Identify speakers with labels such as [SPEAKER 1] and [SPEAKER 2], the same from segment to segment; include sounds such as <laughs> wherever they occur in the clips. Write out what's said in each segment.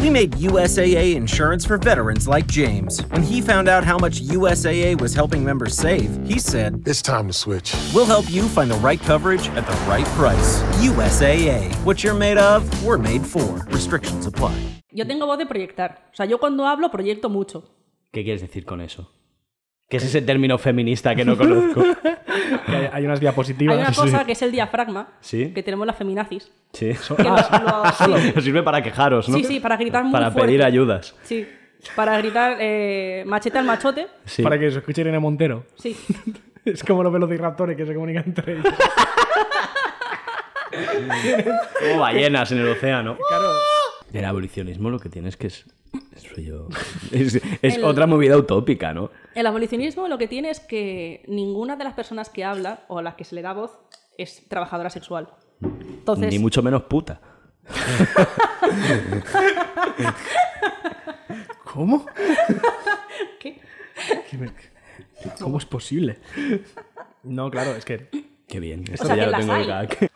[SPEAKER 1] We made USAA insurance for veterans like James. When he found out how much USAA was helping members save, he said,
[SPEAKER 2] It's time to switch.
[SPEAKER 1] We'll help you find the right coverage at the right price. USAA. What you're made of, we're made for. Restrictions apply.
[SPEAKER 3] Yo tengo voz de proyectar. O sea, yo cuando hablo proyecto mucho.
[SPEAKER 4] ¿Qué quieres decir con eso? ¿Qué es ese término feminista que
[SPEAKER 5] <laughs>
[SPEAKER 4] no conozco?
[SPEAKER 5] Eh. Que hay, hay unas
[SPEAKER 3] Hay una
[SPEAKER 5] diapositivas.
[SPEAKER 3] cosa que es el diafragma,
[SPEAKER 4] Sí.
[SPEAKER 3] que tenemos las feminazis.
[SPEAKER 4] Sí.
[SPEAKER 3] Que
[SPEAKER 5] <laughs>
[SPEAKER 3] nos- lo- sí,
[SPEAKER 4] Os sirve para quejaros, ¿no?
[SPEAKER 3] Sí, sí, para gritar muy
[SPEAKER 4] Para
[SPEAKER 3] fuerte.
[SPEAKER 4] pedir ayudas.
[SPEAKER 3] sí. Para gritar eh, machete al machote.
[SPEAKER 4] Sí.
[SPEAKER 5] Para que os escuche Irene Montero. <laughs>
[SPEAKER 3] Sí.
[SPEAKER 5] Es como los velociraptores que se comunican entre ellos. <laughs>
[SPEAKER 4] Como ballenas en el océano.
[SPEAKER 5] <laughs> Claro.
[SPEAKER 4] El abolicionismo lo que tienes que es. soy
[SPEAKER 5] <laughs>
[SPEAKER 4] yo. Es, es
[SPEAKER 3] El-
[SPEAKER 4] otra movida utópica, ¿no?
[SPEAKER 3] El abolicionismo lo que tiene es que ninguna de las personas que habla o a las que se le da voz es trabajadora sexual. Entonces,
[SPEAKER 4] Ni mucho menos puta.
[SPEAKER 5] ¿Cómo?
[SPEAKER 3] ¿qué?
[SPEAKER 5] ¿Qué me- ¿Cómo es posible? No, claro, es que.
[SPEAKER 4] Qué bien. Esto
[SPEAKER 3] sea,
[SPEAKER 4] ya
[SPEAKER 3] que
[SPEAKER 4] lo
[SPEAKER 3] las
[SPEAKER 4] tengo
[SPEAKER 3] hay.
[SPEAKER 4] de cac.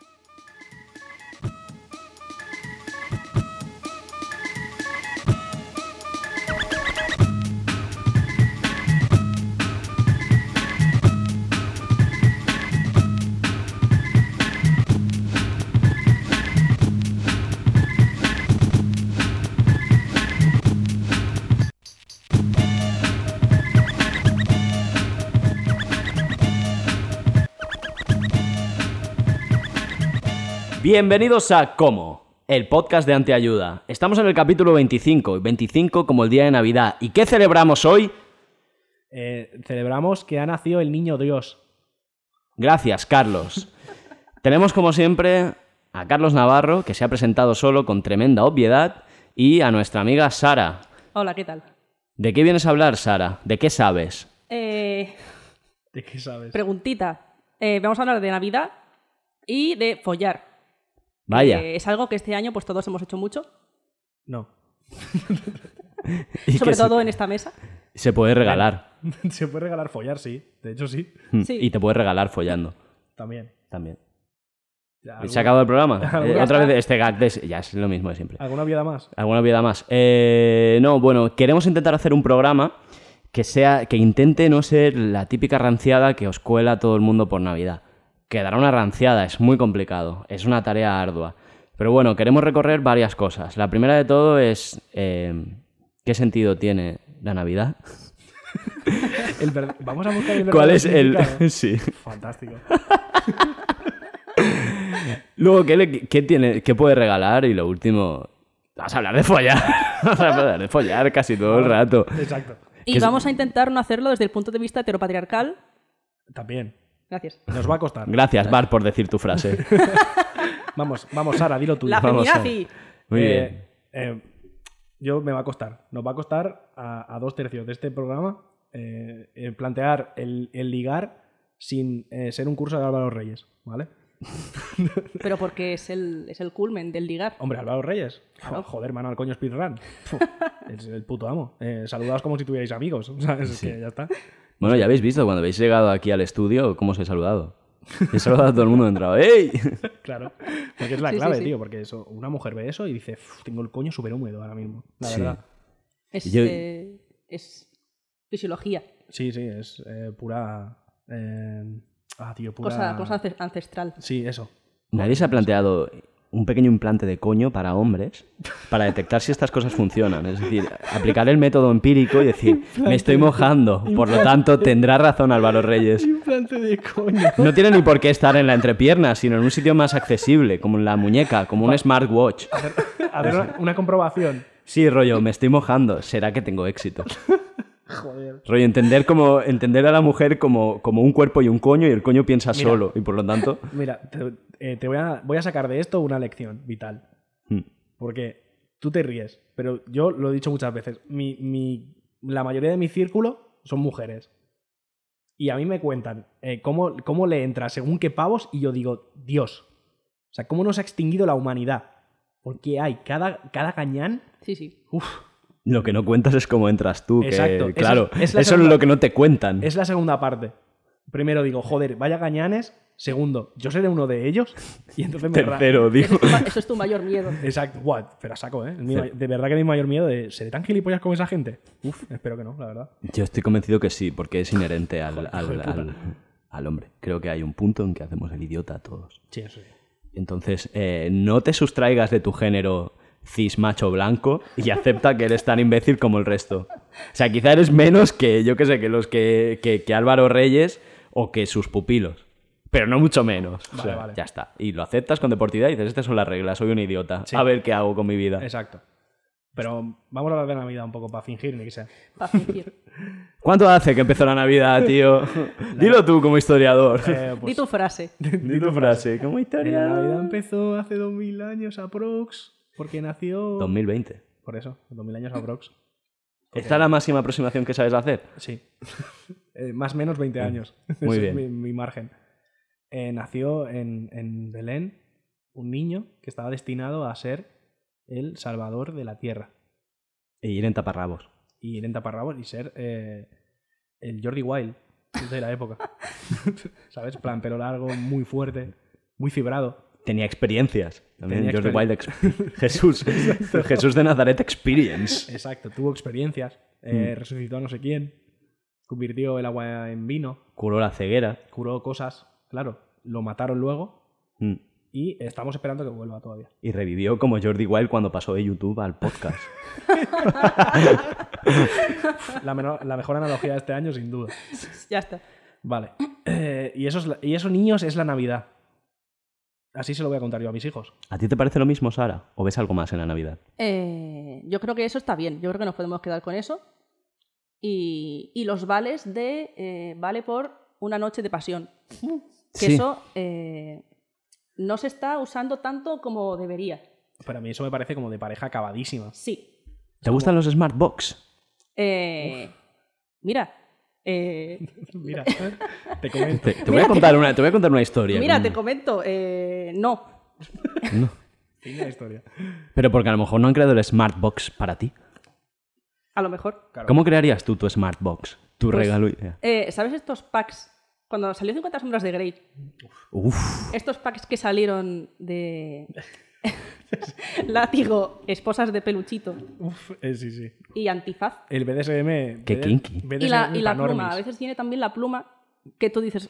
[SPEAKER 4] Bienvenidos a Cómo, el podcast de Anteayuda. Estamos en el capítulo 25, y 25 como el día de Navidad. ¿Y qué celebramos hoy?
[SPEAKER 5] eh, celebramos que ha nacido el niño Dios.
[SPEAKER 4] Gracias, Carlos.
[SPEAKER 3] <laughs>
[SPEAKER 4] Tenemos como siempre a Carlos Navarro, que se ha presentado solo con tremenda obviedad, y a nuestra amiga Sara.
[SPEAKER 3] Hola, ¿qué tal?
[SPEAKER 4] ¿De qué vienes a hablar, Sara? ¿De qué sabes?
[SPEAKER 3] Eh,
[SPEAKER 5] ¿De qué sabes?
[SPEAKER 3] preguntita. Eh, vamos a hablar de Navidad y de follar.
[SPEAKER 4] Vaya.
[SPEAKER 3] Eh, es algo que este año pues todos hemos hecho mucho,
[SPEAKER 5] No.
[SPEAKER 4] <laughs> Y
[SPEAKER 3] sobre
[SPEAKER 4] que se-
[SPEAKER 3] todo en esta mesa.
[SPEAKER 4] Se puede regalar.
[SPEAKER 5] <laughs>
[SPEAKER 4] Hmm.
[SPEAKER 5] Se puede regalar follar, sí. De hecho, sí.
[SPEAKER 3] Sí.
[SPEAKER 4] Y te puedes regalar follando.
[SPEAKER 5] También.
[SPEAKER 4] También.
[SPEAKER 5] Ya,
[SPEAKER 4] ¿Se
[SPEAKER 5] ¿alguna-
[SPEAKER 4] ha acabado
[SPEAKER 3] <laughs>
[SPEAKER 4] el programa?
[SPEAKER 5] Alguna-
[SPEAKER 4] Eh, otra vez este gag de... Ya es lo mismo de siempre.
[SPEAKER 5] ¿Alguna vida más?
[SPEAKER 4] ¿Alguna vida más? Eh, no, bueno, queremos intentar hacer un programa que sea que intente no ser la típica ranciada que os cuela todo el mundo por Navidad. Quedará una ranciada, es muy complicado, es una tarea ardua. Pero bueno, queremos recorrer varias cosas. La primera de todo es eh, qué sentido tiene la Navidad.
[SPEAKER 5] El ver- Vamos a buscar el
[SPEAKER 4] ¿Cuál
[SPEAKER 5] verdadero
[SPEAKER 4] es el
[SPEAKER 5] <laughs>
[SPEAKER 4] <laughs>
[SPEAKER 5] significado.
[SPEAKER 4] sí?
[SPEAKER 5] Fantástico.
[SPEAKER 4] Luego qué, le- qué tiene, qué puede regalar y lo último vas a hablar de follar, <laughs> vas a hablar de follar casi todo el rato.
[SPEAKER 5] Exacto.
[SPEAKER 3] Y
[SPEAKER 4] Que es-
[SPEAKER 3] vamos a intentar no hacerlo desde el punto de vista heteropatriarcal.
[SPEAKER 5] También.
[SPEAKER 3] Gracias.
[SPEAKER 5] Nos va a costar.
[SPEAKER 4] Gracias, Bar, por decir tu frase.
[SPEAKER 5] Vamos, vamos, Sara, dilo tú.
[SPEAKER 3] La
[SPEAKER 4] vamos a-
[SPEAKER 3] feminazi.
[SPEAKER 4] Muy
[SPEAKER 5] Eh,
[SPEAKER 4] bien.
[SPEAKER 5] eh, yo me va a costar. Nos va a costar a, a dos tercios de este programa eh, eh, plantear el, el ligar sin eh, ser un curso de Álvaro Reyes, ¿vale?
[SPEAKER 3] Pero porque es el, es el culmen del ligar.
[SPEAKER 5] Hombre, Álvaro Reyes. Jo- Joder, mano, al coño speedrun. Puf, es el puto amo. Eh, saludaos como si tuvierais amigos, <laughs> ¿sabes? Es que ya está.
[SPEAKER 4] Bueno, ya habéis visto, cuando habéis llegado aquí al estudio, cómo os he saludado. He saludado a todo el mundo entrado. ¡Ey!
[SPEAKER 5] Claro. Porque es la
[SPEAKER 3] Sí, sí,
[SPEAKER 5] clave,
[SPEAKER 3] sí.
[SPEAKER 5] tío. Porque eso, una mujer ve eso y dice, "Uf, tengo el coño súper húmedo ahora mismo. La
[SPEAKER 4] Sí.
[SPEAKER 5] verdad.
[SPEAKER 3] Es,
[SPEAKER 4] Yo-
[SPEAKER 3] eh, es fisiología.
[SPEAKER 5] Sí, sí, es eh, pura. eh, ah, tío, pura.
[SPEAKER 3] Cosa, cosa ance- ancestral.
[SPEAKER 5] Sí, eso.
[SPEAKER 4] <laughs> Nadie se ha planteado un pequeño implante de coño para hombres para detectar si estas cosas funcionan. Es decir, aplicar el método empírico y decir, me estoy mojando, por lo tanto tendrá razón Álvaro Reyes.
[SPEAKER 5] Implante de coño.
[SPEAKER 4] No tiene ni por qué estar en la entrepierna, sino en un sitio más accesible, como en la muñeca, como un smartwatch.
[SPEAKER 5] A ver, una, una comprobación.
[SPEAKER 4] Sí, rollo, me estoy mojando. ¿Será que tengo
[SPEAKER 5] <laughs>
[SPEAKER 4] éxito? Rollo, entender, como, entender a la mujer como, como un cuerpo y un coño, y el coño piensa solo, y por lo tanto.
[SPEAKER 5] Mira, te, eh, te voy, a, voy a sacar de esto una lección vital.
[SPEAKER 4] Hmm.
[SPEAKER 5] Porque tú te ríes, pero yo lo he dicho muchas veces. Mi, mi- la mayoría de mi círculo son mujeres. Y a mí me cuentan eh, cómo, cómo le entra según qué pavos y yo digo, Dios. O sea, cómo nos ha extinguido la humanidad. Porque hay cada, cada gañán.
[SPEAKER 3] Sí,
[SPEAKER 4] <laughs>
[SPEAKER 3] sí.
[SPEAKER 5] Uf,
[SPEAKER 4] Lo que no cuentas es cómo entras tú. que,
[SPEAKER 5] Exacto, esa
[SPEAKER 4] claro,
[SPEAKER 5] es- es
[SPEAKER 4] eso
[SPEAKER 5] la
[SPEAKER 4] es
[SPEAKER 5] segunda-
[SPEAKER 4] lo que no te cuentan.
[SPEAKER 5] Es la segunda parte. Primero digo, joder, vaya gañanes Segundo, yo seré uno de ellos. Y entonces me ra-
[SPEAKER 4] Tercero,
[SPEAKER 5] <laughs>
[SPEAKER 4] digo.
[SPEAKER 3] Eso es tu ma- eso es tu mayor miedo.
[SPEAKER 5] Exacto, guau, pero a saco, ¿eh? Es mi ma- de verdad que mi mayor miedo de ¿seré tan gilipollas como esa gente? Uf, espero que no, la verdad.
[SPEAKER 4] Yo estoy convencido que sí, porque es inherente al, al-
[SPEAKER 5] hijo de puta.
[SPEAKER 4] al- al hombre. Creo que hay un punto en que hacemos el idiota a todos.
[SPEAKER 5] Sí, eso sí.
[SPEAKER 4] Entonces, eh, no te sustraigas de tu género cis macho blanco y acepta que eres tan imbécil como el resto. O sea, quizá eres menos que, yo qué sé, que los que, que- que Álvaro Reyes o que sus pupilos. Pero no mucho menos. O
[SPEAKER 5] Vale,
[SPEAKER 4] sea,
[SPEAKER 5] vale.
[SPEAKER 4] Ya está. Y lo aceptas con deportividad y dices, estas son las reglas, soy un idiota. A ver qué hago con mi vida.
[SPEAKER 5] Exacto. Pero vamos a hablar de Navidad un poco para fingir, ni que <laughs> sea.
[SPEAKER 3] Para fingir.
[SPEAKER 4] <laughs> ¿Cuánto hace que empezó la Navidad,
[SPEAKER 5] <laughs>
[SPEAKER 4] tío? Dilo tú como historiador.
[SPEAKER 5] Eh,
[SPEAKER 3] Di
[SPEAKER 5] pues, eh,
[SPEAKER 3] tu frase.
[SPEAKER 4] <laughs> Di tu frase, como
[SPEAKER 5] la Navidad
[SPEAKER 4] historiador.
[SPEAKER 5] empezó hace 2000 años aprox, porque nació...
[SPEAKER 4] 2020.
[SPEAKER 5] Por eso, 2000 años aprox.
[SPEAKER 4] ¿Esta es la máxima aproximación que sabes hacer?
[SPEAKER 5] Sí. <laughs> Eh, más o menos 20 años.
[SPEAKER 4] Muy
[SPEAKER 5] <laughs> Ese
[SPEAKER 4] bien.
[SPEAKER 5] Es mi, mi margen. Eh, nació en, en Belén un niño que estaba destinado a ser el salvador de la tierra.
[SPEAKER 4] E ir en taparrabos.
[SPEAKER 5] Y ir en taparrabos y ser eh, el Jordi Wild de la época.
[SPEAKER 4] <laughs>
[SPEAKER 5] ¿Sabes? Plan pelo largo, muy fuerte, muy fibrado.
[SPEAKER 4] Tenía experiencias. También
[SPEAKER 5] Tenía
[SPEAKER 4] Jordi
[SPEAKER 5] experien-
[SPEAKER 4] Wild exp- <laughs> Jesús. Jesús de Nazaret Experience.
[SPEAKER 5] Exacto, tuvo experiencias.
[SPEAKER 4] Mm.
[SPEAKER 5] eh, Resucitó a no sé quién. Convirtió el agua en vino.
[SPEAKER 4] Curó la ceguera.
[SPEAKER 5] Curó cosas. Claro, lo mataron luego.
[SPEAKER 4] Mm.
[SPEAKER 5] Y estamos esperando que vuelva todavía.
[SPEAKER 4] Y revivió como Jordi Wild cuando pasó de YouTube al podcast.
[SPEAKER 5] La, menor- la mejor analogía de este año, sin duda.
[SPEAKER 3] Ya está.
[SPEAKER 5] Vale. Eh, y, esos, y esos niños es la Navidad. Así se lo voy a contar yo a mis hijos.
[SPEAKER 4] ¿A ti te parece lo mismo, Sara? ¿O ves algo más en la Navidad?
[SPEAKER 3] Eh, yo creo que eso está bien. Yo creo que nos podemos quedar con eso. Y, y los vales de. eh, vale por una noche de pasión. Que
[SPEAKER 4] Sí.
[SPEAKER 3] eso eh, no se está usando tanto como debería.
[SPEAKER 5] Pero a mí eso me parece como de
[SPEAKER 3] <laughs>
[SPEAKER 5] pareja acabadísima.
[SPEAKER 3] Sí.
[SPEAKER 4] ¿Te gustan los Smart Box?
[SPEAKER 3] Eh, mira. eh,
[SPEAKER 5] Mira, te comento.
[SPEAKER 4] Te, te voy, a contar una, te voy a contar una historia. Mm.
[SPEAKER 3] mira,
[SPEAKER 4] que-
[SPEAKER 3] te comento. eh, no.
[SPEAKER 5] Fin de la historia.
[SPEAKER 4] Pero porque a lo mejor no han creado el Smart Box para ti.
[SPEAKER 3] A lo mejor.
[SPEAKER 5] Claro.
[SPEAKER 4] ¿Cómo crearías tú tu Smart Box? Tu regalo. idea?
[SPEAKER 3] Eh, ¿Sabes estos packs? Cuando salió 50 sombras de Grey,
[SPEAKER 4] Uf.
[SPEAKER 3] estos packs que salieron
[SPEAKER 4] <laughs>
[SPEAKER 3] de látigo, esposas de peluchito
[SPEAKER 5] Uf, eh, sí, sí.
[SPEAKER 3] y antifaz.
[SPEAKER 5] El BDSM.
[SPEAKER 4] Qué
[SPEAKER 5] BD-
[SPEAKER 4] kinky.
[SPEAKER 5] BDSM
[SPEAKER 3] Y la, y la
[SPEAKER 5] panormis.
[SPEAKER 3] pluma, a
[SPEAKER 5] <laughs>
[SPEAKER 3] veces tiene también la pluma que tú dices,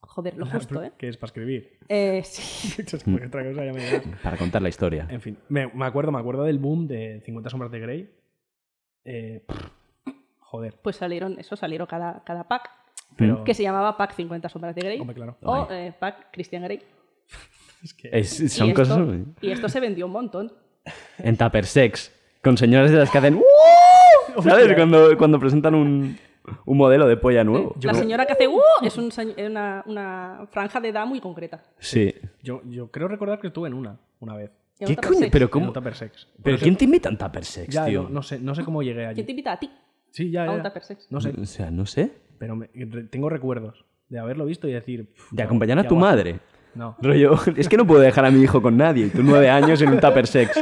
[SPEAKER 3] joder, lo justo, ¿eh?
[SPEAKER 5] Que es para escribir. <laughs>
[SPEAKER 3] Eh, <laughs> sí.
[SPEAKER 5] Es
[SPEAKER 4] Mm.
[SPEAKER 5] como que otra cosa ya me dirás.
[SPEAKER 4] Para contar la historia.
[SPEAKER 5] En fin, me, me acuerdo, me acuerdo del boom de 50 sombras de Grey. Eh, joder.
[SPEAKER 3] Pues salieron, eso salieron cada, cada pack,
[SPEAKER 4] Mm.
[SPEAKER 5] Pero,
[SPEAKER 3] que se llamaba Pack 50 sombras de Grey
[SPEAKER 5] Hombre, claro.
[SPEAKER 3] o eh, Pack Christian Grey.
[SPEAKER 5] Es que-
[SPEAKER 4] Es-
[SPEAKER 3] Y
[SPEAKER 4] son
[SPEAKER 3] esto-
[SPEAKER 4] cosas.
[SPEAKER 3] Y esto se vendió un montón.
[SPEAKER 4] En Tupper Sex. Con señoras de las que
[SPEAKER 5] <laughs>
[SPEAKER 4] hacen. "¡Uh!", ¿Sabes? Cuando, cuando presentan un, un modelo de
[SPEAKER 5] Oh.
[SPEAKER 4] polla nuevo.
[SPEAKER 3] la señora que hace "Uh", es un se- una, una franja de edad muy concreta.
[SPEAKER 4] Sí.
[SPEAKER 5] Yo, yo creo recordar que estuve en una, una vez.
[SPEAKER 3] Y
[SPEAKER 4] ¿Qué
[SPEAKER 3] otra
[SPEAKER 4] coño?
[SPEAKER 3] sex.
[SPEAKER 4] ¿Pero
[SPEAKER 5] ¿Cómo?
[SPEAKER 4] cómo? ¿Pero quién te invita a un Tupper Sex,
[SPEAKER 5] ya,
[SPEAKER 4] tío?
[SPEAKER 5] no, no sé, no sé cómo llegué allí.
[SPEAKER 3] ¿Quién te invita a ti?
[SPEAKER 5] Sí, ya,
[SPEAKER 3] a un
[SPEAKER 5] ya.
[SPEAKER 3] tupper sex?
[SPEAKER 5] No sé,
[SPEAKER 4] O sea, no sé.
[SPEAKER 5] pero me- re- tengo recuerdos de haberlo visto y decir... pff,
[SPEAKER 4] De
[SPEAKER 5] no,
[SPEAKER 4] acompañar a
[SPEAKER 5] qué
[SPEAKER 4] tu
[SPEAKER 5] guapo.
[SPEAKER 4] madre.
[SPEAKER 5] No,
[SPEAKER 4] Rollo, <laughs> es que no puedo dejar a mi hijo con nadie. Y tú nueve años en un Tupper
[SPEAKER 5] <laughs>
[SPEAKER 4] Sex.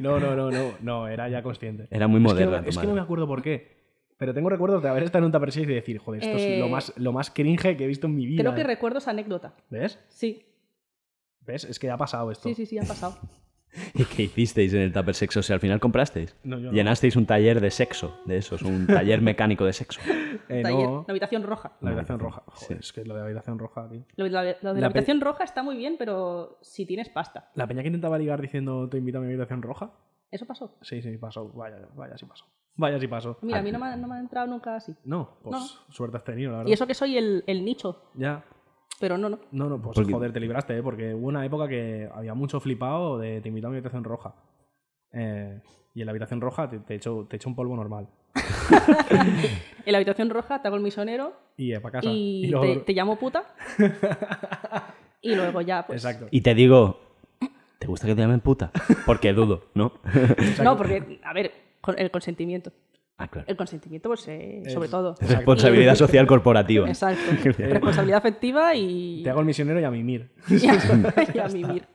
[SPEAKER 5] no, no, no, no, no, era ya consciente.
[SPEAKER 4] Era muy
[SPEAKER 5] Es que
[SPEAKER 4] moderna
[SPEAKER 5] no- Es
[SPEAKER 4] tu
[SPEAKER 5] que, no
[SPEAKER 4] madre.
[SPEAKER 5] me acuerdo por qué. Pero tengo recuerdos de haber estado en un Tupper Sex y decir, joder, esto es lo
[SPEAKER 3] Eh,
[SPEAKER 5] más, lo más cringe que he visto en mi vida.
[SPEAKER 3] Creo que
[SPEAKER 5] eh.
[SPEAKER 3] recuerdo esa anécdota.
[SPEAKER 5] ¿Ves?
[SPEAKER 3] Sí,
[SPEAKER 5] ¿Ves? Es que ha pasado esto.
[SPEAKER 3] sí, sí, sí, ha
[SPEAKER 5] <laughs>
[SPEAKER 3] pasado.
[SPEAKER 4] ¿Y qué hicisteis en el Tupper Sex? O sea, al final comprasteis.
[SPEAKER 5] No, yo no.
[SPEAKER 4] Llenasteis un taller de sexo. De esos, un taller mecánico de sexo.
[SPEAKER 5] Eh,
[SPEAKER 3] Taller,
[SPEAKER 5] no,
[SPEAKER 3] La habitación roja.
[SPEAKER 5] la habitación roja.
[SPEAKER 4] Sí.
[SPEAKER 5] Joder, es que lo de la habitación roja, tío.
[SPEAKER 3] Lo, la- lo de
[SPEAKER 5] La
[SPEAKER 3] la
[SPEAKER 5] pe-
[SPEAKER 3] habitación roja está muy bien, pero si tienes pasta.
[SPEAKER 5] La peña que intentaba ligar diciendo, te invito a mi habitación roja.
[SPEAKER 3] Eso pasó.
[SPEAKER 5] Sí, sí, pasó. Vaya, vaya, sí pasó. Vaya, sí pasó.
[SPEAKER 3] Mira, a mí no me, ha- no me ha entrado nunca así.
[SPEAKER 5] No, pues suerte has tenido, la verdad.
[SPEAKER 3] Y eso que soy el, el nicho,
[SPEAKER 5] Ya.
[SPEAKER 3] pero no, no.
[SPEAKER 5] No, no, pues
[SPEAKER 4] Porque-
[SPEAKER 5] joder, te libraste, ¿eh? porque hubo una época que había mucho flipado de te invito a mi habitación roja. Eh, y en la habitación roja te, te echo, te echo un polvo normal.
[SPEAKER 3] En la habitación roja te hago el misionero
[SPEAKER 5] <laughs> Y para casa.
[SPEAKER 3] y,
[SPEAKER 5] luego-
[SPEAKER 3] te, te llamo
[SPEAKER 5] <laughs>
[SPEAKER 3] puta. y luego ya, pues.
[SPEAKER 5] Exacto.
[SPEAKER 4] Y te digo, ¿te gusta que te llamen puta? Porque dudo, ¿no?
[SPEAKER 3] No, porque, a ver, con- el consentimiento.
[SPEAKER 4] Ah, claro.
[SPEAKER 3] El consentimiento, pues, eh, sobre
[SPEAKER 5] Es-
[SPEAKER 3] todo.
[SPEAKER 5] <laughs>
[SPEAKER 4] Responsabilidad social corporativa.
[SPEAKER 3] Exacto.
[SPEAKER 4] <laughs>
[SPEAKER 3] Responsabilidad afectiva y.
[SPEAKER 5] Te hago el misionero y a mimir.
[SPEAKER 3] <laughs>
[SPEAKER 5] <laughs>
[SPEAKER 3] y a- <laughs> y a mimir.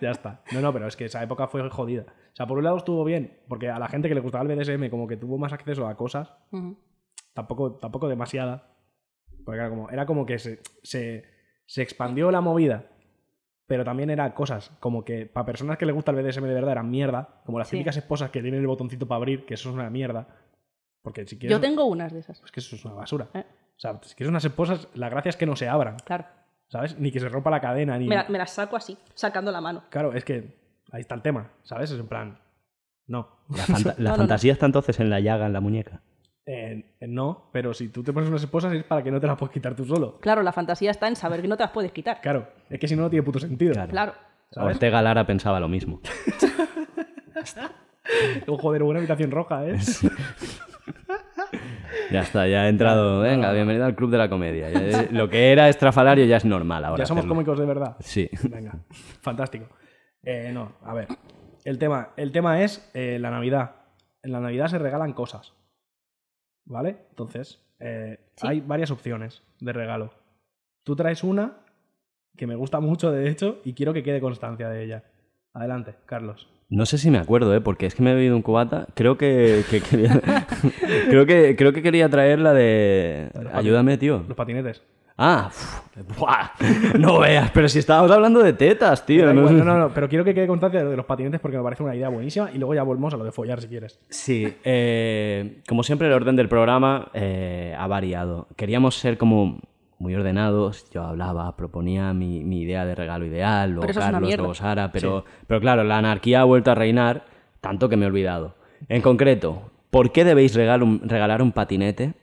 [SPEAKER 5] ya está. No, no, pero es que esa época fue jodida. O sea, por un lado estuvo bien, porque a la gente que le gustaba el BDSM como que tuvo más acceso a cosas,
[SPEAKER 3] Ujú.
[SPEAKER 5] tampoco, tampoco demasiada. Porque era como, era como que se, se, Se expandió la movida, pero también era cosas como que para personas que les gusta el BDSM de verdad era mierda, como las
[SPEAKER 3] Sí.
[SPEAKER 5] típicas esposas que tienen el botoncito para abrir, que eso es una mierda. Porque si quieres.
[SPEAKER 3] Yo tengo unas de esas.
[SPEAKER 5] Es que eso es una basura.
[SPEAKER 3] Eh.
[SPEAKER 5] O sea, si quieres unas esposas, la gracia es que no se abran,
[SPEAKER 3] Claro.
[SPEAKER 5] ¿sabes? Ni que se rompa la cadena, ni.
[SPEAKER 3] Me, la- me las saco así, sacando la mano.
[SPEAKER 5] Claro, es que ahí está el tema, ¿sabes? Es en plan. No.
[SPEAKER 4] La, fanta- la
[SPEAKER 3] No, no,
[SPEAKER 4] fantasía está entonces en la llaga, en la muñeca.
[SPEAKER 5] Eh, no, pero si tú te pones unas esposas es para que no te las puedas quitar tú solo.
[SPEAKER 3] Claro, la fantasía está en saber que no te las puedes quitar.
[SPEAKER 5] Claro, es que si no, no tiene puto sentido.
[SPEAKER 4] Claro.
[SPEAKER 3] Claro.
[SPEAKER 5] ¿Sabes?
[SPEAKER 4] Ortega Lara pensaba lo mismo.
[SPEAKER 5] Oh, joder, una habitación roja,
[SPEAKER 4] <laughs>
[SPEAKER 5] ¿eh?
[SPEAKER 4] Ya está, ya he entrado. Venga, bienvenido al Club de la Comedia. Ya- eh, lo que era estrafalario ya es normal ahora.
[SPEAKER 5] ya somos
[SPEAKER 4] hacerlo.
[SPEAKER 5] cómicos de verdad.
[SPEAKER 4] Sí.
[SPEAKER 5] Venga, fantástico. Eh, no, a ver. El tema, el tema es eh, la Navidad. En la Navidad se regalan cosas. ¿Vale? Entonces, eh,
[SPEAKER 3] Sí.
[SPEAKER 5] hay varias opciones de regalo. Tú traes una que me gusta mucho, de hecho, y quiero que quede constancia de ella. Adelante, Carlos.
[SPEAKER 4] No sé si me acuerdo, ¿eh? porque es que me he bebido un cubata. Creo que, que quería, <laughs> creo que creo que quería traer la de. Ayúdame, tío.
[SPEAKER 5] Los patinetes.
[SPEAKER 4] Ah, uf, buah, no veas, pero si estábamos hablando de tetas, tío.
[SPEAKER 5] Da
[SPEAKER 4] no-
[SPEAKER 5] igual, No, no, no, pero quiero que quede constancia de lo de los patinetes porque me parece una idea buenísima y luego ya volvemos a lo de follar si quieres.
[SPEAKER 4] Sí, eh, como siempre el orden del programa eh, ha variado. Queríamos ser como muy ordenados, yo hablaba, proponía mi, mi idea de regalo ideal, luego
[SPEAKER 3] Pero eso es una
[SPEAKER 4] Carlos,
[SPEAKER 3] mierda.
[SPEAKER 4] luego Sara, pero, pero claro, la anarquía ha vuelto a reinar, tanto que me he olvidado. En concreto, ¿por qué debéis regal- un- regalar un patinete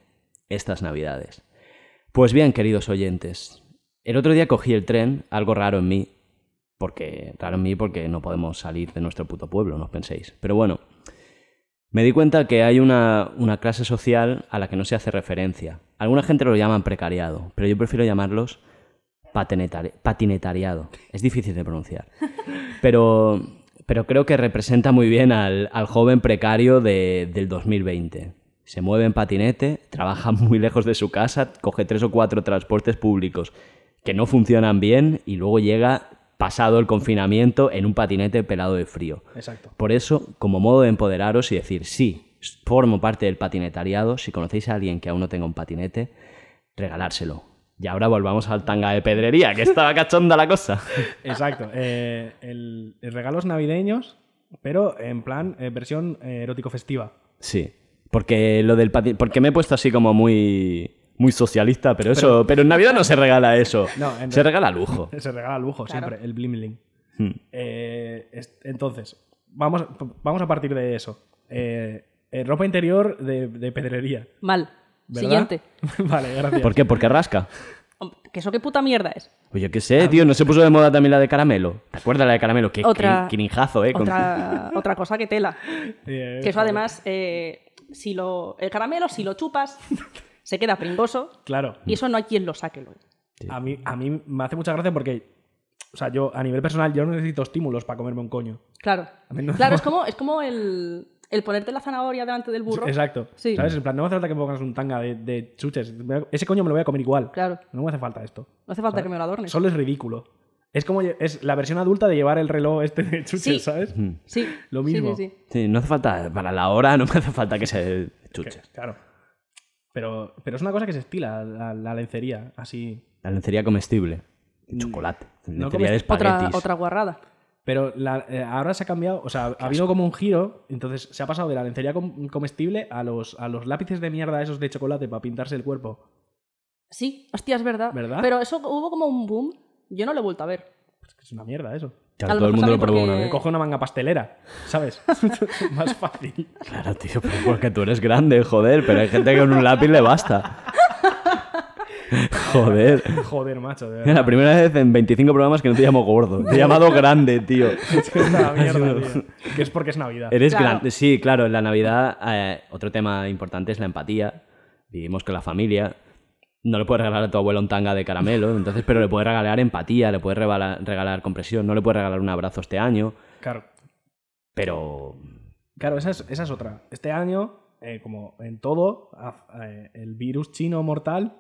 [SPEAKER 4] estas navidades? Pues bien, queridos oyentes, el otro día cogí el tren, algo raro en mí, porque raro en mí porque no podemos salir de nuestro puto pueblo, no os penséis. Pero bueno, me di cuenta que hay una, una clase social a la que no se hace referencia. Alguna gente lo llaman precariado, pero yo prefiero llamarlos patinetari- patinetariado. Es difícil de pronunciar. Pero, pero creo que representa muy bien al, al joven precario de- del 2020. Se mueve en patinete, trabaja muy lejos de su casa, coge tres o cuatro transportes públicos que no funcionan bien y luego llega pasado el confinamiento en un patinete pelado de frío.
[SPEAKER 5] Exacto.
[SPEAKER 4] Por eso, como modo de empoderaros y decir, sí, formo parte del patinetariado, si conocéis a alguien que aún no tenga un patinete, regalárselo. Y ahora volvamos al tanga de pedrería, que estaba cachonda la cosa.
[SPEAKER 5] Exacto. eh, el, el regalos navideños, pero en plan eh, versión eh, erótico festiva.
[SPEAKER 4] <laughs>
[SPEAKER 5] <laughs>
[SPEAKER 4] Sí, porque lo del patinete... Porque me he puesto así como muy... Muy socialista, pero eso... Pero, en Navidad <laughs> no se regala eso.
[SPEAKER 5] No, en
[SPEAKER 4] se
[SPEAKER 5] re-
[SPEAKER 4] regala <laughs> lujo.
[SPEAKER 5] Se regala lujo
[SPEAKER 3] Claro.
[SPEAKER 5] siempre, el blimling.
[SPEAKER 4] Hmm.
[SPEAKER 5] Eh, es- entonces, vamos, vamos a partir de eso. Eh, eh, ropa interior de, de pedrería.
[SPEAKER 3] Mal.
[SPEAKER 5] ¿verdad?
[SPEAKER 3] Siguiente.
[SPEAKER 5] <laughs> vale,
[SPEAKER 4] <laughs>
[SPEAKER 5] gracias.
[SPEAKER 4] ¿Por qué? Porque rasca.
[SPEAKER 3] Hom- ¿Que eso qué puta mierda es?
[SPEAKER 4] Pues yo qué sé, tío, no se puso de moda también la de caramelo. ¿Te acuerdas la de caramelo? Qué
[SPEAKER 3] Otra-
[SPEAKER 4] crin- crinjazo, eh. Con- <laughs>
[SPEAKER 3] Otra, otra cosa que
[SPEAKER 5] <laughs>
[SPEAKER 3] tela.
[SPEAKER 5] Eh,
[SPEAKER 3] Que eso
[SPEAKER 5] joder.
[SPEAKER 3] además, eh, si lo, el caramelo, si lo chupas,
[SPEAKER 5] <laughs>
[SPEAKER 3] se queda pringoso
[SPEAKER 5] Claro.
[SPEAKER 3] y eso no hay quien lo saque luego.
[SPEAKER 5] A mí, a mí me hace mucha gracia porque, o sea, yo a nivel personal, yo no necesito estímulos para comerme un coño.
[SPEAKER 3] Claro. Claro, es como, es como el, el ponerte la zanahoria delante del burro.
[SPEAKER 5] Exacto.
[SPEAKER 3] Sí.
[SPEAKER 5] ¿Sabes? En plan, no me hace falta que me pongas un tanga de, de chuches. Me- Ese coño me lo voy a comer igual.
[SPEAKER 3] Claro.
[SPEAKER 5] No me hace falta esto.
[SPEAKER 3] No hace falta que me lo adornes.
[SPEAKER 5] Solo es ridículo. Es como lle- es la versión adulta de llevar el reloj este de chuches,
[SPEAKER 3] Sí.
[SPEAKER 5] ¿sabes?
[SPEAKER 4] <laughs>
[SPEAKER 3] Sí.
[SPEAKER 5] Lo
[SPEAKER 3] Sí,
[SPEAKER 5] mismo.
[SPEAKER 3] sí, sí.
[SPEAKER 4] Sí, no hace falta... Para la hora no me hace falta que se
[SPEAKER 5] Que-
[SPEAKER 4] chuche.
[SPEAKER 5] claro. Pero, pero es una cosa que se estila, la, la lencería, así.
[SPEAKER 4] La lencería comestible. Chocolate.
[SPEAKER 5] No
[SPEAKER 4] lencería de
[SPEAKER 5] comestible.
[SPEAKER 3] Mm. Otra,
[SPEAKER 4] espaguetis.
[SPEAKER 3] otra guarrada.
[SPEAKER 5] Pero la- eh, ahora se ha cambiado, o sea, ha habido como un giro, entonces se ha pasado de la lencería com- comestible a los, a los lápices de mierda esos de chocolate para pintarse el cuerpo.
[SPEAKER 3] Sí, hostia, es verdad.
[SPEAKER 5] ¿Verdad?
[SPEAKER 3] Pero eso hubo como un boom. Yo no lo he vuelto a ver.
[SPEAKER 5] Es que es una mierda eso.
[SPEAKER 4] Claro,
[SPEAKER 3] a lo
[SPEAKER 4] todo el
[SPEAKER 3] mejor
[SPEAKER 4] mundo lo
[SPEAKER 3] también
[SPEAKER 4] probó una
[SPEAKER 3] porque-
[SPEAKER 4] vez.
[SPEAKER 5] Coge una manga pastelera, ¿sabes? <laughs> Más fácil.
[SPEAKER 4] Claro, tío, pero porque tú eres grande, joder, pero hay gente que con un lápiz
[SPEAKER 3] <laughs>
[SPEAKER 4] le basta. Joder.
[SPEAKER 5] Joder, macho, de verdad.
[SPEAKER 4] La primera vez en 25 programas que no te llamo gordo. Te he llamado grande, tío. <laughs>
[SPEAKER 5] Esta mierda, tío. Que es porque es Navidad.
[SPEAKER 4] Eres
[SPEAKER 3] Claro.
[SPEAKER 4] grande. Sí, claro, en la Navidad eh, otro tema importante es la empatía. Vivimos con la familia. No le puedes regalar a tu abuelo un tanga de caramelo, entonces, pero le puedes regalar empatía, le puedes rebala- regalar compresión, no le puedes regalar un abrazo este año,
[SPEAKER 5] Claro.
[SPEAKER 4] pero
[SPEAKER 5] Claro, esa es, esa es otra. Este año, eh, como en todo, ha- eh, el virus chino mortal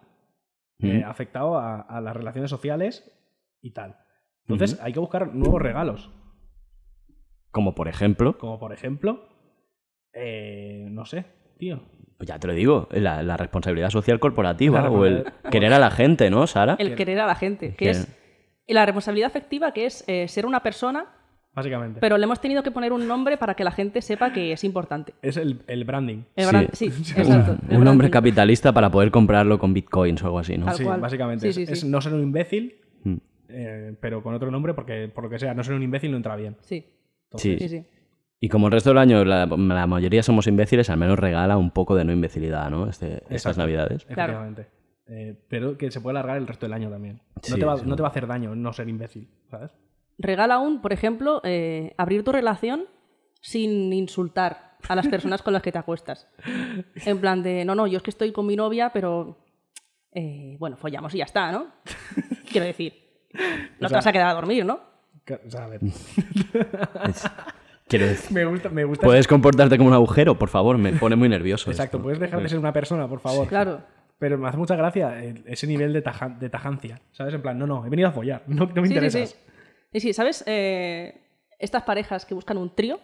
[SPEAKER 5] eh,
[SPEAKER 4] Mm.
[SPEAKER 5] ha afectado a, a las relaciones sociales y tal. Entonces hay que buscar nuevos regalos.
[SPEAKER 4] como por ejemplo,
[SPEAKER 5] Como por ejemplo, eh, no sé, tío?
[SPEAKER 4] Pues ya te lo digo, la, la responsabilidad social corporativa
[SPEAKER 5] La
[SPEAKER 4] o el
[SPEAKER 5] responsabilidad-
[SPEAKER 4] querer a la gente, ¿no, Sara?
[SPEAKER 3] El querer a la gente, que es y la responsabilidad afectiva, que es eh, ser una persona,
[SPEAKER 5] Básicamente.
[SPEAKER 3] pero le hemos tenido que poner un nombre para que la gente sepa que es importante.
[SPEAKER 5] es el, el branding.
[SPEAKER 3] El
[SPEAKER 4] Sí. <laughs>
[SPEAKER 3] bran- sí, exacto.
[SPEAKER 4] Un-
[SPEAKER 3] el
[SPEAKER 4] un
[SPEAKER 3] branding.
[SPEAKER 4] hombre capitalista para poder comprarlo con bitcoins o algo así, ¿no?
[SPEAKER 3] Tal
[SPEAKER 5] Sí,
[SPEAKER 3] cual.
[SPEAKER 5] básicamente.
[SPEAKER 3] Sí,
[SPEAKER 5] es,
[SPEAKER 3] sí, sí.
[SPEAKER 5] es no ser un imbécil,
[SPEAKER 4] Mm.
[SPEAKER 5] eh, pero con otro nombre, porque por lo que sea, no ser un imbécil no entra bien.
[SPEAKER 3] Sí,
[SPEAKER 4] Sí.
[SPEAKER 3] sí, sí.
[SPEAKER 4] Y como el resto del año la, la mayoría somos imbéciles, al menos regala un poco de no imbecilidad, ¿no? Este- estas
[SPEAKER 5] Exacto. <laughs>
[SPEAKER 4] navidades.
[SPEAKER 3] Claro.
[SPEAKER 5] Efectivamente. Eh, pero que se puede alargar el resto del año también. No,
[SPEAKER 4] Sí,
[SPEAKER 5] te va,
[SPEAKER 4] sí.
[SPEAKER 5] no te va a hacer daño no ser imbécil, ¿sabes?
[SPEAKER 3] Regala un, por ejemplo, eh, abrir tu relación sin insultar a las personas con las que te acuestas. En plan de, no, no, yo es que estoy con mi novia, pero eh, bueno, follamos y ya está, ¿no? Quiero decir, no te
[SPEAKER 5] sea-
[SPEAKER 3] vas a quedar a dormir, ¿no?
[SPEAKER 5] Que- o sea, a ver,
[SPEAKER 4] Es- quiero decir,
[SPEAKER 5] <laughs> me gusta, me gusta.
[SPEAKER 4] puedes comportarte como un agujero, por favor, me pone muy nervioso.
[SPEAKER 5] <laughs> Exacto,
[SPEAKER 4] esto.
[SPEAKER 5] puedes dejar de ser una persona, por favor.
[SPEAKER 3] Claro.
[SPEAKER 5] Pero me hace mucha gracia eh, ese nivel de, taja- de tajancia, ¿sabes? En plan, no, no, he venido a follar, <laughs> no, no
[SPEAKER 3] Sí,
[SPEAKER 5] me
[SPEAKER 3] sí,
[SPEAKER 5] interesas.
[SPEAKER 3] sí. Y sí, ¿sabes? Eh, estas parejas que buscan un trío,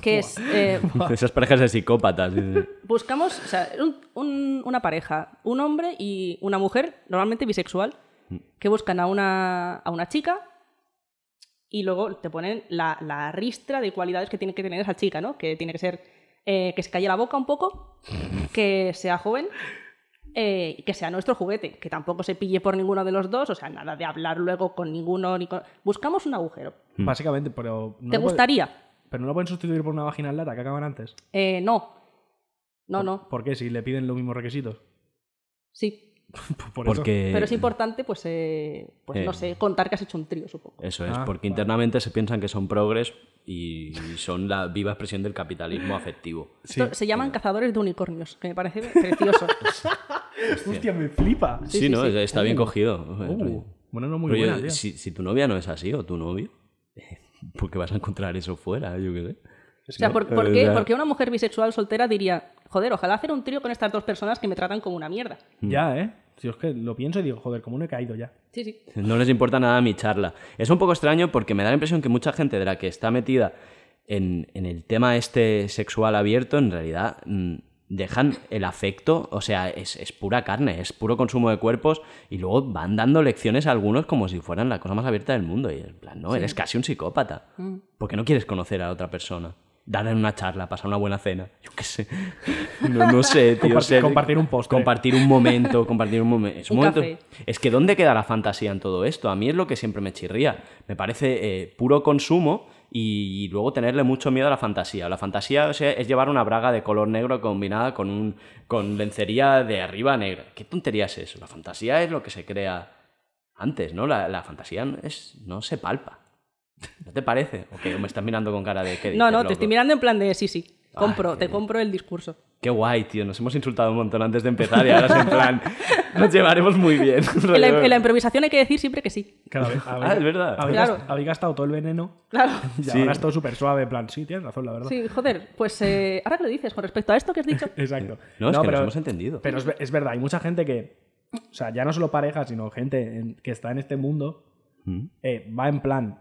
[SPEAKER 3] que es, eh,
[SPEAKER 4] Esas parejas <laughs> de psicópatas. sí, sí.
[SPEAKER 3] buscamos o sea, un- un- una pareja, un hombre y una mujer, normalmente bisexual,
[SPEAKER 5] Mm.
[SPEAKER 3] que buscan a una, a una chica y luego te ponen la, la ristra de cualidades que tiene que tener esa chica, ¿no? Que tiene que ser eh, que se calle la boca un
[SPEAKER 5] <laughs>
[SPEAKER 3] poco, que sea joven. eh, y que sea nuestro juguete, que tampoco se pille por ninguno de los dos, o sea, nada de hablar luego con ninguno ni con... Buscamos un agujero.
[SPEAKER 5] Básicamente, pero. No
[SPEAKER 3] ¿Te
[SPEAKER 5] lo puede-
[SPEAKER 3] gustaría?
[SPEAKER 5] Pero no lo pueden sustituir por una vagina en lata que acaban antes.
[SPEAKER 3] Eh, no. No, no.
[SPEAKER 5] ¿Por qué? Si le piden los mismos requisitos.
[SPEAKER 3] Sí.
[SPEAKER 5] Pues <laughs> por eso. <laughs>
[SPEAKER 4] Porque...
[SPEAKER 3] Pero es importante, pues, eh, pues
[SPEAKER 4] eh.
[SPEAKER 3] no sé, contar que has hecho un trío, supongo.
[SPEAKER 4] Eso es,
[SPEAKER 5] Ah,
[SPEAKER 4] porque
[SPEAKER 5] vale.
[SPEAKER 4] internamente se piensan que son progres y son la viva expresión del capitalismo afectivo.
[SPEAKER 3] Esto se
[SPEAKER 4] eh,
[SPEAKER 3] llaman cazadores de unicornios, que me parece
[SPEAKER 4] <laughs>
[SPEAKER 3] precioso.
[SPEAKER 5] Hostia, me flipa.
[SPEAKER 4] Sí,
[SPEAKER 3] sí,
[SPEAKER 4] ¿no?
[SPEAKER 3] sí.
[SPEAKER 4] Está bien cogido.
[SPEAKER 5] Uh, bueno, no muy
[SPEAKER 4] Rollo,
[SPEAKER 5] buena, tío.
[SPEAKER 4] si, si tu novia no es así, o tu novio, <laughs> porque vas a encontrar eso fuera, yo qué sé.
[SPEAKER 3] o sea, ¿por, por
[SPEAKER 4] Eh,
[SPEAKER 3] qué,
[SPEAKER 4] ya.
[SPEAKER 3] por qué una mujer bisexual soltera diría, joder, ojalá hacer un trío con estas dos personas que me tratan como una mierda?
[SPEAKER 5] Ya, ¿eh? Si es que lo pienso y digo, joder, cómo no he caído ya.
[SPEAKER 3] Sí, sí.
[SPEAKER 4] No les importa nada mi charla. Es un poco extraño porque me da la impresión que mucha gente de la que está metida en, en el tema este sexual abierto, en realidad mm, dejan el afecto, o sea, es, es pura carne, es puro consumo de cuerpos y luego van dando lecciones a algunos como si fueran la cosa más abierta del mundo. Y en plan, no, eres casi un psicópata. porque no quieres conocer a otra persona? Darle una charla, pasar una buena cena, yo qué sé. <laughs> No, no sé, tío.
[SPEAKER 5] Compartir-
[SPEAKER 4] ser-
[SPEAKER 5] compartir un postre.
[SPEAKER 4] Compartir
[SPEAKER 3] <laughs>
[SPEAKER 4] un momento, compartir un momento. Es un,
[SPEAKER 3] Un
[SPEAKER 4] momento-
[SPEAKER 3] café.
[SPEAKER 4] es que ¿dónde queda la fantasía en todo esto? A mí es lo que siempre me chirría. Me parece eh, puro consumo y, luego tenerle mucho miedo a la fantasía. La fantasía o sea, es llevar una braga de color negro combinada con, un, con lencería de arriba negra. ¿Qué tontería es eso? La fantasía es lo que se crea antes, ¿no? La, la fantasía es, no se palpa. ¿No te parece? ¿O que me estás mirando con cara de qué
[SPEAKER 3] No,
[SPEAKER 4] dices,
[SPEAKER 3] no,
[SPEAKER 4] loco?
[SPEAKER 3] te estoy mirando en plan de, sí, sí,
[SPEAKER 4] Ah,
[SPEAKER 3] compro,
[SPEAKER 4] qué
[SPEAKER 3] te
[SPEAKER 4] bien.
[SPEAKER 3] compro el discurso.
[SPEAKER 4] Qué guay, tío. Nos hemos insultado un montón antes de empezar y ahora es en plan. Nos llevaremos muy bien.
[SPEAKER 3] En
[SPEAKER 4] <laughs>
[SPEAKER 3] la, en la improvisación hay que decir siempre que sí.
[SPEAKER 5] Claro,
[SPEAKER 4] Ah, es verdad.
[SPEAKER 5] Habéis,
[SPEAKER 3] Claro.
[SPEAKER 5] gast- habéis gastado todo el veneno
[SPEAKER 3] Claro.
[SPEAKER 4] <laughs>
[SPEAKER 5] y ahora es todo súper suave. En plan, sí, tienes razón, la verdad.
[SPEAKER 3] Sí, joder, pues eh, ahora que lo dices, con respecto a esto que has
[SPEAKER 4] <laughs>
[SPEAKER 3] dicho,
[SPEAKER 5] Exacto.
[SPEAKER 4] Eh, No, es que nos hemos entendido.
[SPEAKER 5] Pero es, ve- es verdad, hay mucha gente que, o sea, ya no solo pareja, sino gente en- que está en este mundo,
[SPEAKER 4] Mm.
[SPEAKER 5] eh, va en plan,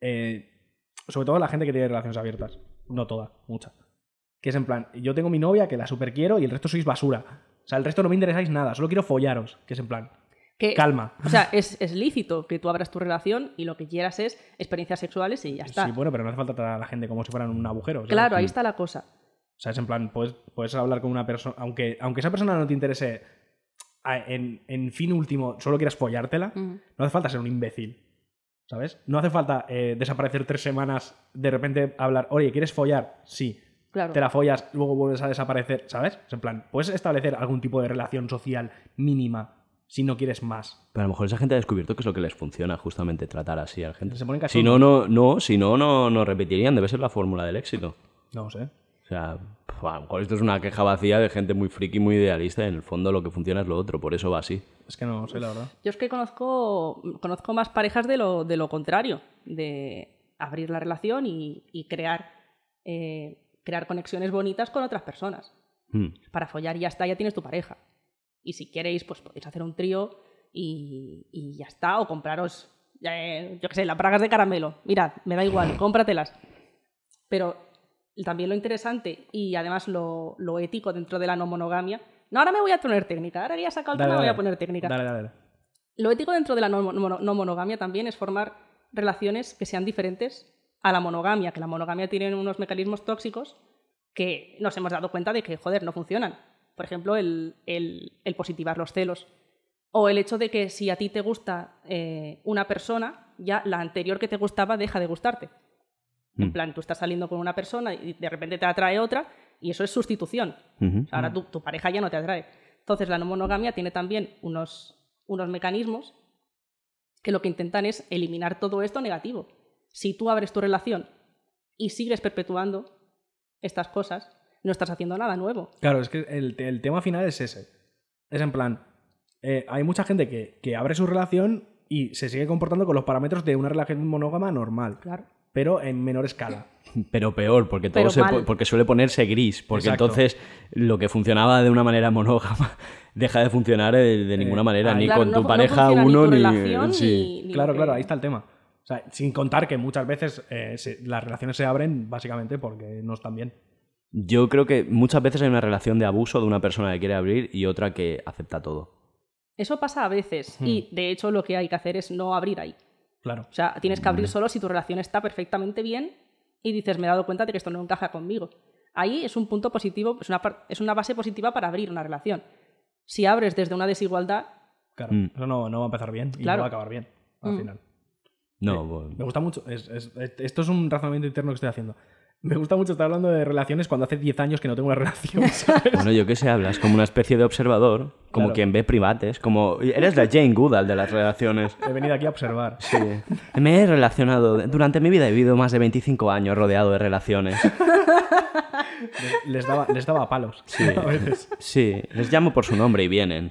[SPEAKER 5] eh, sobre todo la gente que tiene relaciones abiertas, no toda, mucha, que es en plan, yo tengo mi novia que la super quiero y el resto sois basura. O sea, el resto no me interesáis nada, solo quiero follaros, que es en plan,
[SPEAKER 3] que
[SPEAKER 5] calma.
[SPEAKER 3] O sea, es, es lícito que tú abras tu relación y lo que quieras es experiencias sexuales y ya está.
[SPEAKER 5] Sí, bueno, pero no hace falta tratar a la gente como si fueran un agujero.
[SPEAKER 4] pues,
[SPEAKER 5] ¿sabes?
[SPEAKER 3] claro, ahí
[SPEAKER 4] mm.
[SPEAKER 3] está la cosa.
[SPEAKER 5] O sea, es en plan, puedes, puedes hablar con una persona, aunque, aunque esa persona no te interese a- en, en fin último, solo quieras follártela,
[SPEAKER 3] Ujú.
[SPEAKER 5] no hace falta ser un imbécil. ¿Sabes? No hace falta eh, desaparecer tres semanas, de repente hablar, oye, ¿quieres follar? Sí.
[SPEAKER 3] Claro.
[SPEAKER 5] Te la follas, luego vuelves a desaparecer, ¿sabes? Es en plan, puedes establecer algún tipo de relación social mínima si no quieres más.
[SPEAKER 4] Pero a lo mejor esa gente ha descubierto que es lo que les funciona, justamente tratar así a la gente.
[SPEAKER 5] Se ponen
[SPEAKER 4] si
[SPEAKER 5] cachondos.
[SPEAKER 4] no, no, no, si no, no, no repetirían. Debe ser la fórmula del éxito.
[SPEAKER 5] No sé.
[SPEAKER 4] O sea, pf, a lo mejor esto es una queja vacía de gente muy friki, muy idealista. y en el fondo lo que funciona es lo otro, por eso va así.
[SPEAKER 5] Es que no sé, la verdad.
[SPEAKER 3] Yo es que conozco, conozco más parejas de lo, de lo contrario, de abrir la relación y, y crear, eh, crear conexiones bonitas con otras personas.
[SPEAKER 4] Mm.
[SPEAKER 3] Para follar ya está, ya tienes tu pareja. Y si queréis, pues podéis hacer un trío y, y ya está, o compraros,
[SPEAKER 5] <laughs>
[SPEAKER 3] eh, yo qué sé, las bragas de caramelo. Mirad, me da igual, cómpratelas. Pero también lo interesante y además lo, lo ético dentro de la no monogamia. No, ahora me voy a poner técnica, ahora que ya he sacado el tema, voy a poner técnica.
[SPEAKER 5] Dale, dale, dale.
[SPEAKER 3] Lo ético dentro de la no, mono- no monogamia también es formar relaciones que sean diferentes a la monogamia, que la monogamia tiene unos mecanismos tóxicos que nos hemos dado cuenta de que, joder, no funcionan. Por ejemplo, el, el- el positivar los celos. O el hecho de que si a ti te gusta eh, una persona, ya la anterior que te gustaba deja de gustarte. En
[SPEAKER 4] Mm.
[SPEAKER 3] plan, tú estás saliendo con una persona y de repente te atrae otra y eso es sustitución.
[SPEAKER 4] Mm. Ujú.
[SPEAKER 3] O sea, ahora tu, tu pareja ya no te atrae. Entonces, la no monogamia tiene también unos, unos mecanismos que lo que intentan es eliminar todo esto negativo. Si tú abres tu relación y sigues perpetuando estas cosas, no estás haciendo nada nuevo.
[SPEAKER 5] Claro, es que el, te- el tema final es ese. Es en plan, eh, hay mucha gente que, que abre su relación y se sigue comportando con los parámetros de una relación monógama normal,
[SPEAKER 3] Claro.
[SPEAKER 5] pero en menor escala.
[SPEAKER 4] Pero peor, porque todo
[SPEAKER 3] Pero
[SPEAKER 4] se
[SPEAKER 3] mal.
[SPEAKER 4] po- porque suele ponerse gris, porque
[SPEAKER 5] Exacto.
[SPEAKER 4] entonces lo que funcionaba de una manera <laughs> monógama deja de funcionar eh, de, ninguna manera,
[SPEAKER 5] ahí.
[SPEAKER 4] ni
[SPEAKER 3] Claro,
[SPEAKER 4] con
[SPEAKER 3] no-
[SPEAKER 4] tu
[SPEAKER 3] no
[SPEAKER 4] pareja
[SPEAKER 3] funciona
[SPEAKER 4] uno
[SPEAKER 3] tu
[SPEAKER 4] ni,
[SPEAKER 3] relación,
[SPEAKER 4] sí.
[SPEAKER 3] ni- ni
[SPEAKER 5] Claro,
[SPEAKER 3] lo
[SPEAKER 5] claro,
[SPEAKER 3] que-
[SPEAKER 5] ahí está el tema. O sea, sin contar que muchas veces eh, se- las relaciones se abren básicamente porque no están bien.
[SPEAKER 4] Yo creo que muchas veces hay una relación de abuso de una persona que quiere abrir y otra que acepta todo.
[SPEAKER 3] Eso pasa a veces y
[SPEAKER 5] Mm.
[SPEAKER 3] de hecho lo que hay que hacer es no abrir ahí.
[SPEAKER 5] Claro.
[SPEAKER 3] O sea, tienes que abrir solo si tu relación está perfectamente bien y dices, me he dado cuenta de que esto no encaja conmigo. Ahí es un punto positivo, es una, par- es una base positiva para abrir una relación. Si abres desde una desigualdad,
[SPEAKER 5] Claro,
[SPEAKER 4] Mm.
[SPEAKER 5] eso no, no va a empezar bien y
[SPEAKER 3] Claro.
[SPEAKER 5] no va a acabar bien al
[SPEAKER 3] Mm.
[SPEAKER 5] final.
[SPEAKER 4] No,
[SPEAKER 5] Me
[SPEAKER 4] bueno,
[SPEAKER 5] gusta mucho. es- es- esto es un razonamiento interno que estoy haciendo. Me gusta mucho estar hablando de relaciones cuando hace 10 años que no tengo una <laughs> relación. ¿sabes?
[SPEAKER 4] bueno, yo qué sé, hablas como una especie de observador, como
[SPEAKER 5] Claro.
[SPEAKER 4] quien ve privates, como eres la Jane Goodall de las relaciones.
[SPEAKER 5] He venido aquí a observar.
[SPEAKER 4] <laughs> Me he relacionado, durante mi vida he vivido más de 25 años rodeado de relaciones.
[SPEAKER 5] Les, les daba, les
[SPEAKER 4] <laughs>
[SPEAKER 5] daba palos a veces.
[SPEAKER 4] Sí, les llamo por su nombre y vienen.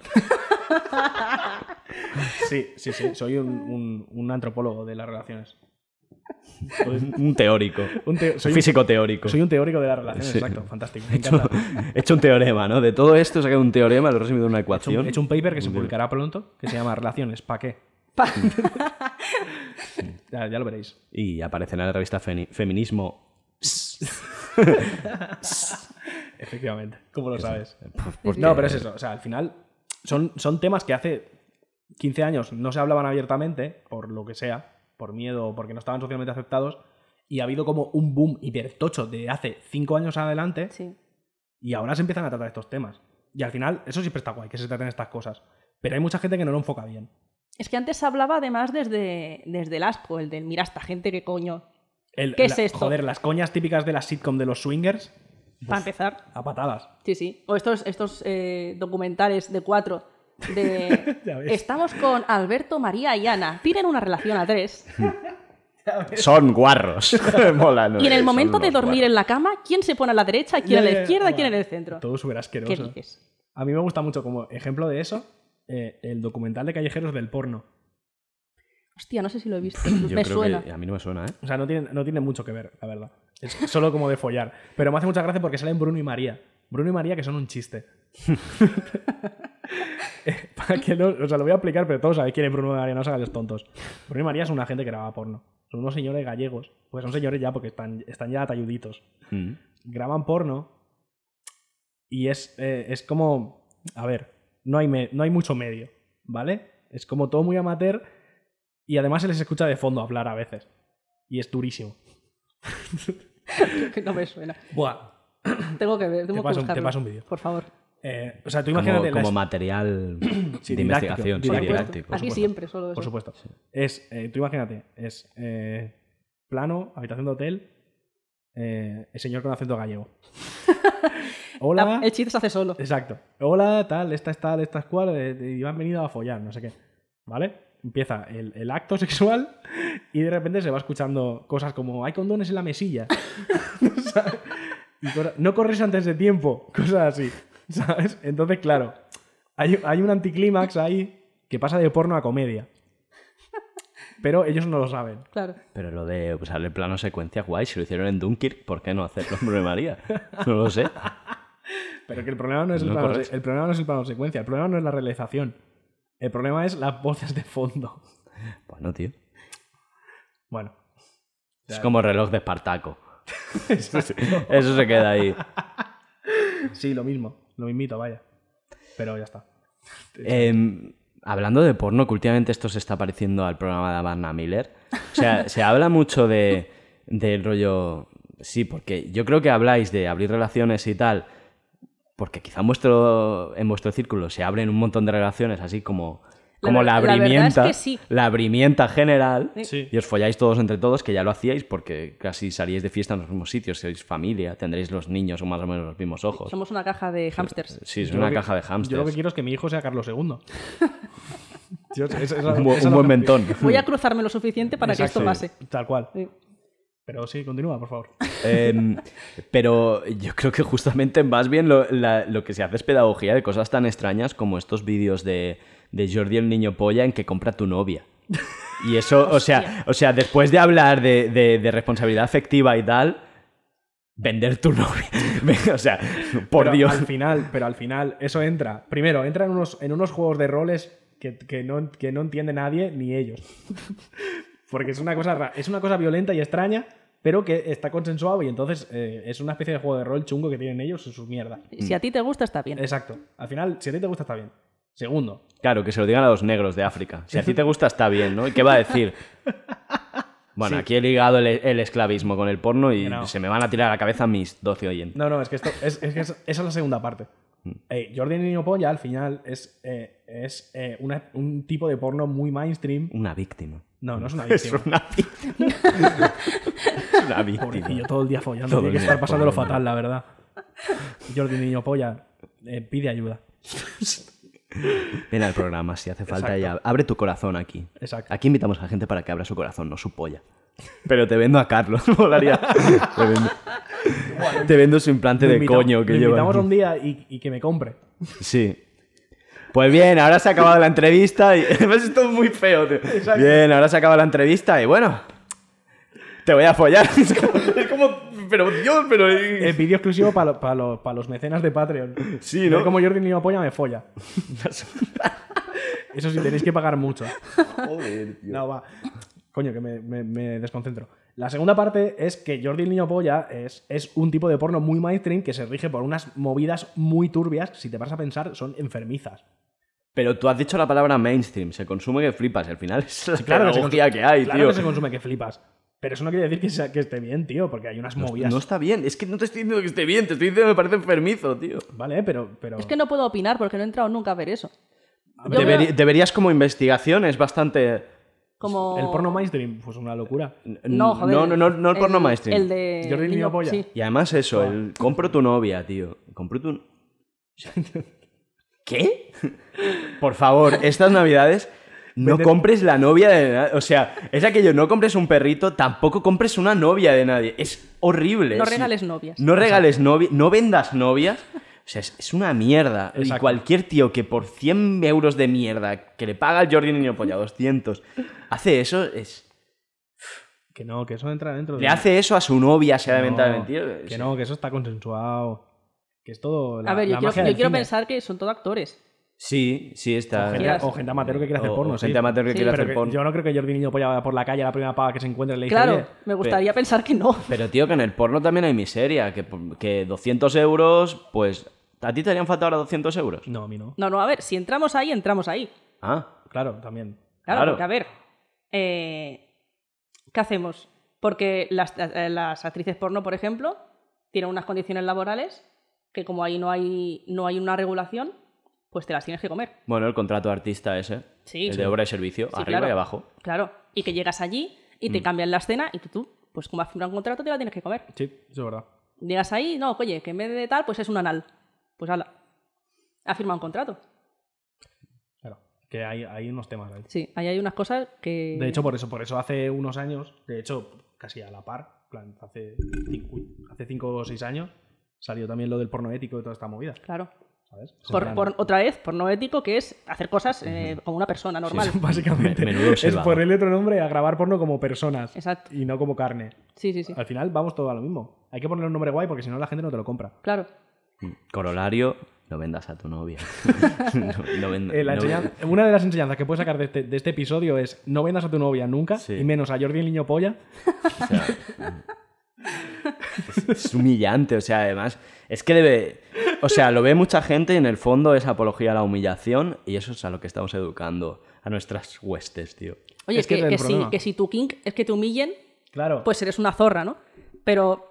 [SPEAKER 5] Sí, sí, sí. Soy un, un- un antropólogo de las relaciones.
[SPEAKER 4] Un teórico.
[SPEAKER 5] Un te- soy,
[SPEAKER 4] Un físico teórico.
[SPEAKER 5] un, soy un teórico de las relaciones,
[SPEAKER 4] Sí.
[SPEAKER 5] exacto. Fantástico. Me
[SPEAKER 4] He hecho,
[SPEAKER 5] encanta.
[SPEAKER 4] he hecho un <laughs> teorema, ¿no? De todo esto saqué un teorema, lo he resumido en una
[SPEAKER 5] He hecho
[SPEAKER 4] ecuación.
[SPEAKER 5] un- he hecho un paper que se publicará pronto que se llama Relaciones, ¿pa' qué?
[SPEAKER 3] pa-
[SPEAKER 5] <laughs> Ya, ya lo veréis.
[SPEAKER 4] Y aparecerá en la revista Feni- Feminismo.
[SPEAKER 5] Efectivamente. ¿Cómo
[SPEAKER 4] <laughs>
[SPEAKER 5] lo sabes?
[SPEAKER 4] porque-
[SPEAKER 5] No, pero es eso. O sea, al final son, son temas que hace 15 años no se hablaban abiertamente, por lo que sea, por miedo o porque no estaban socialmente aceptados, y ha habido como un boom hipertocho de hace 5 años adelante,
[SPEAKER 3] sí.
[SPEAKER 5] y ahora se empiezan a tratar estos temas. Y al final, eso siempre está guay, que se traten estas cosas. Pero hay mucha gente que no lo enfoca bien.
[SPEAKER 3] Es que antes se hablaba además desde, desde el asco, el del mira a esta gente que coño.
[SPEAKER 5] El-
[SPEAKER 3] ¿Qué es
[SPEAKER 5] la-
[SPEAKER 3] esto?
[SPEAKER 5] Joder, las coñas típicas de la sitcom de los swingers,
[SPEAKER 3] Para empezar,
[SPEAKER 5] a patadas.
[SPEAKER 3] sí, sí. O estos, estos eh, documentales de cuatro
[SPEAKER 5] <laughs>
[SPEAKER 3] de
[SPEAKER 5] Ya ves.
[SPEAKER 3] estamos con Alberto, María y Ana. Tienen una relación a
[SPEAKER 5] <laughs>
[SPEAKER 3] tres.
[SPEAKER 4] Son guarros. Mola, ¿no?
[SPEAKER 3] Y en el
[SPEAKER 4] Son
[SPEAKER 3] momento de
[SPEAKER 4] unos
[SPEAKER 3] dormir
[SPEAKER 4] guarros.
[SPEAKER 3] en la cama, ¿quién se pone a la derecha, quién a
[SPEAKER 5] Ya, ya,
[SPEAKER 3] la
[SPEAKER 5] ya.
[SPEAKER 3] izquierda,
[SPEAKER 5] Buah,
[SPEAKER 3] quién en el centro?
[SPEAKER 5] Todo súper asqueroso.
[SPEAKER 3] ¿Qué dices?
[SPEAKER 5] A mí me gusta mucho como ejemplo de eso eh, el documental de callejeros del porno.
[SPEAKER 3] Hostia, no sé si lo he
[SPEAKER 5] <clears throat>
[SPEAKER 3] visto.
[SPEAKER 4] Yo
[SPEAKER 3] me
[SPEAKER 4] creo
[SPEAKER 3] suena.
[SPEAKER 4] que a mí no me suena, ¿eh?
[SPEAKER 5] O sea, no tiene, no tiene mucho que ver, la verdad. Es solo como de follar. Pero me hace mucha gracia porque salen Bruno y María. Bruno y María que son un chiste. <laughs> Eh, Para que no, o sea, lo voy a aplicar, pero todos sabéis quién es Bruno y María, no os hagáis los tontos. Bruno y María son una gente que graba porno. Son unos señores gallegos. Pues son señores ya porque están, están ya talluditos.
[SPEAKER 4] Mm.
[SPEAKER 5] Graban porno y es, eh, es como... A ver, no hay, me- no hay mucho medio, ¿vale? Es como todo muy amateur y además se les escucha de fondo hablar a veces. Y es durísimo.
[SPEAKER 3] <laughs> no me suena.
[SPEAKER 5] Buah.
[SPEAKER 3] Tengo que ver, tengo que
[SPEAKER 5] paso un- te
[SPEAKER 3] buscarlo.
[SPEAKER 5] paso un vídeo.
[SPEAKER 3] Por favor.
[SPEAKER 5] Eh, o sea, tú
[SPEAKER 4] Como,
[SPEAKER 5] imagínate. la
[SPEAKER 4] como
[SPEAKER 5] es- <clears throat>
[SPEAKER 4] material
[SPEAKER 5] Sí,
[SPEAKER 4] de
[SPEAKER 5] didáctico,
[SPEAKER 4] investigación, sí,
[SPEAKER 5] didáctico.
[SPEAKER 4] didáctico.
[SPEAKER 5] Por
[SPEAKER 3] Aquí
[SPEAKER 5] supuesto.
[SPEAKER 3] siempre solo eso.
[SPEAKER 5] por supuesto. Es, eh, tú imagínate, es eh, plano, habitación de hotel, eh, el señor con acento
[SPEAKER 4] <laughs>
[SPEAKER 5] gallego. Hola.
[SPEAKER 3] La-
[SPEAKER 4] Ah,
[SPEAKER 3] el chiste se hace solo.
[SPEAKER 5] Exacto. Hola, tal, esta es tal, esta es cual, eh, eh, y han venido a follar, no sé qué. ¿Vale? Empieza el, el acto <laughs> sexual y de repente se va escuchando cosas como hay condones en la mesilla. <laughs> ¿Sabes? Y cosa- no corres antes de tiempo, cosas así. ¿Sabes? Entonces, claro, hay, hay un anticlímax ahí que pasa de porno a comedia. Pero ellos no lo saben.
[SPEAKER 3] Claro.
[SPEAKER 4] Pero lo de usar el plano secuencia, guay, si lo hicieron en Dunkirk, ¿por qué no hacerlo en Bruno y María? No lo
[SPEAKER 5] <laughs>
[SPEAKER 4] sé.
[SPEAKER 5] Pero que el problema no es el,
[SPEAKER 4] No
[SPEAKER 5] plano,
[SPEAKER 4] corres.
[SPEAKER 5] el problema no es el plano secuencia, el problema no es la realización. El problema es las voces de fondo.
[SPEAKER 4] Bueno, tío.
[SPEAKER 5] Bueno.
[SPEAKER 4] Es como reloj de Espartaco. Eso se queda ahí.
[SPEAKER 5] Sí, lo mismo. Lo mismito, vaya. Pero ya está.
[SPEAKER 4] Em, hablando de porno, que últimamente esto se está pareciendo al programa de Amanda Miller. O
[SPEAKER 3] <laughs>
[SPEAKER 4] sea, se habla mucho de, del rollo. Sí, porque yo creo que habláis de abrir relaciones y tal. Porque quizá en vuestro, en vuestro círculo se abren un montón de relaciones, así como,
[SPEAKER 3] La
[SPEAKER 4] como
[SPEAKER 3] ver-
[SPEAKER 4] la
[SPEAKER 3] la verdad es
[SPEAKER 4] abrimienta.
[SPEAKER 3] que sí.
[SPEAKER 4] la abrimienta general.
[SPEAKER 5] Sí.
[SPEAKER 4] Y os folláis todos entre todos, que ya lo hacíais porque casi salíais de fiesta en los mismos sitios, sois familia, tendréis los niños o más o menos los mismos ojos.
[SPEAKER 3] Somos una caja de hamsters.
[SPEAKER 4] Sí, es
[SPEAKER 5] Yo
[SPEAKER 4] una
[SPEAKER 5] lo que-
[SPEAKER 4] caja de
[SPEAKER 5] Yo lo que
[SPEAKER 4] hámsters.
[SPEAKER 5] quiero es que mi hijo sea
[SPEAKER 3] <laughs>
[SPEAKER 5] Carlos II. Yo- esa- esa-
[SPEAKER 4] Un, bu-
[SPEAKER 5] esa
[SPEAKER 4] un
[SPEAKER 5] la-
[SPEAKER 4] buen mentón. <laughs>
[SPEAKER 3] Voy a cruzarme lo suficiente para que
[SPEAKER 5] Exacto.
[SPEAKER 3] esto pase.
[SPEAKER 5] Tal cual.
[SPEAKER 3] Sí.
[SPEAKER 5] Pero sí, continúa, por favor.
[SPEAKER 4] Em, pero yo creo que justamente más bien lo, la- lo que se hace es pedagogía de cosas tan extrañas como estos vídeos de, de Jordi el niño polla en que compra tu novia. Y eso, o sea, o sea, después de hablar de, de- de responsabilidad afectiva y tal, vender tu novia. <laughs> o sea, por
[SPEAKER 5] Pero
[SPEAKER 4] Dios.
[SPEAKER 5] Al final, pero al final, eso entra. Primero, entra en unos, en unos juegos de roles que, que no, que no entiende nadie, ni ellos. Porque es una cosa ra- es una cosa violenta y extraña, pero que está consensuado y entonces eh, es una especie de juego de rol chungo que tienen ellos en sus mierdas.
[SPEAKER 3] Si a ti te gusta, está bien.
[SPEAKER 5] Exacto. Al final, si a ti te gusta, está bien. Segundo,
[SPEAKER 4] Claro, que se lo digan a los negros de África. Si a ti te gusta, está bien, ¿no? ¿Y qué va a decir? Bueno, aquí he ligado el, el esclavismo con el porno y
[SPEAKER 5] No.
[SPEAKER 4] se me van a tirar a la cabeza mis 12 oyentes.
[SPEAKER 5] No, no, es que esto es, es que es- esa es la segunda parte.
[SPEAKER 4] Mm.
[SPEAKER 5] Eh, Jordi Niño Polla al final es, eh, es eh, una- un tipo de porno muy mainstream.
[SPEAKER 4] Una víctima.
[SPEAKER 5] No, no es una
[SPEAKER 4] Mm. <laughs> Es
[SPEAKER 5] víctima.
[SPEAKER 4] una víctima. es una
[SPEAKER 5] Pobrecillo,
[SPEAKER 4] víctima.
[SPEAKER 5] todo el día follando.
[SPEAKER 4] Todo
[SPEAKER 5] Tiene
[SPEAKER 4] el
[SPEAKER 5] que
[SPEAKER 4] día
[SPEAKER 5] estar pasando lo
[SPEAKER 4] follando.
[SPEAKER 5] fatal, la verdad. Jordi Niño Polla eh, pide ayuda.
[SPEAKER 4] Ven al programa si hace falta ya. Abre tu corazón aquí.
[SPEAKER 5] Exacto.
[SPEAKER 4] Aquí invitamos a gente para que abra su corazón, no su polla. Pero te vendo a Carlos, <laughs> molaría. Te vendo, te vendo su implante
[SPEAKER 5] Lo
[SPEAKER 4] Este de
[SPEAKER 5] invitamos-
[SPEAKER 4] coño que
[SPEAKER 5] lo
[SPEAKER 4] lleva.
[SPEAKER 5] invitamos un día y, y que me compre.
[SPEAKER 4] Sí. Pues bien, ahora se ha acabado la entrevista y <laughs> además esto es muy feo, tío. Bien, ahora se acaba la entrevista y bueno, te voy a follar. <laughs> Es como, es como- pero Dios, pero <laughs>
[SPEAKER 5] El vídeo exclusivo para los mecenas de Patreon.
[SPEAKER 4] Sí,
[SPEAKER 5] Ver
[SPEAKER 4] ¿no?
[SPEAKER 5] Como Jordi Niño Polla
[SPEAKER 4] <laughs>
[SPEAKER 5] me folla. Eso sí, tenéis que pagar mucho. No, va. Coño, que me, me- me desconcentro. La segunda parte es que Jordi el Niño Polla es, es un tipo de porno muy mainstream que se rige por unas movidas muy turbias, si te vas a pensar, son enfermizas.
[SPEAKER 4] Pero tú has dicho la palabra mainstream, se consume que flipas, y al final es la
[SPEAKER 5] Claro que, se
[SPEAKER 4] pedagogía
[SPEAKER 5] consume-
[SPEAKER 4] que, hay,
[SPEAKER 5] claro
[SPEAKER 4] tío.
[SPEAKER 5] que se consume que flipas. Pero eso no quiere decir que, sea- que esté bien, tío, porque hay unas movidas.
[SPEAKER 4] No está bien, es que no te estoy diciendo que esté bien, te estoy diciendo que me parece enfermizo, tío.
[SPEAKER 5] Vale, pero... pero...
[SPEAKER 3] Es que no puedo opinar porque no he entrado nunca a ver eso. Yo
[SPEAKER 4] Deberi-
[SPEAKER 3] veo
[SPEAKER 4] Deberías como investigación, es bastante...
[SPEAKER 3] como...
[SPEAKER 5] El porno mainstream, pues una locura.
[SPEAKER 3] No, joder.
[SPEAKER 4] No, no, no, no el porno mainstream.
[SPEAKER 3] El de...
[SPEAKER 5] Jordi Niño Polla.
[SPEAKER 3] Sí.
[SPEAKER 4] Y además eso, el compro tu novia, tío. Compro tu... ¿Qué? Por favor, estas navidades no
[SPEAKER 5] Vende-
[SPEAKER 4] compres la novia de nadie. O sea, es aquello, no compres un perrito, tampoco compres una novia de nadie. Es horrible.
[SPEAKER 3] No
[SPEAKER 4] Sí.
[SPEAKER 3] regales novias.
[SPEAKER 4] No regales novias, no vendas novias. O sea, es, es una mierda. Y
[SPEAKER 5] Exacto.
[SPEAKER 4] cualquier tío que por 100 euros de mierda que le paga al Jordi Niño Polla 200 hace eso, es,
[SPEAKER 5] Que no, que eso entra dentro de...
[SPEAKER 4] le hace eso a su novia, sea de
[SPEAKER 5] No,
[SPEAKER 4] mental mentir.
[SPEAKER 5] Que no, que eso está consensuado. Que es todo... La,
[SPEAKER 3] a ver, yo
[SPEAKER 5] la
[SPEAKER 3] quiero,
[SPEAKER 5] magia
[SPEAKER 3] yo
[SPEAKER 5] del
[SPEAKER 3] quiero
[SPEAKER 5] cine.
[SPEAKER 3] pensar que son todos actores.
[SPEAKER 4] Sí, sí, está.
[SPEAKER 5] O gente-
[SPEAKER 3] Quieras.
[SPEAKER 5] o gente amateur que quiere hacer
[SPEAKER 4] O-
[SPEAKER 5] porno,
[SPEAKER 4] o
[SPEAKER 5] sí.
[SPEAKER 4] gente amateur que
[SPEAKER 3] Sí.
[SPEAKER 4] quiere
[SPEAKER 5] Pero
[SPEAKER 4] hacer
[SPEAKER 5] que
[SPEAKER 4] porno.
[SPEAKER 5] Yo no creo que Jordi Niño Polla vaya por la calle a la primera pava que se encuentre y le dice,
[SPEAKER 3] Claro,
[SPEAKER 5] "Oye,
[SPEAKER 3] me gustaría pensar que no.
[SPEAKER 4] Pero tío, que en el porno también hay miseria. Que, por- que 200 euros, pues. ¿A ti te harían falta ahora 200 euros?
[SPEAKER 5] No, a mí no.
[SPEAKER 3] No, no, a ver, si entramos ahí, entramos ahí.
[SPEAKER 4] Ah,
[SPEAKER 5] Claro, también.
[SPEAKER 3] Claro,
[SPEAKER 4] Claro.
[SPEAKER 3] porque a ver, eh, ¿qué hacemos? Porque las, eh, las actrices porno, por ejemplo, tienen unas condiciones laborales que como ahí no hay, no hay una regulación, pues te las tienes que comer.
[SPEAKER 4] bueno, el contrato de artista ese.
[SPEAKER 3] Sí,
[SPEAKER 4] el
[SPEAKER 3] sí.
[SPEAKER 4] de obra y servicio,
[SPEAKER 3] Sí,
[SPEAKER 4] arriba
[SPEAKER 3] claro.
[SPEAKER 4] y abajo.
[SPEAKER 3] Claro, y que llegas allí y
[SPEAKER 5] Mm.
[SPEAKER 3] te cambian la escena y tú, tú, pues como has firmado un contrato te la tienes que comer.
[SPEAKER 5] Sí, eso es verdad.
[SPEAKER 3] Llegas ahí, no, oye, que en vez de tal, pues es un anal. Pues hala, ha firmado un contrato.
[SPEAKER 5] Claro. Que hay, hay unos temas ahí.
[SPEAKER 3] Sí, ahí hay unas cosas que...
[SPEAKER 5] De hecho, por eso, por eso hace unos años, de hecho, casi a la par, en plan, hace cinco, uy, hace cinco o seis años, salió también lo del porno ético y toda esta movida.
[SPEAKER 3] Claro.
[SPEAKER 5] ¿Sabes? Es en
[SPEAKER 3] Por,
[SPEAKER 5] plan-
[SPEAKER 3] por- otra vez, por no ético, que es hacer cosas eh, como una persona normal.
[SPEAKER 5] <laughs> Básicamente.
[SPEAKER 4] Me- menudo
[SPEAKER 5] es
[SPEAKER 4] observador.
[SPEAKER 5] ponerle otro nombre a grabar porno como personas.
[SPEAKER 3] Exacto.
[SPEAKER 5] Y no como carne.
[SPEAKER 3] Sí, sí, sí.
[SPEAKER 5] Al final vamos todo a lo mismo. Hay que ponerle un nombre guay porque si no la gente no te lo compra.
[SPEAKER 3] Claro.
[SPEAKER 4] Corolario, no vendas a tu novia. <laughs> no, no vend-
[SPEAKER 5] Eh, la
[SPEAKER 4] no-
[SPEAKER 5] enseñan- Una de las enseñanzas que puedes sacar de este, de este episodio es no vendas a tu novia nunca
[SPEAKER 4] Sí.
[SPEAKER 5] y menos a Jordi el niño polla.
[SPEAKER 4] o sea, Es humillante, o sea, además, es que debe, o sea, lo ve mucha gente y en el fondo es apología a la humillación y eso es a lo que estamos educando, a nuestras huestes, tío.
[SPEAKER 3] Oye,
[SPEAKER 5] Es
[SPEAKER 3] es
[SPEAKER 5] que
[SPEAKER 3] que,
[SPEAKER 5] ese
[SPEAKER 3] que
[SPEAKER 5] es el
[SPEAKER 3] si,
[SPEAKER 5] problema.
[SPEAKER 3] que si tu kink es que te humillen,
[SPEAKER 5] Claro,
[SPEAKER 3] pues eres una zorra, ¿no? Pero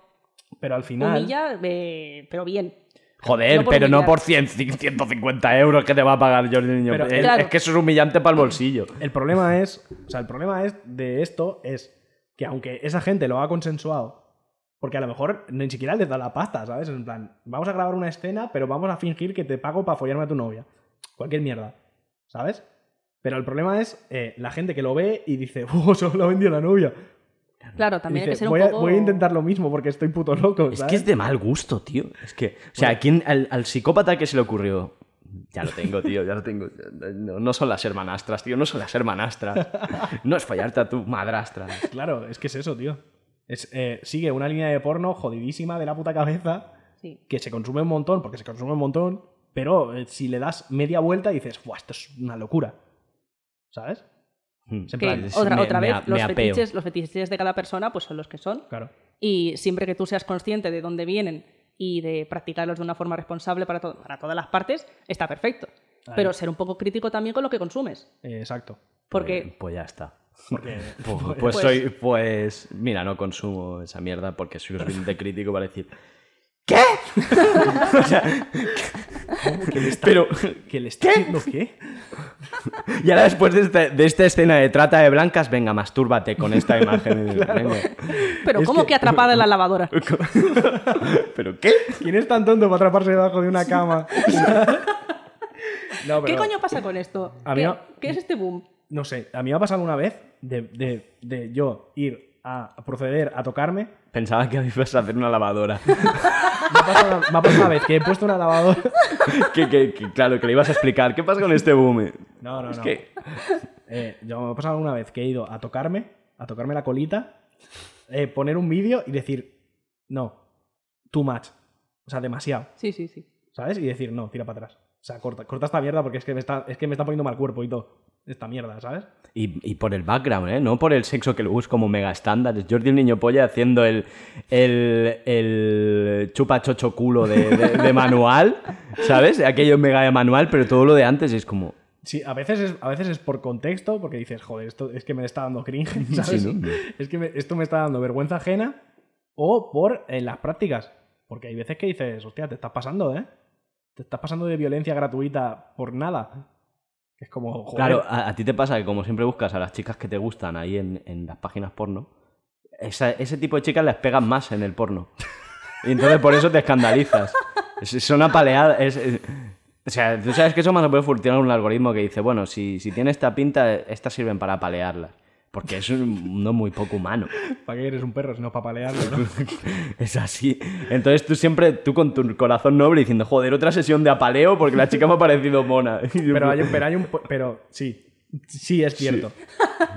[SPEAKER 5] pero al final...
[SPEAKER 3] humilla, eh, pero bien.
[SPEAKER 4] Joder,
[SPEAKER 3] No por
[SPEAKER 4] pero no
[SPEAKER 3] humillar.
[SPEAKER 4] por 100, 150 euros que te va a pagar Jordi Niño.
[SPEAKER 5] Pero-
[SPEAKER 4] es,
[SPEAKER 3] Claro.
[SPEAKER 4] es que eso es humillante para el bolsillo.
[SPEAKER 5] El problema es, o sea, el problema es de esto es que aunque esa gente lo ha consensuado, porque a lo mejor ni siquiera les da la pasta, ¿sabes? En plan, vamos a grabar una escena, pero vamos a fingir que te pago para follarme a tu novia. Cualquier mierda, ¿sabes? Pero el problema es eh, la gente que lo ve y dice, <laughs> ¡oh, solo ha vendido la novia!
[SPEAKER 3] Claro,
[SPEAKER 5] Y
[SPEAKER 3] también hay
[SPEAKER 5] dice,
[SPEAKER 3] que ser
[SPEAKER 5] voy,
[SPEAKER 3] un
[SPEAKER 5] a,
[SPEAKER 3] poco...
[SPEAKER 5] voy a intentar lo mismo porque estoy puto loco,
[SPEAKER 4] Es que
[SPEAKER 5] ¿sabes?
[SPEAKER 4] es de mal gusto, tío. Es que, o sea, ¿a quién- al, al psicópata que se le ocurrió? Ya lo tengo, tío, ya lo tengo. No, no son las hermanastras, tío, no son las hermanastras. No es fallarte a tu madrastra.
[SPEAKER 5] Claro, <laughs> es que es eso, tío. Es, eh, sigue una línea de porno jodidísima de la puta cabeza
[SPEAKER 3] Sí.
[SPEAKER 5] que se consume un montón, porque se consume un montón, pero eh, si le das media vuelta dices, ¡buah, esto es una locura! ¿Sabes? en
[SPEAKER 3] Que
[SPEAKER 5] plan,
[SPEAKER 4] es-
[SPEAKER 3] otra,
[SPEAKER 4] Mm. me-
[SPEAKER 3] otra
[SPEAKER 4] me
[SPEAKER 3] vez,
[SPEAKER 4] a- me
[SPEAKER 3] los,
[SPEAKER 4] apeo.
[SPEAKER 3] fetiches, los fetiches de cada persona pues son los que son.
[SPEAKER 5] Claro.
[SPEAKER 3] Y siempre que tú seas consciente de dónde vienen y de practicarlos de una forma responsable para, to- para todas las partes, está perfecto.
[SPEAKER 5] Claro.
[SPEAKER 3] Pero ser un poco crítico también con lo que consumes.
[SPEAKER 5] Eh, exacto.
[SPEAKER 4] Pues,
[SPEAKER 3] Porque,
[SPEAKER 4] pues ya
[SPEAKER 5] <laughs>
[SPEAKER 4] está.
[SPEAKER 5] Porque,
[SPEAKER 4] Pues, pues
[SPEAKER 3] Pues-
[SPEAKER 4] soy, pues, mira, no consumo esa mierda porque soy
[SPEAKER 5] <laughs>
[SPEAKER 4] suficiente crítico para decir, <laughs>
[SPEAKER 5] ¿cómo que le está, <laughs>
[SPEAKER 4] pero,
[SPEAKER 5] que le está haciendo qué?
[SPEAKER 4] y ahora después de, este- de esta escena de trata de blancas, venga, mastúrbate con esta imagen.
[SPEAKER 5] <laughs>
[SPEAKER 4] Venga.
[SPEAKER 3] pero ¿cómo que... atrapada en la lavadora?
[SPEAKER 4] ¿Pero qué?
[SPEAKER 5] ¿Quién es tan tonto para atraparse debajo de
[SPEAKER 3] <laughs>
[SPEAKER 5] una cama? no, pero,
[SPEAKER 3] ¿Qué coño pasa con esto?
[SPEAKER 5] A mí
[SPEAKER 3] ¿Qué,
[SPEAKER 5] no-
[SPEAKER 3] qué es este boom?
[SPEAKER 5] No sé, a mí me ha pasado alguna vez de, de- de yo ir a proceder a tocarme.
[SPEAKER 4] Pensaba que ibas a hacer una lavadora. <laughs>
[SPEAKER 5] Me ha pasado una, me ha pasado una vez que he puesto una lavadora.
[SPEAKER 4] que, que- que, claro, que le ibas a explicar. ¿Qué pasa con este boom?
[SPEAKER 5] No, no,
[SPEAKER 4] Es
[SPEAKER 5] no.
[SPEAKER 4] que
[SPEAKER 5] Eh, yo me ha pasado alguna vez que he ido a tocarme, a tocarme la colita, eh, poner un vídeo y decir, no, too much. O sea, demasiado,
[SPEAKER 3] Sí, sí, sí.
[SPEAKER 5] ¿sabes? Y decir, no, tira para atrás. O sea, corta, corta esta mierda porque es que me está, es que me está poniendo mal cuerpo y todo. Esta mierda, ¿sabes?
[SPEAKER 4] Y, y por el background, ¿eh? No por el sexo que lo usas como mega estándar. Es Jordi el niño polla haciendo el, el, el chupa chocho culo de, de- de manual, ¿sabes? Aquello mega de manual, pero todo lo de antes es como...
[SPEAKER 5] Sí, a veces es, a veces es por contexto, porque dices, joder, esto es que me está dando cringe,
[SPEAKER 4] <laughs>
[SPEAKER 5] ¿sabes?
[SPEAKER 4] Sí, ¿no?
[SPEAKER 5] Es que me- esto me está dando vergüenza ajena, o por eh, las prácticas. Porque hay veces que dices, hostia, te estás pasando, ¿eh? Te estás pasando de violencia gratuita por nada. Que es como, joder.
[SPEAKER 4] Claro, a, a ti te pasa que como siempre buscas a las chicas que te gustan ahí en, en las páginas porno, esa- ese tipo de chicas las pegan más en el porno. Y entonces por eso te escandalizas. Es- son apaleadas. es- es- o sea, tú sabes que eso más o menos funciona un algoritmo que dice, bueno, si, si tiene esta pinta, estas sirven para apalearlas. Porque es un mundo muy poco humano. <laughs>
[SPEAKER 5] ¿Para qué eres un perro si no es para palearlo, no?
[SPEAKER 4] Es así. Entonces tú siempre, tú con tu corazón noble diciendo, joder, otra sesión de apaleo porque la chica me ha parecido mona. <laughs>
[SPEAKER 5] pero, hay, pero hay un... pu- Pero sí, sí es cierto.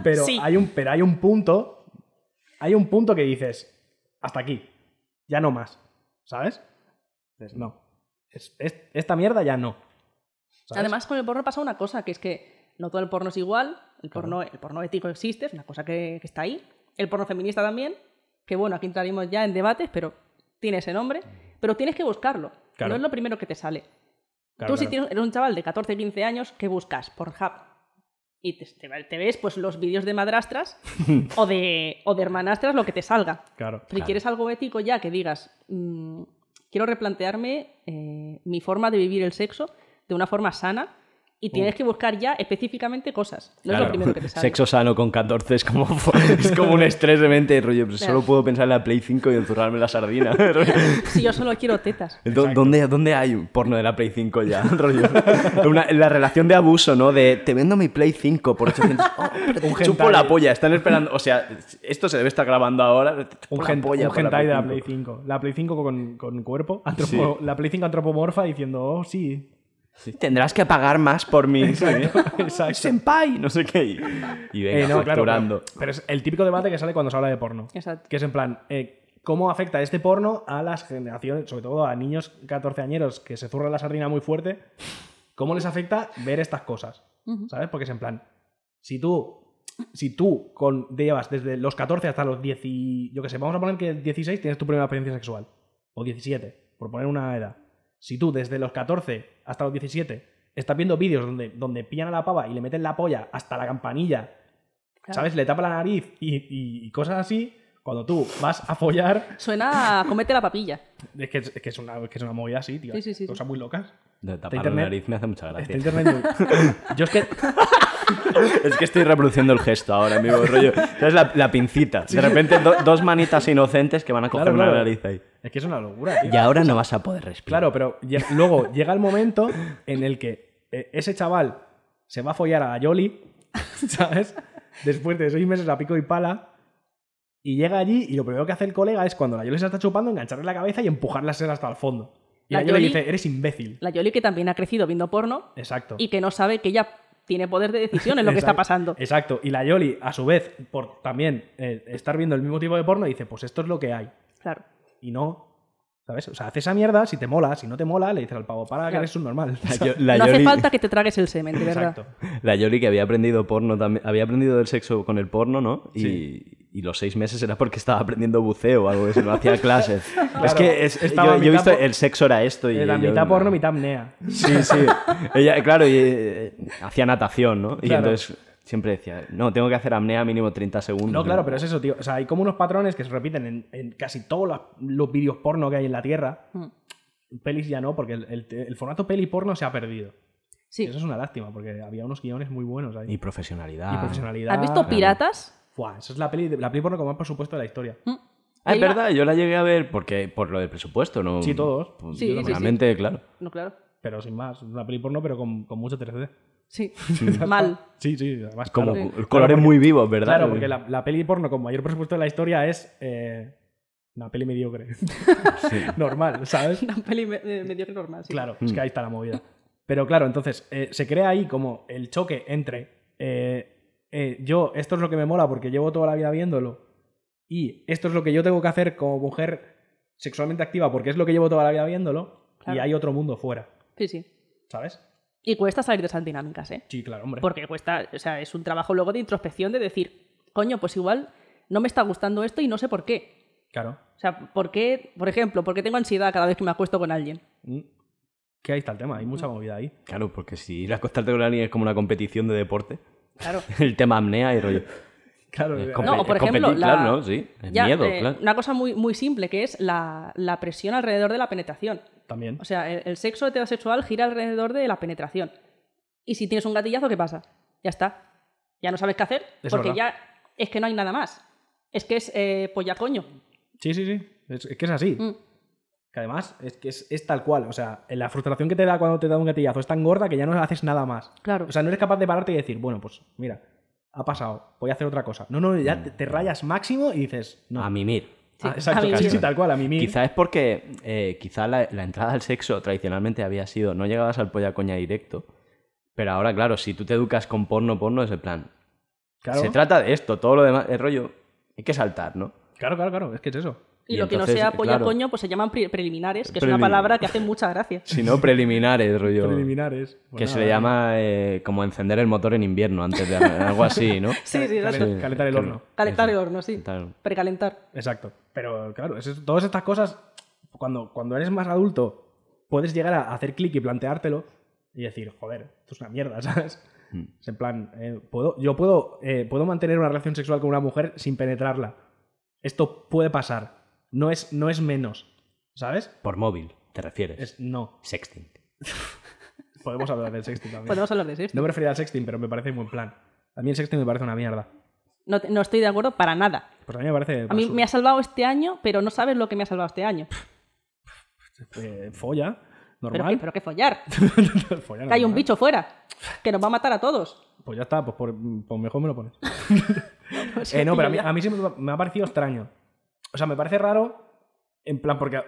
[SPEAKER 5] Pero,
[SPEAKER 3] Sí.
[SPEAKER 5] Hay un, pero hay un punto... Hay un punto que dices, hasta aquí, ya no más, ¿sabes? Dices, no. Es- es- esta mierda ya no. ¿sabes?
[SPEAKER 3] Además, con el porno pasa una cosa, que es que no todo el porno es igual, el porno, el porno ético existe, es una cosa que, que está ahí, el porno feminista también, que bueno, aquí entraremos ya en debates, pero tiene ese nombre, pero tienes que buscarlo,
[SPEAKER 5] Claro.
[SPEAKER 3] no es lo primero que te sale.
[SPEAKER 5] Claro,
[SPEAKER 3] Tú si
[SPEAKER 5] claro.
[SPEAKER 3] tienes, eres un chaval de 14, 15 años, ¿qué buscas? Pornhub. Y te, te- te ves pues los vídeos de
[SPEAKER 5] <laughs>
[SPEAKER 3] madrastras o, de, o de hermanastras, lo que te salga.
[SPEAKER 5] Claro.
[SPEAKER 3] Si quieres algo ético ya, que digas, mm, quiero replantearme eh, mi forma de vivir el sexo de una forma sana y tienes que buscar ya específicamente cosas. No es
[SPEAKER 4] Claro.
[SPEAKER 3] lo primero que te sale.
[SPEAKER 4] Sexo sano con 14 es como, <laughs> es como un estrés de mente, rollo, pero solo
[SPEAKER 3] Claro.
[SPEAKER 4] puedo pensar en la Play 5 y encerrarme en la sardina. <laughs> Rollo,
[SPEAKER 3] Si yo solo quiero
[SPEAKER 4] <laughs>
[SPEAKER 3] tetas.
[SPEAKER 4] ¿dó- ¿Dónde, ¿Dónde hay un porno de la Play 5 ya? <laughs> Rollo, una- la relación de abuso, ¿no? De te vendo mi Play 5 por 800. <laughs> Oh, pero te
[SPEAKER 5] Un
[SPEAKER 4] chupo
[SPEAKER 5] hentai.
[SPEAKER 4] la polla, están esperando. O sea, esto se debe estar grabando ahora. te chupo
[SPEAKER 5] Un,
[SPEAKER 4] la
[SPEAKER 5] gen-
[SPEAKER 4] polla
[SPEAKER 5] un
[SPEAKER 4] por
[SPEAKER 5] hentai de la Play 5. La Play 5 con, con cuerpo. antropo- La Play 5 antropomorfa diciendo, oh, sí.
[SPEAKER 4] Sí, Tendrás que pagar más por mí. sí.
[SPEAKER 5] <laughs> Exacto.
[SPEAKER 4] Senpai, no sé qué. Y, y venga,
[SPEAKER 5] Eh, no, claro,
[SPEAKER 4] facturando.
[SPEAKER 5] pero, pero es el típico debate que sale cuando se habla de porno.
[SPEAKER 3] Exacto.
[SPEAKER 5] Que es en plan, eh, ¿cómo afecta este porno a las generaciones, sobre todo a niños 14 añeros que se zurran la sardina muy fuerte? ¿Cómo les afecta ver estas cosas?
[SPEAKER 3] Ujú.
[SPEAKER 5] ¿Sabes? Porque es en plan, si tú si tú con, te llevas desde los 14 hasta los 10, y- yo qué sé, vamos a poner que 16 tienes tu primera experiencia sexual, o 17, por poner una edad. Si tú desde los 14 hasta los 17 estás viendo vídeos donde, donde pillan a la pava y le meten la polla hasta la campanilla,
[SPEAKER 3] Claro.
[SPEAKER 5] ¿sabes? Le tapa la nariz y, y- y cosas así, cuando tú vas a follar,
[SPEAKER 3] Suena a comete la papilla.
[SPEAKER 5] es que es, es que es una, es que es una movida así, tío.
[SPEAKER 3] Sí, sí, sí, sí.
[SPEAKER 5] Cosas muy locas.
[SPEAKER 4] De tapar la
[SPEAKER 5] internet.
[SPEAKER 4] nariz me hace mucha
[SPEAKER 5] Está
[SPEAKER 4] gracia.
[SPEAKER 5] internet muy- Yo <laughs> es que
[SPEAKER 4] Es que estoy reproduciendo el gesto ahora, amigo. Rollo. ¿Sabes? La, la pincita. De repente, do- dos manitas inocentes que van a coger
[SPEAKER 5] Claro,
[SPEAKER 4] una
[SPEAKER 5] claro.
[SPEAKER 4] nariz ahí.
[SPEAKER 5] Es que es una locura, tío.
[SPEAKER 4] Y ahora no vas a poder respirar.
[SPEAKER 5] Claro, pero lle- luego llega el momento en el que eh, ese chaval se va a follar a la Yoli, <laughs> ¿sabes? Después de seis meses a pico y pala. Y llega allí y lo primero que hace el colega es cuando la Yoli se la está chupando, engancharle la cabeza y empujar la sera hasta el fondo. Y
[SPEAKER 3] La
[SPEAKER 5] la, Yoli
[SPEAKER 3] Yoli-
[SPEAKER 5] dice, eres imbécil.
[SPEAKER 3] La Yoli que también ha crecido viendo porno
[SPEAKER 5] Exacto.
[SPEAKER 3] y que no sabe que ella tiene poder de decisión en lo que está
[SPEAKER 5] Exacto,
[SPEAKER 3] pasando.
[SPEAKER 5] Exacto. Y la Yoli, a su vez, por también eh, estar viendo el mismo tipo de porno, dice, pues esto es lo que hay.
[SPEAKER 3] Claro.
[SPEAKER 5] Y no... ¿Sabes? O sea, hace esa mierda, si te mola, si no te mola, le dices al pavo, para que
[SPEAKER 3] Claro.
[SPEAKER 5] eres un normal. <laughs>
[SPEAKER 4] La, yo- la
[SPEAKER 3] no hace
[SPEAKER 4] Yoli-
[SPEAKER 3] falta que te tragues el semen, de verdad.
[SPEAKER 5] Exacto.
[SPEAKER 4] La Yoli que había aprendido porno también, había aprendido del sexo con el porno, ¿no? Y, y los seis meses era porque estaba aprendiendo buceo o algo de eso, no hacía
[SPEAKER 5] <laughs>
[SPEAKER 4] clases. es que es-
[SPEAKER 5] estaba
[SPEAKER 4] yo, yo he
[SPEAKER 5] mitad
[SPEAKER 4] visto
[SPEAKER 5] por-
[SPEAKER 4] el sexo era esto y
[SPEAKER 5] Era
[SPEAKER 4] yo-
[SPEAKER 5] mitad porno, mitad apnea.
[SPEAKER 4] Sí,
[SPEAKER 5] <laughs>
[SPEAKER 4] sí. Ella, claro, y, eh, hacía natación, ¿no? Y
[SPEAKER 5] Claro.
[SPEAKER 4] entonces siempre decía, no, tengo que hacer apnea mínimo 30 segundos.
[SPEAKER 5] No, claro, pero es eso, tío. O sea, hay como unos patrones que se repiten en, en casi todos los, los vídeos porno que hay en la Tierra.
[SPEAKER 3] Mm.
[SPEAKER 5] Pelis ya no, porque el, el- el formato peli porno se ha perdido.
[SPEAKER 3] Sí.
[SPEAKER 5] Eso es una lástima, porque había unos guiones muy buenos ahí.
[SPEAKER 4] Y profesionalidad.
[SPEAKER 5] Y profesionalidad.
[SPEAKER 3] ¿Has visto Piratas?
[SPEAKER 5] Buah, esa es la peli, de- la peli porno con más presupuesto de la historia.
[SPEAKER 3] Mm.
[SPEAKER 4] Ah, es
[SPEAKER 3] Hay una-
[SPEAKER 4] verdad, yo la llegué a ver porque por lo del presupuesto, ¿no?
[SPEAKER 5] Sí, todos.
[SPEAKER 4] Pues,
[SPEAKER 3] Sí, sí, sí.
[SPEAKER 4] Seguramente, claro.
[SPEAKER 3] No, claro.
[SPEAKER 5] Pero sin más, una peli porno, pero con, con mucho 3D.
[SPEAKER 3] Sí. Mal. <laughs>
[SPEAKER 5] Sí, sí, además.
[SPEAKER 4] Como
[SPEAKER 5] claro.
[SPEAKER 4] colores muy vivos, ¿verdad?
[SPEAKER 5] Claro, porque la, la peli porno con mayor presupuesto de la historia es. eh, una peli mediocre. <laughs>
[SPEAKER 3] <laughs>
[SPEAKER 5] Normal, ¿sabes?
[SPEAKER 3] Una peli me- eh, mediocre normal. sí.
[SPEAKER 5] Claro,
[SPEAKER 4] Mm.
[SPEAKER 5] es que ahí está la movida. Pero claro, entonces eh, se crea ahí como el choque entre eh, eh, yo, esto es lo que me mola porque llevo toda la vida viéndolo, y esto es lo que yo tengo que hacer como mujer sexualmente activa porque es lo que llevo toda la vida viéndolo, y
[SPEAKER 3] Claro.
[SPEAKER 5] hay otro mundo fuera,
[SPEAKER 3] Sí, sí.
[SPEAKER 5] ¿sabes?
[SPEAKER 3] Y cuesta salir de esas dinámicas, ¿eh?
[SPEAKER 5] Sí, claro, hombre.
[SPEAKER 3] Porque cuesta, o sea, es un trabajo luego de introspección de decir, coño, pues igual no me está gustando esto y no sé por qué.
[SPEAKER 5] Claro.
[SPEAKER 3] O sea, ¿por qué, por ejemplo, por qué tengo ansiedad cada vez que me acuesto con alguien?
[SPEAKER 5] Mm. Que ahí está el tema, hay mucha movida ahí.
[SPEAKER 4] Claro, porque si ir a acostarte con alguien es como una competición de deporte, <laughs>
[SPEAKER 3] Claro.
[SPEAKER 4] el tema apnea y rollo.
[SPEAKER 5] Claro,
[SPEAKER 4] Es
[SPEAKER 5] eh,
[SPEAKER 4] como-
[SPEAKER 3] No, o por
[SPEAKER 4] es
[SPEAKER 3] ejemplo,
[SPEAKER 4] competir,
[SPEAKER 3] la-
[SPEAKER 4] claro, ¿no? Sí, es
[SPEAKER 3] Ya,
[SPEAKER 4] miedo,
[SPEAKER 3] eh,
[SPEAKER 4] claro.
[SPEAKER 3] Una cosa muy, muy simple que es la, la presión alrededor de la penetración.
[SPEAKER 5] también.
[SPEAKER 3] O sea, el, el sexo heterosexual gira alrededor de la penetración. Y si tienes un gatillazo, ¿qué pasa? Ya está. Ya no sabes qué hacer
[SPEAKER 5] Es
[SPEAKER 3] porque
[SPEAKER 5] verdad.
[SPEAKER 3] ya es que no hay nada más. Es que es eh, polla coño.
[SPEAKER 5] Sí, sí, sí. Es, es que es así.
[SPEAKER 3] Mm.
[SPEAKER 5] Que además es que es, es tal cual. O sea, la frustración que te da cuando te da un gatillazo es tan gorda que ya no haces nada más.
[SPEAKER 3] Claro.
[SPEAKER 5] O sea, no eres capaz de pararte y decir, bueno, pues mira, ha pasado, voy a hacer otra cosa. No, no, ya te, te rayas máximo y dices, no.
[SPEAKER 4] Mm. A mimir.
[SPEAKER 3] Sí,
[SPEAKER 5] Ah,
[SPEAKER 3] a
[SPEAKER 5] exacto,
[SPEAKER 3] mimir.
[SPEAKER 5] sí, sí, tal cual, a mí mismo.
[SPEAKER 4] Quizá es porque eh, quizá la, la entrada al sexo tradicionalmente había sido no llegabas al polla coña directo, pero ahora, claro, si tú te educas con porno, porno es el plan.
[SPEAKER 5] Claro,
[SPEAKER 4] Se trata de esto, todo lo demás, el rollo, hay que saltar, ¿no?
[SPEAKER 5] claro, claro, claro, es que es eso.
[SPEAKER 3] Y,
[SPEAKER 4] Y
[SPEAKER 3] lo que
[SPEAKER 4] entonces,
[SPEAKER 3] no sea polla
[SPEAKER 4] claro.
[SPEAKER 3] coño, pues se llaman pre- preliminares, que es
[SPEAKER 4] Prelimi-
[SPEAKER 3] una palabra que hace mucha
[SPEAKER 5] <laughs>
[SPEAKER 3] gracia.
[SPEAKER 4] Si no, preliminares, rollo.
[SPEAKER 5] Preliminares.
[SPEAKER 4] Que
[SPEAKER 5] Pues
[SPEAKER 4] se
[SPEAKER 5] nada,
[SPEAKER 4] le llama eh, como encender el motor en invierno antes de algo así,
[SPEAKER 5] <laughs>
[SPEAKER 4] ¿no?
[SPEAKER 3] Sí, sí,
[SPEAKER 5] Calen-
[SPEAKER 3] exacto.
[SPEAKER 5] calentar, el
[SPEAKER 4] Claro.
[SPEAKER 5] horno.
[SPEAKER 3] Calentar el horno, sí.
[SPEAKER 4] Calentar.
[SPEAKER 3] Precalentar.
[SPEAKER 5] Exacto. Pero claro, eso es- todas estas cosas, cuando, cuando eres más adulto, puedes llegar a hacer clic y planteártelo y decir, joder, esto es una mierda, <laughs> ¿sabes?
[SPEAKER 4] Mm.
[SPEAKER 5] Es en plan, eh, ¿puedo, yo puedo, eh, puedo mantener una relación sexual con una mujer sin penetrarla. Esto puede pasar. No es, no es menos, ¿sabes?
[SPEAKER 4] Por móvil, te refieres.
[SPEAKER 5] Es no.
[SPEAKER 4] Sexting.
[SPEAKER 5] Podemos hablar del sexting también.
[SPEAKER 3] Podemos hablar de eso.
[SPEAKER 5] No me refería al sexting, pero me parece un buen plan. A mí el sexting me parece una mierda.
[SPEAKER 3] No, te- no estoy de acuerdo para nada.
[SPEAKER 5] Pues a mí me parece...
[SPEAKER 3] A mí
[SPEAKER 5] basura.
[SPEAKER 3] me ha salvado este año, pero no sabes lo que me ha salvado este año.
[SPEAKER 5] Eh, folla,
[SPEAKER 3] Pero que,
[SPEAKER 5] normal.
[SPEAKER 3] pero que
[SPEAKER 5] <laughs>
[SPEAKER 3] follar.
[SPEAKER 5] Folla
[SPEAKER 3] Que hay un
[SPEAKER 5] normal.
[SPEAKER 3] bicho fuera. Que nos va a matar a todos.
[SPEAKER 5] Pues ya está, pues, por, pues mejor me
[SPEAKER 3] <laughs>
[SPEAKER 5] lo pones.
[SPEAKER 3] Pues
[SPEAKER 5] Eh, no, pero a mí,
[SPEAKER 3] ya.
[SPEAKER 5] a mí siempre me ha parecido extraño. O sea, me parece raro, en plan, porque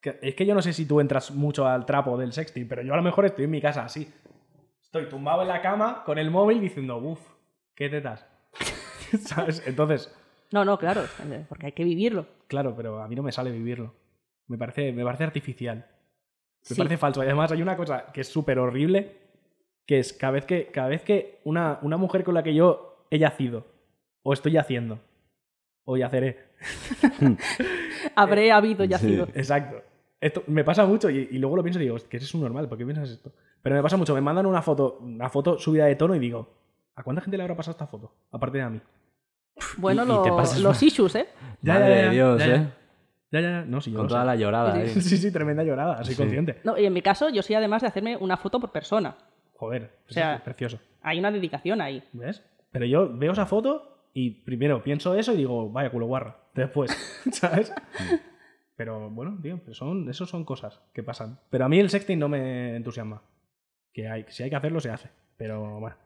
[SPEAKER 5] que- es que yo no sé si tú entras mucho al trapo del sexting, pero yo a lo mejor estoy en mi casa así. Estoy tumbado en la cama con el móvil diciendo, uff, qué tetas. <laughs> ¿Sabes? Entonces,
[SPEAKER 3] No, no, claro. Porque hay que vivirlo.
[SPEAKER 5] claro, pero a mí no me sale vivirlo. Me parece, me parece artificial. Me
[SPEAKER 3] Sí.
[SPEAKER 5] parece falso. Y además hay una cosa que es súper horrible, que es cada vez que, cada vez que una, una mujer con la que yo he yacido, o estoy yaciendo, o yaceré. eh,
[SPEAKER 3] Habré habido
[SPEAKER 5] <laughs>
[SPEAKER 3] yacido.
[SPEAKER 4] sí.
[SPEAKER 5] Exacto. Esto me pasa mucho y, y luego lo pienso y digo, "Es que eres un normal, ¿por qué piensas esto? Pero me pasa mucho, me mandan una foto, una foto subida de tono y digo, ¿a cuánta gente le habrá pasado esta foto? Aparte de a mí.
[SPEAKER 3] Bueno,
[SPEAKER 4] Y- y
[SPEAKER 3] lo-
[SPEAKER 4] te pasas
[SPEAKER 3] los issues, ¿eh?
[SPEAKER 4] Madre de Dios,
[SPEAKER 5] ya,
[SPEAKER 4] ¿eh?
[SPEAKER 5] Ya, ya, ya. No, si yo
[SPEAKER 4] Con
[SPEAKER 5] lo
[SPEAKER 4] toda
[SPEAKER 5] sé.
[SPEAKER 4] la llorada, ¿eh?
[SPEAKER 3] Sí,
[SPEAKER 4] ahí.
[SPEAKER 5] <laughs> Sí, sí, tremenda llorada, soy
[SPEAKER 4] Sí.
[SPEAKER 5] consciente.
[SPEAKER 3] No, y en mi caso, yo sí, además de hacerme una foto por persona.
[SPEAKER 5] Joder, pues
[SPEAKER 3] sea-
[SPEAKER 5] es precioso.
[SPEAKER 3] Hay una dedicación ahí.
[SPEAKER 5] ¿Ves? Pero yo veo esa foto y primero pienso eso y digo, vaya culo guarra. <laughs> Después, ¿sabes? Pero bueno, tío, pero son, eso son cosas que pasan. Pero a mí el sexting no me entusiasma. Que hay, si hay que hacerlo, se hace. Pero bueno,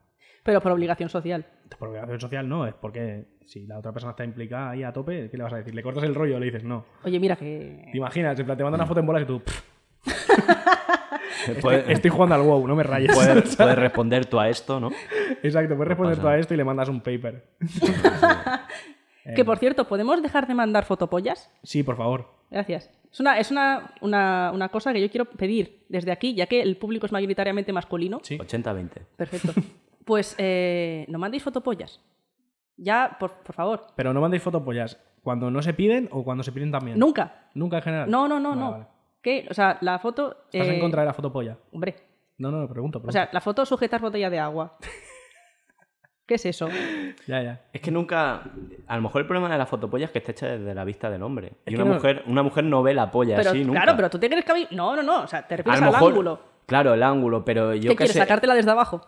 [SPEAKER 3] Pero por obligación social.
[SPEAKER 5] por obligación social no, es porque si la otra persona está implicada ahí a tope, ¿qué le vas a decir? Le cortas el rollo, le dices no.
[SPEAKER 3] Oye, mira
[SPEAKER 5] Te
[SPEAKER 3] que.
[SPEAKER 5] imaginas, en plan, te mandan una foto en bolas y tú, "Pff, <laughs>
[SPEAKER 4] Puedes,
[SPEAKER 5] estoy jugando al wow, no me rayes. <laughs>
[SPEAKER 4] puedes- puedes responder tú a esto, ¿no?
[SPEAKER 5] Exacto, puedes responder tú a esto y le mandas un paper. eh.
[SPEAKER 3] Que por cierto, ¿podemos dejar de mandar fotopollas?
[SPEAKER 5] Sí, por favor.
[SPEAKER 3] Gracias. Es una, es una, una, una cosa que yo quiero pedir desde aquí, ya que el público es mayoritariamente masculino.
[SPEAKER 5] Sí.
[SPEAKER 4] 80-20.
[SPEAKER 5] <laughs>
[SPEAKER 3] Perfecto. Pues eh, no mandéis fotopollas. Ya, por, por favor.
[SPEAKER 5] Pero no mandéis fotopollas cuando no se piden o cuando se piden también.
[SPEAKER 3] Nunca.
[SPEAKER 5] Nunca en general.
[SPEAKER 3] No, no, no,
[SPEAKER 5] Vale,
[SPEAKER 3] no.
[SPEAKER 5] vale.
[SPEAKER 3] ¿Qué? O sea, la foto.
[SPEAKER 5] ¿Estás
[SPEAKER 3] eh,
[SPEAKER 5] en contra de la fotopolla?
[SPEAKER 3] Hombre.
[SPEAKER 5] No, no, pregunto.
[SPEAKER 3] O
[SPEAKER 5] pregunto.
[SPEAKER 3] sea, la foto sujetar botella de
[SPEAKER 5] <laughs>
[SPEAKER 3] agua. ¿Qué es eso?
[SPEAKER 5] ya, ya.
[SPEAKER 4] Es que nunca. A lo mejor el problema de la fotopolla es que está hecha desde la vista del hombre.
[SPEAKER 5] Es
[SPEAKER 4] y
[SPEAKER 5] que
[SPEAKER 4] una,
[SPEAKER 5] no-
[SPEAKER 4] mujer, una mujer no ve la polla
[SPEAKER 3] Pero,
[SPEAKER 4] así nunca.
[SPEAKER 3] claro, pero tú te crees que a mí. No, no, no. O sea, te
[SPEAKER 4] a
[SPEAKER 3] refieres
[SPEAKER 4] lo
[SPEAKER 3] al
[SPEAKER 4] mejor.
[SPEAKER 3] ángulo.
[SPEAKER 4] Claro, el ángulo, pero yo
[SPEAKER 3] ¿Qué
[SPEAKER 4] que
[SPEAKER 3] quieres?
[SPEAKER 4] sé.
[SPEAKER 3] ¿Sacártela desde abajo?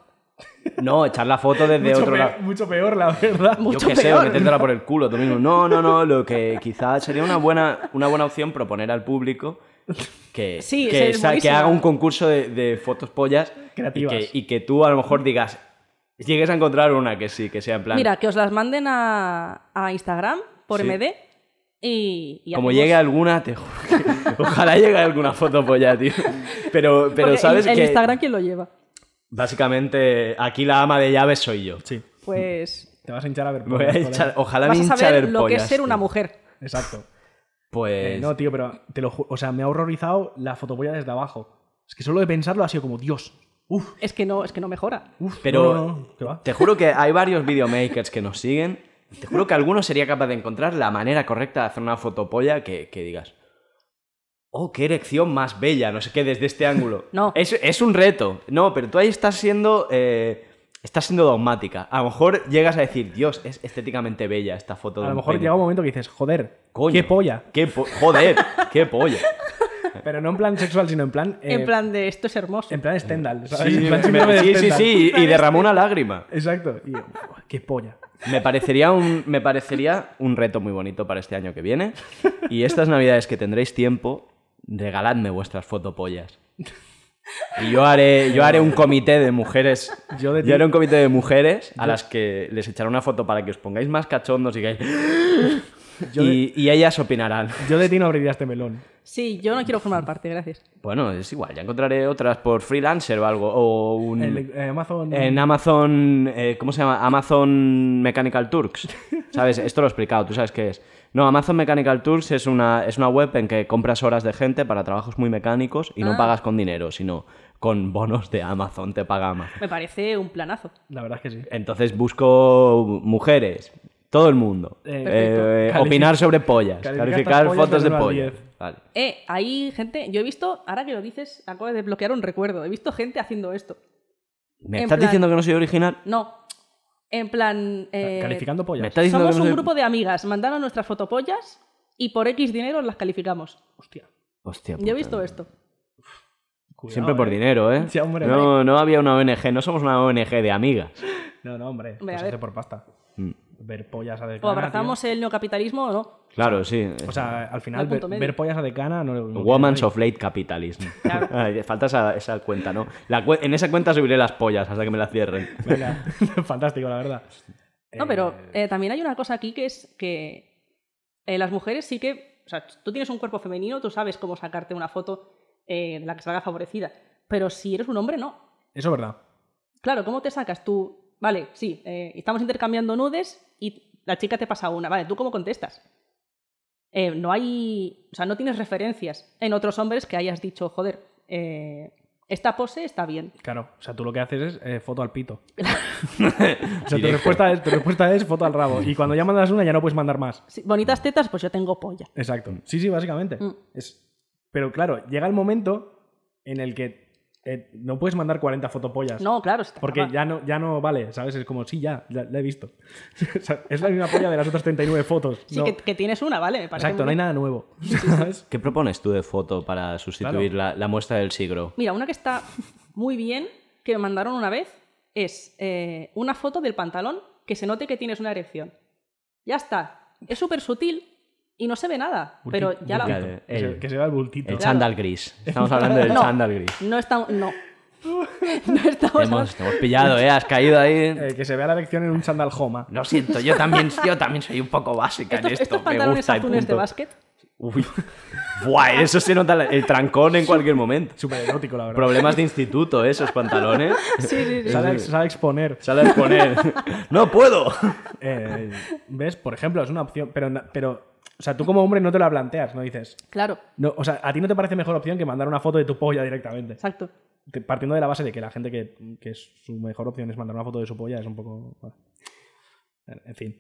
[SPEAKER 4] No, echar la foto desde
[SPEAKER 5] mucho,
[SPEAKER 4] otro
[SPEAKER 5] peor,
[SPEAKER 4] lado.
[SPEAKER 5] mucho peor, la verdad.
[SPEAKER 3] Mucho
[SPEAKER 4] yo qué sé, o
[SPEAKER 3] peor. <laughs>
[SPEAKER 4] metértela por el culo tú mismo. No, no, no, lo que quizás sería una buena, una buena opción proponer al público que,
[SPEAKER 3] Sí, esa
[SPEAKER 4] que,
[SPEAKER 3] es
[SPEAKER 4] sa- que
[SPEAKER 3] buenísima.
[SPEAKER 4] haga un concurso de, de fotos pollas y
[SPEAKER 5] Creativas.
[SPEAKER 4] que, y que tú a lo mejor digas, llegues a encontrar una que sí, que sea en plan.
[SPEAKER 3] Mira, que os las manden a, a Instagram por
[SPEAKER 4] Sí.
[SPEAKER 3] MD y. y
[SPEAKER 4] Como
[SPEAKER 3] hacemos-
[SPEAKER 4] llegue alguna, te juro
[SPEAKER 3] <laughs>
[SPEAKER 4] que- ojalá llegue alguna foto polla, tío. Pero, pero
[SPEAKER 3] Porque
[SPEAKER 4] sabes
[SPEAKER 3] el, el
[SPEAKER 4] que
[SPEAKER 3] Instagram, ¿quién lo lleva?
[SPEAKER 4] básicamente aquí la ama de llaves soy yo.
[SPEAKER 5] Sí.
[SPEAKER 3] Pues.
[SPEAKER 5] Te vas a hinchar a ver.
[SPEAKER 4] Me voy a
[SPEAKER 5] pollas,
[SPEAKER 4] hinchar-
[SPEAKER 5] colega.
[SPEAKER 4] ojalá
[SPEAKER 3] vas
[SPEAKER 4] me
[SPEAKER 3] a
[SPEAKER 4] hincha
[SPEAKER 3] saber
[SPEAKER 4] ver
[SPEAKER 3] lo que es
[SPEAKER 4] pollas,
[SPEAKER 3] ser una
[SPEAKER 4] tío.
[SPEAKER 3] mujer.
[SPEAKER 5] Exacto. Eh,
[SPEAKER 4] Pues
[SPEAKER 5] no, tío, pero te lo ju- O sea, me ha horrorizado la fotopolla desde abajo. Es que solo de pensarlo ha sido como Dios. Uf,
[SPEAKER 3] Es que no, es que no mejora.
[SPEAKER 5] uf.
[SPEAKER 4] Pero-
[SPEAKER 5] no, no, no, ¿qué va?
[SPEAKER 4] te juro que hay varios videomakers que nos siguen. Te juro que alguno sería capaz de encontrar la manera correcta de hacer una foto polla que, que digas. Oh, qué erección más bella, no sé qué, desde este ángulo.
[SPEAKER 3] No.
[SPEAKER 4] Es, es un reto. No, pero tú ahí estás siendo. eh, estás siendo dogmática. A lo mejor llegas a decir, Dios, es estéticamente bella esta foto de
[SPEAKER 5] A lo
[SPEAKER 4] un
[SPEAKER 5] mejor
[SPEAKER 4] pene".
[SPEAKER 5] llega un momento que dices, joder,
[SPEAKER 4] Coño.
[SPEAKER 5] qué polla.
[SPEAKER 4] Qué po- joder, qué polla.
[SPEAKER 5] Pero no en plan sexual, sino en plan. eh,
[SPEAKER 3] en plan de esto es hermoso.
[SPEAKER 5] En plan Stendhal, <laughs> ¿sabes?
[SPEAKER 4] Sí,
[SPEAKER 5] En plan
[SPEAKER 4] me-
[SPEAKER 5] síndrome de
[SPEAKER 4] sí, sí,
[SPEAKER 5] Stendhal.
[SPEAKER 4] sí, y, y derramó una lágrima.
[SPEAKER 5] Exacto. Y, uf, qué polla.
[SPEAKER 4] Me parecería, un, me parecería un reto muy bonito para este año que viene. Y estas navidades que tendréis tiempo, regaladme vuestras fotopollas. Y yo haré, yo haré un comité de mujeres.
[SPEAKER 5] Yo de ti-
[SPEAKER 4] haré un comité de mujeres a las que les echaré una foto para que os pongáis más cachondos y que.
[SPEAKER 5] Yo de-
[SPEAKER 4] Y, y ellas opinarán.
[SPEAKER 5] Yo de ti no abriría este melón.
[SPEAKER 3] Sí, yo no quiero formar parte, gracias.
[SPEAKER 4] Bueno, es igual, ya encontraré otras por freelancer o algo. O un.
[SPEAKER 5] El, eh, Amazon.
[SPEAKER 4] Mm. En Amazon, eh, ¿cómo se llama? Amazon Mechanical
[SPEAKER 5] <laughs>
[SPEAKER 4] Turks. ¿Sabes? Esto lo he explicado, tú sabes qué es. No, Amazon Mechanical Turks es una, es una web en que compras horas de gente para trabajos muy mecánicos y no
[SPEAKER 3] Ah.
[SPEAKER 4] pagas con dinero, sino con bonos de Amazon, te paga Amazon.
[SPEAKER 3] Me parece un planazo.
[SPEAKER 5] La verdad es que sí.
[SPEAKER 4] Entonces busco mujeres, todo el mundo.
[SPEAKER 5] Eh,
[SPEAKER 4] Eh,
[SPEAKER 5] perfecto.
[SPEAKER 4] opinar sobre pollas,
[SPEAKER 5] Califica
[SPEAKER 4] calificar
[SPEAKER 5] estas pollas
[SPEAKER 4] fotos
[SPEAKER 5] del
[SPEAKER 4] de
[SPEAKER 5] uno al
[SPEAKER 4] pollas.
[SPEAKER 5] diez.
[SPEAKER 4] Vale.
[SPEAKER 3] Eh, hay gente, yo he visto, ahora que lo dices, acabo de desbloquear un recuerdo. He visto gente haciendo esto.
[SPEAKER 4] ¿Me
[SPEAKER 3] En
[SPEAKER 4] estás
[SPEAKER 3] plan-
[SPEAKER 4] diciendo que no soy original?
[SPEAKER 3] No. En plan. eh,
[SPEAKER 5] Calificando pollas.
[SPEAKER 4] ¿Me estás diciendo
[SPEAKER 3] somos
[SPEAKER 4] que no
[SPEAKER 3] un
[SPEAKER 4] soy-
[SPEAKER 3] grupo de amigas, mandaron nuestras fotopollas y por X dinero las calificamos.
[SPEAKER 5] Hostia.
[SPEAKER 4] Hostia,
[SPEAKER 3] Yo he
[SPEAKER 4] puta.
[SPEAKER 3] visto esto.
[SPEAKER 5] Cuidado,
[SPEAKER 4] Siempre por
[SPEAKER 5] eh.
[SPEAKER 4] dinero, ¿eh?
[SPEAKER 5] Sí, hombre,
[SPEAKER 4] no, no había una ONG, no somos una ONG de amigas.
[SPEAKER 5] No, no, hombre.
[SPEAKER 3] Hombre, a
[SPEAKER 5] pues
[SPEAKER 3] ver.
[SPEAKER 5] hace por pasta.
[SPEAKER 4] Mm.
[SPEAKER 5] Ver pollas a
[SPEAKER 3] O
[SPEAKER 5] decana.
[SPEAKER 3] abrazamos el neocapitalismo o no.
[SPEAKER 4] Claro, sí. Eh,
[SPEAKER 5] tío. O sea, al final,
[SPEAKER 3] Al punto
[SPEAKER 5] ver,
[SPEAKER 3] medio.
[SPEAKER 5] ver pollas a decana no. no
[SPEAKER 4] Woman's of Late Capitalism.
[SPEAKER 3] Claro.
[SPEAKER 4] <laughs> Ay, Falta esa, esa cuenta, ¿no? La cue- en esa cuenta subiré las pollas hasta que me la cierren.
[SPEAKER 5] Venga. <laughs> Fantástico, la verdad.
[SPEAKER 3] No, pero eh, también hay una cosa aquí que es que eh, las mujeres sí que. O sea, tú tienes un cuerpo femenino, tú sabes cómo sacarte una foto eh, en la que salga favorecida. Pero si eres un hombre, no.
[SPEAKER 5] Eso es verdad.
[SPEAKER 3] Claro, ¿cómo te sacas tú? Vale, sí, eh, estamos intercambiando nudes y la chica te pasa una. Vale, ¿tú cómo contestas? Eh, no hay. O sea, no tienes referencias en otros hombres que hayas dicho, joder, eh, Esta pose está bien.
[SPEAKER 5] Claro, o sea, tú lo que haces es eh, foto
[SPEAKER 3] <laughs>
[SPEAKER 5] al pito. o sea, tu respuesta, es, tu respuesta es foto al rabo. Y cuando ya mandas una, ya no puedes mandar más.
[SPEAKER 3] Sí, bonitas tetas, pues yo tengo polla.
[SPEAKER 5] Exacto. Sí, sí, básicamente.
[SPEAKER 3] Mm.
[SPEAKER 5] Es... Pero claro, llega el momento en el que eh, no puedes mandar 40 fotopollas.
[SPEAKER 3] No, claro, está
[SPEAKER 5] Porque ya no, ya no vale, ¿sabes? Es como, sí, ya, ya la he visto. <laughs> O sea, es la misma polla de las otras 39 fotos.
[SPEAKER 3] Sí,
[SPEAKER 5] No.
[SPEAKER 3] que, que tienes una, ¿vale? Me parece
[SPEAKER 5] Exacto,
[SPEAKER 3] muy
[SPEAKER 5] no hay
[SPEAKER 3] bien.
[SPEAKER 5] nada nuevo. ¿sabes?
[SPEAKER 2] ¿Qué propones tú de foto para sustituir la, la muestra del siglo?
[SPEAKER 3] Mira, una que está muy bien, que me mandaron una vez, es eh, una foto del pantalón que se note que tienes una erección. Ya está. Es súper sutil y no se ve nada, pero ya
[SPEAKER 5] Bultito.
[SPEAKER 3] la...
[SPEAKER 4] Bultito.
[SPEAKER 5] Que se-
[SPEAKER 4] El-
[SPEAKER 5] que se va el bultito.
[SPEAKER 4] El chándal gris. Estamos hablando del
[SPEAKER 3] <laughs> No.
[SPEAKER 4] chándal gris.
[SPEAKER 3] No está... No. No estamos...
[SPEAKER 4] Hemos, te hemos pillado, ¿eh? Has caído ahí.
[SPEAKER 5] Eh, que se vea la elección en un sandal joma.
[SPEAKER 4] Lo siento, yo también, yo también soy un poco básica
[SPEAKER 3] Estos,
[SPEAKER 4] en esto.
[SPEAKER 3] estos
[SPEAKER 4] me
[SPEAKER 3] pantalones
[SPEAKER 4] gusta y
[SPEAKER 3] azules de
[SPEAKER 4] punto.
[SPEAKER 3] básquet.
[SPEAKER 4] Uy. Buah, eso se nota la- el trancón en cualquier momento.
[SPEAKER 5] Súper erótico, la verdad.
[SPEAKER 4] Problemas de instituto, ¿eh? esos pantalones.
[SPEAKER 3] Sí, <laughs> sí, sí.
[SPEAKER 5] Sale, a- sale a exponer.
[SPEAKER 4] Sale a exponer. ¡No puedo!
[SPEAKER 5] Eh, ¿Ves? Por ejemplo, es una opción. Pero, na- pero, o sea, tú como hombre no te la planteas, no dices.
[SPEAKER 3] Claro,
[SPEAKER 5] No, o sea, a ti no te parece mejor opción que mandar una foto de tu polla directamente.
[SPEAKER 3] exacto.
[SPEAKER 5] Te- Partiendo de la base de que la gente que, que es su mejor opción es mandar una foto de su polla, es un poco. bueno. En fin.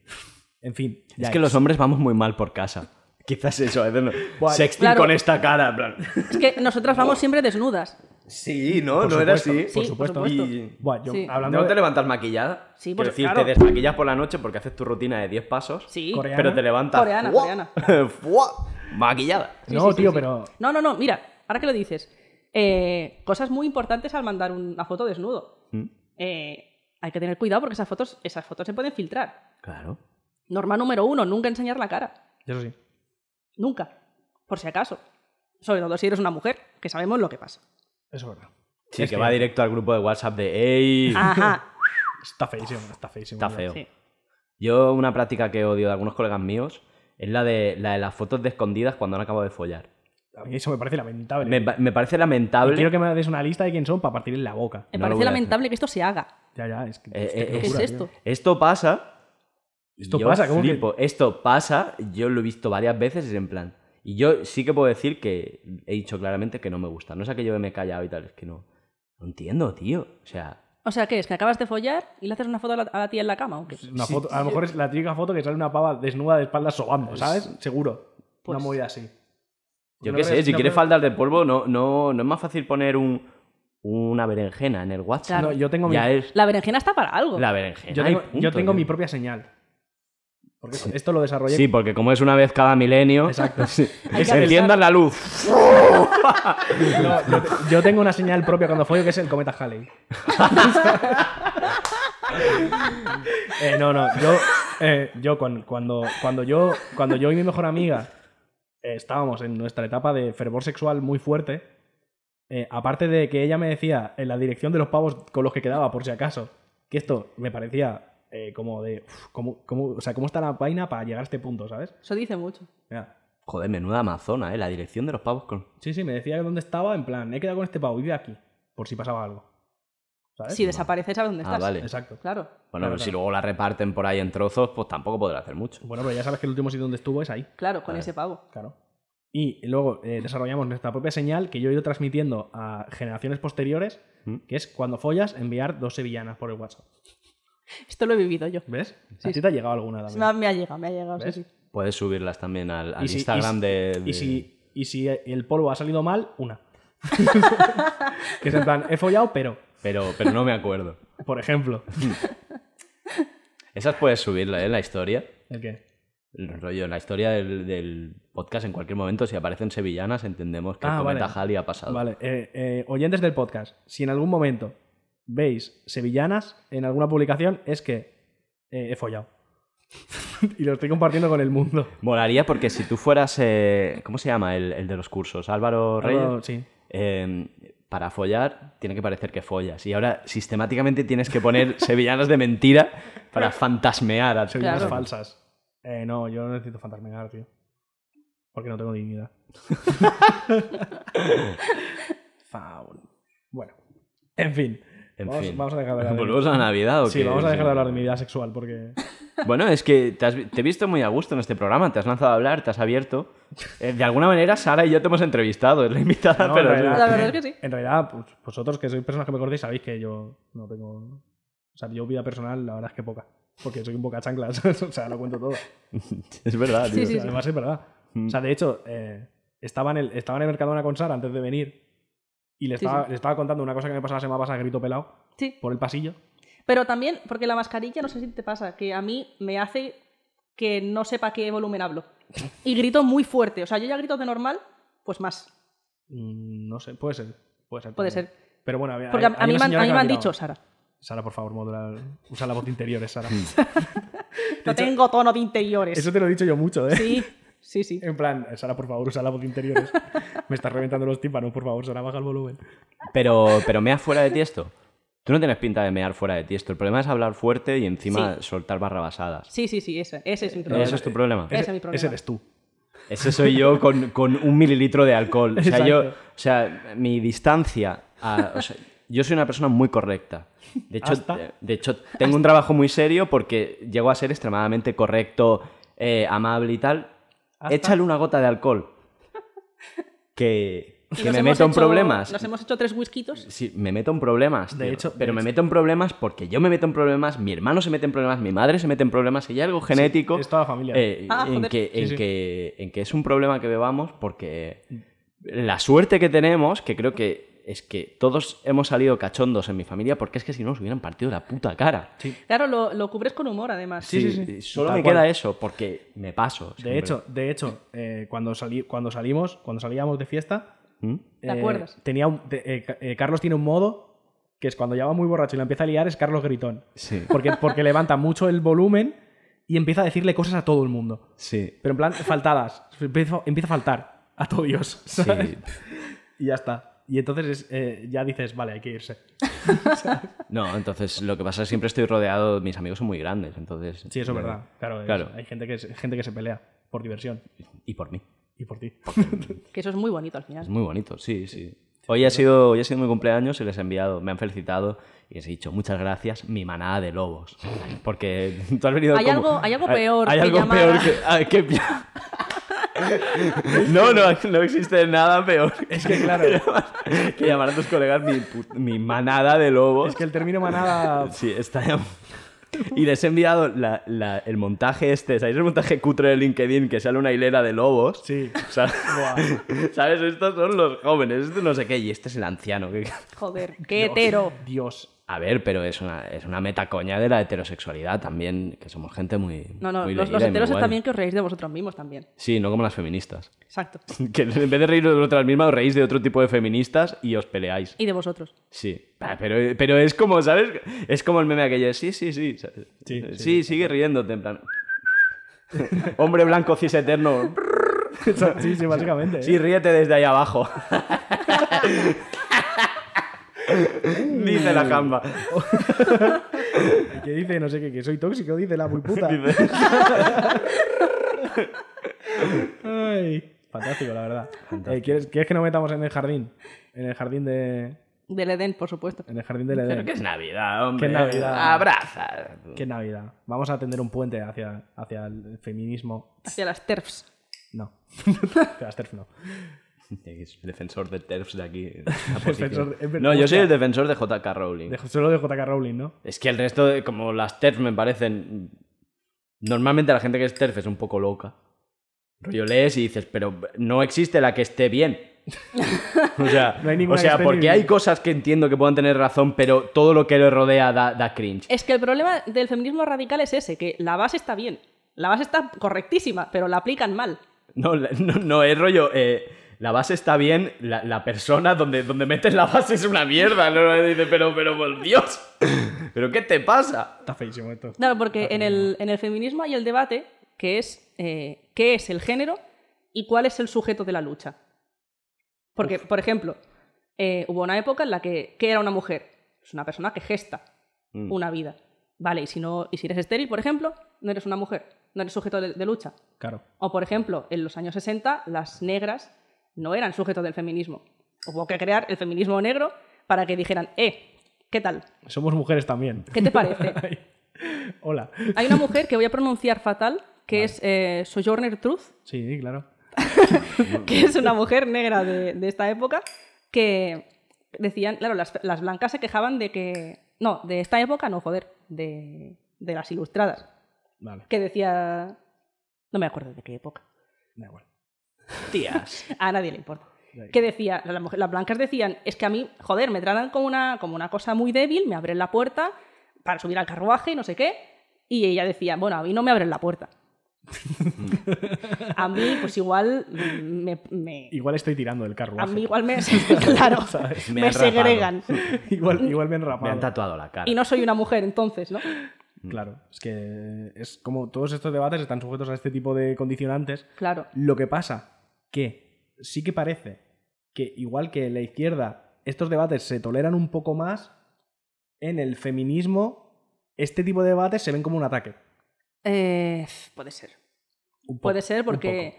[SPEAKER 5] En fin.
[SPEAKER 4] Es que los hombres vamos muy mal por
[SPEAKER 5] <laughs>
[SPEAKER 4] casa. Quizás eso, a veces no.
[SPEAKER 5] Bueno,
[SPEAKER 4] Sexting
[SPEAKER 3] claro.
[SPEAKER 4] con esta cara, en plan.
[SPEAKER 3] Es que nosotras vamos siempre desnudas.
[SPEAKER 4] Sí, ¿no?
[SPEAKER 5] Por
[SPEAKER 4] no era así.
[SPEAKER 5] supuesto, Por
[SPEAKER 3] Sí, por
[SPEAKER 5] supuesto.
[SPEAKER 3] supuesto.
[SPEAKER 4] Y-
[SPEAKER 5] Buah, yo,
[SPEAKER 3] Sí.
[SPEAKER 5] hablando
[SPEAKER 4] No te
[SPEAKER 5] de
[SPEAKER 4] levantas maquillada.
[SPEAKER 3] Sí,
[SPEAKER 4] Quiero
[SPEAKER 3] pues,
[SPEAKER 4] decir,
[SPEAKER 3] claro.
[SPEAKER 4] te desmaquillas por la noche porque haces tu rutina de 10 pasos.
[SPEAKER 3] Sí.
[SPEAKER 5] Corea.
[SPEAKER 4] Pero te levantas.
[SPEAKER 3] Coreana,
[SPEAKER 4] ¡fua!
[SPEAKER 3] coreana.
[SPEAKER 4] <laughs> ¡fua! Maquillada.
[SPEAKER 3] Sí,
[SPEAKER 5] No,
[SPEAKER 3] sí, sí,
[SPEAKER 5] tío,
[SPEAKER 3] sí.
[SPEAKER 5] pero-
[SPEAKER 3] No, no, no, mira, ahora que lo dices. eh, cosas muy importantes al mandar una foto desnudo.
[SPEAKER 4] Mm.
[SPEAKER 3] Eh, hay que tener cuidado porque esas fotos, esas fotos se pueden filtrar.
[SPEAKER 4] Claro.
[SPEAKER 3] Norma número uno, nunca enseñar la cara.
[SPEAKER 5] Eso sí.
[SPEAKER 3] Nunca. Por si acaso. Sobre todo si eres una mujer, que sabemos lo que pasa.
[SPEAKER 5] Eso es verdad.
[SPEAKER 4] Sí,
[SPEAKER 5] Es
[SPEAKER 4] que
[SPEAKER 5] que- Ah,
[SPEAKER 4] va directo al grupo de WhatsApp de ¡Ey! <laughs>
[SPEAKER 3] Ajá.
[SPEAKER 5] Está feísimo, está feísimo.
[SPEAKER 4] Está feo.
[SPEAKER 3] Sí.
[SPEAKER 4] Yo, una práctica que odio de algunos colegas míos es la de, la de las fotos de escondidas cuando han acabado de follar.
[SPEAKER 5] A mí eso me parece lamentable.
[SPEAKER 4] Me, pa- me parece
[SPEAKER 5] Y
[SPEAKER 4] lamentable.
[SPEAKER 5] quiero que me des una lista de quién son para partir en la boca.
[SPEAKER 3] Me
[SPEAKER 4] No lo voy
[SPEAKER 3] parece
[SPEAKER 4] a
[SPEAKER 3] lamentable que esto se haga.
[SPEAKER 5] Ya, ya, es que.
[SPEAKER 4] Eh,
[SPEAKER 5] hostia,
[SPEAKER 4] eh,
[SPEAKER 5] qué
[SPEAKER 4] es-
[SPEAKER 5] locura,
[SPEAKER 3] ¿Qué es
[SPEAKER 5] tío.
[SPEAKER 3] esto?
[SPEAKER 4] Esto pasa.
[SPEAKER 5] Esto
[SPEAKER 4] yo
[SPEAKER 5] pasa, ¿cómo que-
[SPEAKER 4] flipo. Esto pasa, yo lo he visto varias veces es en plan. Y yo sí que puedo decir que he dicho claramente que no me gusta. No es aquello de me he callado y tal, es que no. No entiendo, tío. O sea,
[SPEAKER 3] O sea, ¿qué es? ¿Que acabas de follar y le haces una foto a la, a la tía en la cama? ¿o qué?
[SPEAKER 4] Pues,
[SPEAKER 5] Una foto, a lo mejor es la típica foto que sale una pava desnuda de espaldas sobando, ¿sabes? Seguro.
[SPEAKER 3] Pues-
[SPEAKER 5] una movida así.
[SPEAKER 4] Eh, yo
[SPEAKER 5] No
[SPEAKER 4] qué sé,
[SPEAKER 5] crees-
[SPEAKER 4] si
[SPEAKER 5] no
[SPEAKER 4] quieres
[SPEAKER 5] creo-
[SPEAKER 4] faldas de polvo, no, no, no es más fácil poner un, una berenjena en el WhatsApp.
[SPEAKER 3] Claro.
[SPEAKER 5] No, yo tengo mi-
[SPEAKER 4] Ya es
[SPEAKER 3] La berenjena está para algo.
[SPEAKER 4] la berenjena.
[SPEAKER 5] Yo
[SPEAKER 4] y
[SPEAKER 5] tengo,
[SPEAKER 4] punto,
[SPEAKER 5] yo tengo
[SPEAKER 4] tío.
[SPEAKER 5] mi propia señal. Porque esto lo desarrollé. <laughs>
[SPEAKER 4] Sí, porque como es una vez cada milenio, <laughs>
[SPEAKER 5] Exacto.
[SPEAKER 4] sí,
[SPEAKER 3] Hay que
[SPEAKER 4] se enciendan
[SPEAKER 3] avisar.
[SPEAKER 4] la luz.
[SPEAKER 5] No, yo, te- yo tengo una señal propia cuando follo que es el cometa Halley. <laughs> Eh, no, no, yo, eh, yo con- cuando, cuando yo cuando yo y mi mejor amiga eh, estábamos en nuestra etapa de fervor sexual muy fuerte, eh, aparte de que ella me decía en la dirección de los pavos con los que quedaba, por si acaso, que esto me parecía eh, como de, uf, ¿cómo, cómo- o sea, ¿cómo está la vaina para llegar a este punto, sabes?
[SPEAKER 3] Eso dice mucho.
[SPEAKER 5] Mira,
[SPEAKER 4] Joder, menuda Amazona, eh, la dirección de los pavos con.
[SPEAKER 5] Sí, sí, me decía dónde estaba, en plan, he quedado con este pavo, vive aquí, por si pasaba algo. ¿Sabes?
[SPEAKER 3] Si desapareces, ¿sabes dónde
[SPEAKER 4] Ah,
[SPEAKER 3] estás?
[SPEAKER 4] vale.
[SPEAKER 5] Exacto.
[SPEAKER 3] Claro.
[SPEAKER 4] Bueno,
[SPEAKER 5] Claro,
[SPEAKER 4] si
[SPEAKER 5] claro.
[SPEAKER 4] luego la reparten por ahí en trozos, pues tampoco podrá hacer mucho.
[SPEAKER 5] Bueno, pero ya sabes que el último sitio donde estuvo es ahí.
[SPEAKER 3] Claro, con ese pavo.
[SPEAKER 5] Claro. Y luego eh, desarrollamos nuestra propia señal que yo he ido transmitiendo a generaciones posteriores,
[SPEAKER 4] ¿Mm?
[SPEAKER 5] que es cuando follas, enviar dos sevillanas por el WhatsApp.
[SPEAKER 3] Esto lo he vivido yo.
[SPEAKER 5] ¿Ves?
[SPEAKER 3] Sí,
[SPEAKER 5] a ti te ha llegado alguna también.
[SPEAKER 3] Me ha, me ha llegado, me ha llegado, sí,
[SPEAKER 5] ¿Ves?
[SPEAKER 3] sí.
[SPEAKER 4] Puedes subirlas también al, al
[SPEAKER 5] Y si- y
[SPEAKER 4] Instagram
[SPEAKER 5] si-
[SPEAKER 4] de, de-
[SPEAKER 5] Y si, y si el polvo ha salido mal,
[SPEAKER 3] <laughs>
[SPEAKER 5] una. que es en plan, he follado, pero,
[SPEAKER 4] Pero, pero no me acuerdo.
[SPEAKER 5] por ejemplo.
[SPEAKER 4] Esas puedes subirlas ¿eh? en la historia.
[SPEAKER 5] ¿El qué?
[SPEAKER 4] El rollo, en la historia del, del podcast, en cualquier momento, si aparecen sevillanas, entendemos que
[SPEAKER 5] Ah,
[SPEAKER 4] el cometa
[SPEAKER 5] vale.
[SPEAKER 4] Halley ha pasado.
[SPEAKER 5] Vale, eh, eh, oyentes del podcast, si en algún momento veis sevillanas en alguna publicación, es que eh, he follado. <laughs> y lo estoy compartiendo con el mundo.
[SPEAKER 4] Molaría porque si tú fueras. eh, ¿Cómo se llama el, el de los cursos? Álvaro Reyes.
[SPEAKER 5] Algo- sí.
[SPEAKER 4] Eh, para follar, tiene que parecer que follas. Y ahora sistemáticamente tienes que
[SPEAKER 5] <laughs>
[SPEAKER 4] poner sevillanas de mentira para fantasmear a
[SPEAKER 5] Sevillanas
[SPEAKER 3] Claro.
[SPEAKER 5] falsas. Eh, no, yo no necesito fantasmear, tío. Porque no
[SPEAKER 2] <laughs>
[SPEAKER 5] tengo dignidad. Faul. Bueno, en fin.
[SPEAKER 2] En
[SPEAKER 5] vamos,
[SPEAKER 2] fin.
[SPEAKER 5] vamos
[SPEAKER 2] <laughs>
[SPEAKER 5] a dejar
[SPEAKER 4] <laughs>
[SPEAKER 5] de hablar de
[SPEAKER 2] ¿Volvemos a Navidad o
[SPEAKER 5] Sí,
[SPEAKER 2] qué?
[SPEAKER 5] vamos a dejar de hablar de mi vida sexual porque.
[SPEAKER 4] Bueno, es que te, has vi- te he visto muy a gusto en este programa, te has lanzado a hablar, te has abierto. Eh, de alguna manera, Sara y yo te hemos entrevistado, es la <laughs> invitada,
[SPEAKER 5] No,
[SPEAKER 4] pero...
[SPEAKER 5] en realidad-
[SPEAKER 3] La verdad es que sí.
[SPEAKER 5] En realidad, pues, vosotros que sois personas que me conocéis sabéis que yo no tengo. O sea, yo vida personal, la verdad es que poca. Porque soy un poca chanclas. <laughs> o sea, lo cuento todo.
[SPEAKER 4] Es verdad, tío.
[SPEAKER 3] Sí, sí,
[SPEAKER 5] O sea, Además, es verdad. O sea, de hecho, eh, estaba, en el, estaba en el Mercadona con Sara antes de venir y le
[SPEAKER 3] Sí,
[SPEAKER 5] estaba,
[SPEAKER 3] sí.
[SPEAKER 5] le estaba contando una cosa que me pasó la semana pasada, grito pelado,
[SPEAKER 3] Sí.
[SPEAKER 5] por el pasillo.
[SPEAKER 3] Pero también, porque la mascarilla, no sé si te pasa, que a mí me hace que no sepa qué volumen hablo. Y grito muy fuerte. O sea, yo ya grito de normal, pues más.
[SPEAKER 5] Mm, No sé, puede ser. Puede ser.
[SPEAKER 3] Puede
[SPEAKER 5] también.
[SPEAKER 3] ser.
[SPEAKER 5] Pero bueno, había-
[SPEAKER 3] Porque a,
[SPEAKER 5] hay
[SPEAKER 3] a mí,
[SPEAKER 5] una
[SPEAKER 3] me han-
[SPEAKER 5] señora
[SPEAKER 3] a mí
[SPEAKER 5] que la
[SPEAKER 3] me han
[SPEAKER 5] tiraba.
[SPEAKER 3] dicho, Sara.
[SPEAKER 5] Sara, por favor, modula, usa la voz de interiores, Sara.
[SPEAKER 3] No tengo tono de interiores.
[SPEAKER 5] Eso te lo he dicho yo mucho, ¿eh?
[SPEAKER 3] <laughs> Sí, sí,
[SPEAKER 5] <laughs>
[SPEAKER 3] sí.
[SPEAKER 5] En plan, Sara, por favor, usa la voz
[SPEAKER 3] <laughs>
[SPEAKER 5] de interiores. Me estás reventando los tímpanos, por favor, Sara, baja el volumen.
[SPEAKER 4] Pero, pero mea fuera de tiesto. Tú no tienes pinta de mear fuera de tiesto. El problema es hablar fuerte y encima soltar barrabasadas.
[SPEAKER 3] Sí, sí, sí, ese, ese es mi problema.
[SPEAKER 4] Eso es tu problema.
[SPEAKER 3] Ese eh, es mi problema.
[SPEAKER 5] Ese eres tú.
[SPEAKER 4] Ese soy yo con, con un mililitro de alcohol. O sea, yo, o
[SPEAKER 5] Exacto.
[SPEAKER 4] sea mi distancia. a- o sea, yo soy una persona muy correcta. De hecho,
[SPEAKER 5] Hasta-
[SPEAKER 4] de, de hecho tengo un trabajo muy serio porque llego a ser extremadamente correcto, eh, amable y tal.
[SPEAKER 5] Hasta-
[SPEAKER 4] Échale una gota de alcohol. Que,
[SPEAKER 3] Y
[SPEAKER 4] que
[SPEAKER 3] nos
[SPEAKER 4] me
[SPEAKER 3] hemos
[SPEAKER 4] meto en
[SPEAKER 3] hecho-
[SPEAKER 4] problemas.
[SPEAKER 3] Nos hemos hecho tres whiskitos.
[SPEAKER 4] Sí, me meto en problemas.
[SPEAKER 5] De
[SPEAKER 4] tío.
[SPEAKER 5] hecho-
[SPEAKER 4] pero
[SPEAKER 5] de
[SPEAKER 4] me
[SPEAKER 5] hecho.
[SPEAKER 4] meto en problemas porque yo me meto en problemas, mi hermano se mete en problemas, mi madre se mete en problemas, y hay algo genético.
[SPEAKER 5] es toda la familia.
[SPEAKER 4] eh,
[SPEAKER 3] Ah,
[SPEAKER 4] en,
[SPEAKER 3] joder.
[SPEAKER 4] que,
[SPEAKER 5] Sí,
[SPEAKER 4] en,
[SPEAKER 5] sí.
[SPEAKER 4] Que, en que es un problema que bebamos porque la suerte que tenemos, que creo que es que todos hemos salido cachondos en mi familia porque es que si no nos hubieran partido la puta cara.
[SPEAKER 3] Claro, lo, lo cubres con humor, además.
[SPEAKER 5] Sí, sí, sí.
[SPEAKER 4] Solo
[SPEAKER 5] Tal
[SPEAKER 4] me
[SPEAKER 5] cual.
[SPEAKER 4] queda eso porque me paso.
[SPEAKER 5] De
[SPEAKER 4] siempre.
[SPEAKER 5] hecho, de hecho, eh, cuando, salí, cuando salimos, cuando salíamos de fiesta,
[SPEAKER 4] ¿Mm?
[SPEAKER 3] ¿Te
[SPEAKER 5] eh,
[SPEAKER 3] acuerdas?
[SPEAKER 5] tenía un- te- eh, Ca- eh, Carlos tiene un modo que es cuando ya va muy borracho y la empieza a liar es Carlos Gritón.
[SPEAKER 4] Sí,
[SPEAKER 5] Porque, porque levanta mucho el volumen y empieza a decirle cosas a todo el mundo.
[SPEAKER 4] sí.
[SPEAKER 5] Pero en plan, faltadas. Empieza, empieza a faltar a todo Dios. ¿sabes?
[SPEAKER 4] sí.
[SPEAKER 5] <laughs> Y ya está. Y entonces es, eh, ya dices, vale, hay que irse.
[SPEAKER 4] No, entonces lo que pasa es que siempre estoy rodeado, mis amigos son muy grandes, entonces...
[SPEAKER 5] Sí, eso es verdad. Claro, es-
[SPEAKER 4] Claro.
[SPEAKER 5] hay gente que, se- gente que se pelea por diversión
[SPEAKER 4] Y por mí.
[SPEAKER 5] y <laughs> por ti.
[SPEAKER 3] Que eso es muy bonito al
[SPEAKER 4] Es
[SPEAKER 3] final.
[SPEAKER 4] muy bonito, sí, sí. Hoy ha sido, hoy ha sido mi cumpleaños y les he enviado, me han felicitado y les he dicho muchas gracias, mi manada de lobos. <laughs> Porque tú has venido
[SPEAKER 3] Hay
[SPEAKER 4] como-
[SPEAKER 3] algo- hay algo peor
[SPEAKER 4] Hay
[SPEAKER 3] que
[SPEAKER 4] algo
[SPEAKER 3] llamar
[SPEAKER 4] peor
[SPEAKER 3] a-
[SPEAKER 4] que... ah, que pi- <laughs> no, no, no existe nada peor
[SPEAKER 5] Es que <laughs> claro,
[SPEAKER 4] que llamar a tus colegas mi, pu- mi manada de lobos.
[SPEAKER 5] es que el término <laughs> manada...
[SPEAKER 4] Sí, está llam- Y les he enviado la- la- el montaje este, ¿sabéis el montaje cutre de LinkedIn que sale una hilera de lobos?
[SPEAKER 5] Sí.
[SPEAKER 4] <laughs> O sea, <laughs> ¿Sabes? Estos son los jóvenes, este no sé qué, y este es el anciano. que- <laughs>
[SPEAKER 3] Joder,
[SPEAKER 5] <laughs>
[SPEAKER 3] qué hetero.
[SPEAKER 5] Dios. <laughs>
[SPEAKER 4] A ver, pero es una, es una metacoña de la heterosexualidad también, que somos gente muy.
[SPEAKER 3] No, no,
[SPEAKER 4] muy
[SPEAKER 3] los,
[SPEAKER 4] leída
[SPEAKER 3] los
[SPEAKER 4] y muy
[SPEAKER 3] heteros
[SPEAKER 4] guay.
[SPEAKER 3] también que os reís de vosotros mismos también.
[SPEAKER 4] Sí, no como las feministas. <laughs>
[SPEAKER 3] Exacto.
[SPEAKER 4] Que en vez de reíros de otras mismas, os reís de otro tipo de feministas y os peleáis.
[SPEAKER 3] Y de vosotros.
[SPEAKER 4] Sí, Ah, pero, pero es como, ¿sabes? Es como el meme aquello, de, sí, sí, sí. ¿sabes?
[SPEAKER 5] Sí,
[SPEAKER 4] Sí,
[SPEAKER 5] sí,
[SPEAKER 4] sigue riéndote, en plan... <laughs> Hombre blanco cis eterno,
[SPEAKER 5] Sí, sí, básicamente. ¿eh?
[SPEAKER 4] sí, ríete desde ahí
[SPEAKER 5] <laughs>
[SPEAKER 4] abajo. Dice la jamba.
[SPEAKER 5] Que dice, no sé qué, que soy tóxico, <laughs> dice la muy puta. Ay, fantástico, la verdad. Eh, ¿quieres, quieres que nos metamos en el jardín? En el jardín de.
[SPEAKER 3] Del Edén, por supuesto.
[SPEAKER 5] En el jardín del
[SPEAKER 4] Pero que
[SPEAKER 5] Edén.
[SPEAKER 4] es Navidad, hombre.
[SPEAKER 5] Que es Navidad.
[SPEAKER 4] Abraza.
[SPEAKER 5] Qué Navidad. Vamos a tender un puente hacia, hacia el feminismo.
[SPEAKER 3] Hacia las TERFs.
[SPEAKER 5] No. <laughs> Casterf no.
[SPEAKER 4] Es defensor de TERFs de aquí.
[SPEAKER 5] <laughs> Defensor de- es verdad.
[SPEAKER 4] no, yo soy el defensor de JK Rowling.
[SPEAKER 5] De- solo de JK Rowling, ¿no?
[SPEAKER 4] Es que el resto, de, como las TERF me parecen... Normalmente la gente que es TERF es un poco loca. Rollo lees y dices, pero no existe la que esté bien. o sea,
[SPEAKER 5] <laughs> No hay ninguna
[SPEAKER 4] o
[SPEAKER 5] que
[SPEAKER 4] sea
[SPEAKER 5] esté
[SPEAKER 4] porque
[SPEAKER 5] bien.
[SPEAKER 4] hay cosas que entiendo que puedan tener razón, pero todo lo que le rodea da, da cringe.
[SPEAKER 3] Es que el problema del feminismo radical es ese, que la base está bien. La base está correctísima, pero la aplican mal.
[SPEAKER 4] <laughs> No, la- no, no, es rollo... eh, la base está bien, la, la persona donde, donde metes la base es una mierda. ¿no? Y dice, pero, pero, por Dios, <laughs> ¿pero qué te pasa?
[SPEAKER 5] Está feísimo esto.
[SPEAKER 3] Claro, porque en el, en el feminismo hay el debate que es eh, qué es el género y cuál es el sujeto de la lucha. Porque, por ejemplo, eh, hubo una época en la que ¿qué era una mujer? Es una persona que gesta una vida. Vale, y si no, y si eres estéril, por ejemplo, no eres una mujer, no eres sujeto de, de lucha.
[SPEAKER 5] Claro.
[SPEAKER 3] O, por ejemplo, en los años 60, las negras no eran sujetos del feminismo. Hubo que crear el feminismo negro para que dijeran, eh, ¿Qué tal?
[SPEAKER 5] Somos mujeres también. <laughs>
[SPEAKER 3] ¿Qué te parece?
[SPEAKER 5] Hola.
[SPEAKER 3] Hay una mujer que voy a pronunciar fatal, que es eh, Sojourner Truth,
[SPEAKER 5] Sí, claro.
[SPEAKER 3] que es una mujer negra de, de esta época, que decían, claro, las, las blancas se quejaban de que... No, de esta época no, joder, de, de las ilustradas,
[SPEAKER 5] Vale,
[SPEAKER 3] que decía... No me acuerdo de qué época.
[SPEAKER 5] da igual.
[SPEAKER 2] Tías.
[SPEAKER 3] A nadie le importa.
[SPEAKER 5] Ya.
[SPEAKER 3] Que decía, las, mujer- las blancas decían, es que a mí, joder, me tratan como una, como una cosa muy débil, me abren la puerta para subir al carruaje y no sé qué. Y ella decía, bueno, a mí no me abren la
[SPEAKER 5] <laughs>
[SPEAKER 3] puerta. a mí, pues igual me... me-
[SPEAKER 5] Igual estoy tirando del carro.
[SPEAKER 3] a mí igual me... <laughs> claro,
[SPEAKER 2] Me
[SPEAKER 3] me,
[SPEAKER 2] han rapado.
[SPEAKER 3] segregan.
[SPEAKER 5] <laughs> igual, igual me han rapado.
[SPEAKER 4] Me han tatuado la cara.
[SPEAKER 3] Y no soy una mujer entonces, ¿no?
[SPEAKER 5] Claro, es que es como todos estos debates están sujetos a este tipo de condicionantes.
[SPEAKER 3] Claro.
[SPEAKER 5] Lo que pasa que sí que parece que igual que la izquierda, estos debates se toleran un poco más, en el feminismo este tipo de debates se ven como un ataque.
[SPEAKER 3] Eh, puede ser.
[SPEAKER 5] Un poco,
[SPEAKER 3] Puede ser
[SPEAKER 5] un
[SPEAKER 3] porque,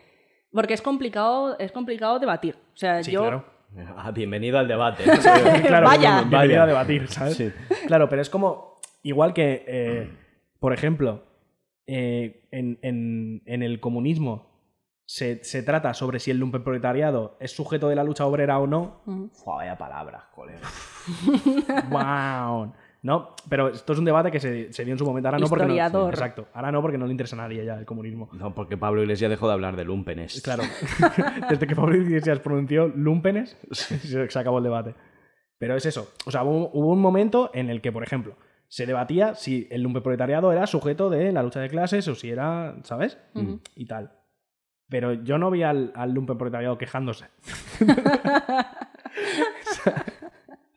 [SPEAKER 3] porque es, complicado, es complicado debatir. O sea,
[SPEAKER 5] poco. Sí,
[SPEAKER 3] yo...
[SPEAKER 5] claro.
[SPEAKER 4] Ah, bienvenido al debate.
[SPEAKER 5] <laughs> claro,
[SPEAKER 3] Vaya.
[SPEAKER 5] bienvenido
[SPEAKER 4] Vaya.
[SPEAKER 5] a debatir, ¿sabes?
[SPEAKER 4] Sí.
[SPEAKER 5] Claro, pero es como. Igual que, eh, por ejemplo, eh, en, en- en el comunismo se, se trata sobre si el lumpenproletariado es sujeto de la lucha obrera o no.
[SPEAKER 3] <laughs> Mm.
[SPEAKER 4] Fua, vaya palabras, colega.
[SPEAKER 5] ¡Wow! No, pero esto es un debate que se, se dio en su momento. Ahora no porque no,
[SPEAKER 3] Historiador.
[SPEAKER 5] exacto. Ahora no porque no le interesa a nadie ya el comunismo.
[SPEAKER 4] No, porque Pablo Iglesias dejó de hablar este. de lumpenes.
[SPEAKER 5] Claro. <laughs> Desde que Pablo Iglesias pronunció lumpenes, <laughs> se, se acabó el debate. Pero es eso. O sea, hubo, hubo un momento en el que, por ejemplo, se debatía si el lumpenproletariado era sujeto de la lucha de clases o si era, ¿sabes?
[SPEAKER 4] Mm.
[SPEAKER 3] Ujú.
[SPEAKER 5] Y tal. Pero yo no vi al, al
[SPEAKER 3] <laughs>
[SPEAKER 5] lumpenproletariado quejándose. <laughs>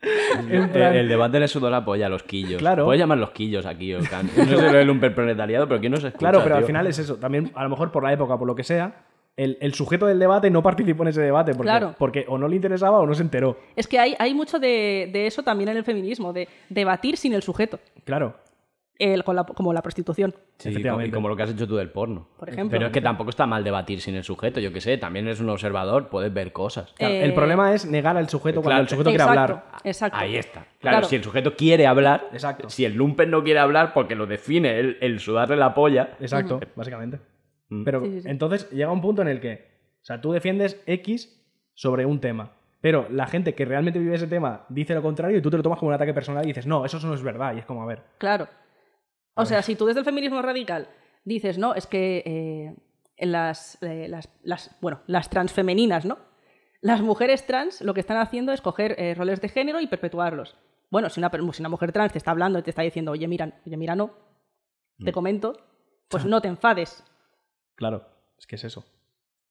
[SPEAKER 4] El,
[SPEAKER 5] En plan-
[SPEAKER 4] el debate le sudó la polla a los quillos.
[SPEAKER 5] Claro.
[SPEAKER 4] Puedes llamar los quillos aquí, o can- No sé lo del lumpenproletariado, pero ¿quién nos escucha?
[SPEAKER 5] Claro, pero al
[SPEAKER 4] tío?
[SPEAKER 5] final es eso. También, a lo mejor por la época, por lo que sea, el, el sujeto del debate no participó en ese debate porque,
[SPEAKER 3] Claro.
[SPEAKER 5] porque o no le interesaba o no se enteró.
[SPEAKER 3] Es que hay, hay mucho de, de eso también en el feminismo, de debatir sin el sujeto,
[SPEAKER 5] Claro.
[SPEAKER 3] el- con la- como la prostitución,
[SPEAKER 4] Sí, y como,
[SPEAKER 5] Efectivamente.
[SPEAKER 4] y
[SPEAKER 3] Eh,
[SPEAKER 4] como lo que has hecho tú del porno.
[SPEAKER 3] por ejemplo.
[SPEAKER 4] Pero es que tampoco está mal debatir sin el sujeto, yo qué sé, también eres un observador, puedes ver cosas.
[SPEAKER 5] Claro,
[SPEAKER 3] Eh,
[SPEAKER 5] el problema es negar al sujeto cuando
[SPEAKER 4] claro,
[SPEAKER 5] el sujeto quiere
[SPEAKER 3] exacto,
[SPEAKER 5] hablar.
[SPEAKER 3] Exacto.
[SPEAKER 4] Ahí está. Claro,
[SPEAKER 3] Claro.
[SPEAKER 4] si el sujeto quiere hablar,
[SPEAKER 5] Exacto.
[SPEAKER 4] si el lumpen no quiere hablar porque lo define el, el sudarle la polla,
[SPEAKER 5] Exacto, básicamente.
[SPEAKER 4] Mm.
[SPEAKER 5] Pero
[SPEAKER 3] Sí, sí, sí.
[SPEAKER 5] entonces llega un punto en el que, o sea, tú defiendes X sobre un tema, pero la gente que realmente vive ese tema dice lo contrario y tú te lo tomas como un ataque personal y dices, no, eso no es verdad. Y es como, a ver,
[SPEAKER 3] Claro. O sea, si tú desde el feminismo radical dices, no, es que eh, en las, eh, las, las- bueno, las transfemeninas, ¿no? Las mujeres trans lo que están haciendo es coger eh, roles de género y perpetuarlos. Bueno, si una, per- si una mujer trans te está hablando y te está diciendo, oye, mira, oye, mira, no,
[SPEAKER 4] Mm.
[SPEAKER 3] te comento,
[SPEAKER 4] <laughs>
[SPEAKER 3] pues no te enfades.
[SPEAKER 5] Claro, es que es eso.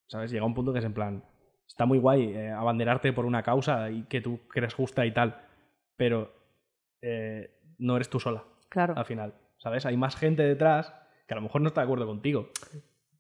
[SPEAKER 5] ¿Sabes? Llega un punto que es en plan. Está muy guay eh, abanderarte por una causa y que tú crees justa y tal. Pero eh, no eres tú sola,
[SPEAKER 3] Claro.
[SPEAKER 5] al final. ¿Sabes? Hay más gente detrás que a lo mejor no está de acuerdo contigo.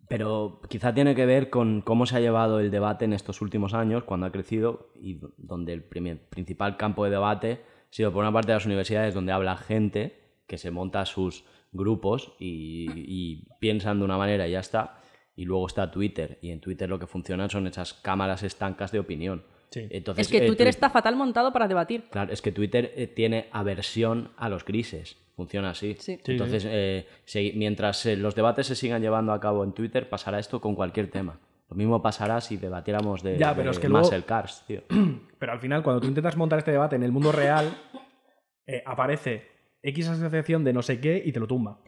[SPEAKER 4] Pero quizá tiene que ver con cómo se ha llevado el debate en estos últimos años, cuando ha crecido y d- donde el primer- principal campo de debate ha sido por una parte de las universidades donde habla gente que se monta sus grupos y, y piensan de una manera y ya está. Y luego está Twitter. Y en Twitter lo que funcionan son esas cámaras estancas de opinión.
[SPEAKER 5] Sí.
[SPEAKER 4] Entonces,
[SPEAKER 3] Es que
[SPEAKER 4] eh,
[SPEAKER 3] Twitter está fatal montado para debatir.
[SPEAKER 4] Claro, es que Twitter eh, tiene aversión a los grises. Funciona así.
[SPEAKER 3] Sí. Sí,
[SPEAKER 4] Entonces, eh, si- mientras eh, los debates se sigan llevando a cabo en Twitter, pasará esto con cualquier tema. Lo mismo pasará si debatiéramos de,
[SPEAKER 5] Ya, pero
[SPEAKER 4] de
[SPEAKER 5] es que luego-
[SPEAKER 4] muscle cars, tío.
[SPEAKER 5] Pero al final, cuando tú intentas montar este debate en el mundo real, <laughs> eh, aparece X asociación de no sé qué y te lo tumba.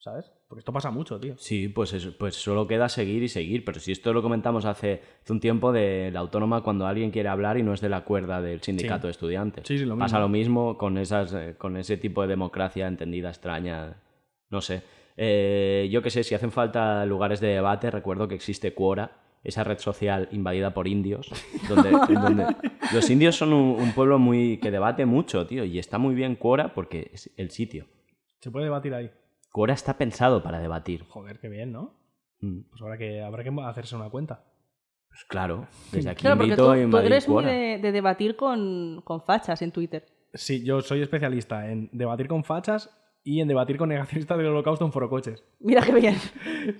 [SPEAKER 5] ¿Sabes? Porque esto pasa mucho, tío.
[SPEAKER 4] Sí, pues, es- pues solo queda seguir y seguir. Pero si esto lo comentamos hace, hace un tiempo de la autónoma cuando alguien quiere hablar y no es de la cuerda del sindicato
[SPEAKER 5] Sí.
[SPEAKER 4] de estudiantes.
[SPEAKER 5] Sí, sí, lo
[SPEAKER 4] Pasa
[SPEAKER 5] mismo.
[SPEAKER 4] lo mismo con, esas, eh, con ese tipo de democracia entendida extraña. No sé. Eh, yo qué sé, si hacen falta lugares de debate, recuerdo que existe Quora, esa red social invadida por
[SPEAKER 5] <laughs>
[SPEAKER 4] indios. Donde, donde- los indios son un, un pueblo muy que debate mucho, tío. Y está muy bien Quora porque es el sitio.
[SPEAKER 5] Se puede debatir ahí.
[SPEAKER 4] Quora está pensado para debatir.
[SPEAKER 5] Joder, qué bien, ¿no?
[SPEAKER 4] Mm.
[SPEAKER 5] Pues habrá que, habrá que hacerse una cuenta.
[SPEAKER 4] Pues claro, desde aquí
[SPEAKER 3] Claro, porque
[SPEAKER 4] invito
[SPEAKER 3] tú,
[SPEAKER 4] a
[SPEAKER 3] tú
[SPEAKER 4] invadir
[SPEAKER 3] eres muy
[SPEAKER 4] Quora.
[SPEAKER 3] de, de debatir con, con fachas en Twitter. <laughs>
[SPEAKER 5] Sí, yo soy especialista en debatir con fachas y en debatir con negacionistas del holocausto en forocoches.
[SPEAKER 3] Mira qué bien.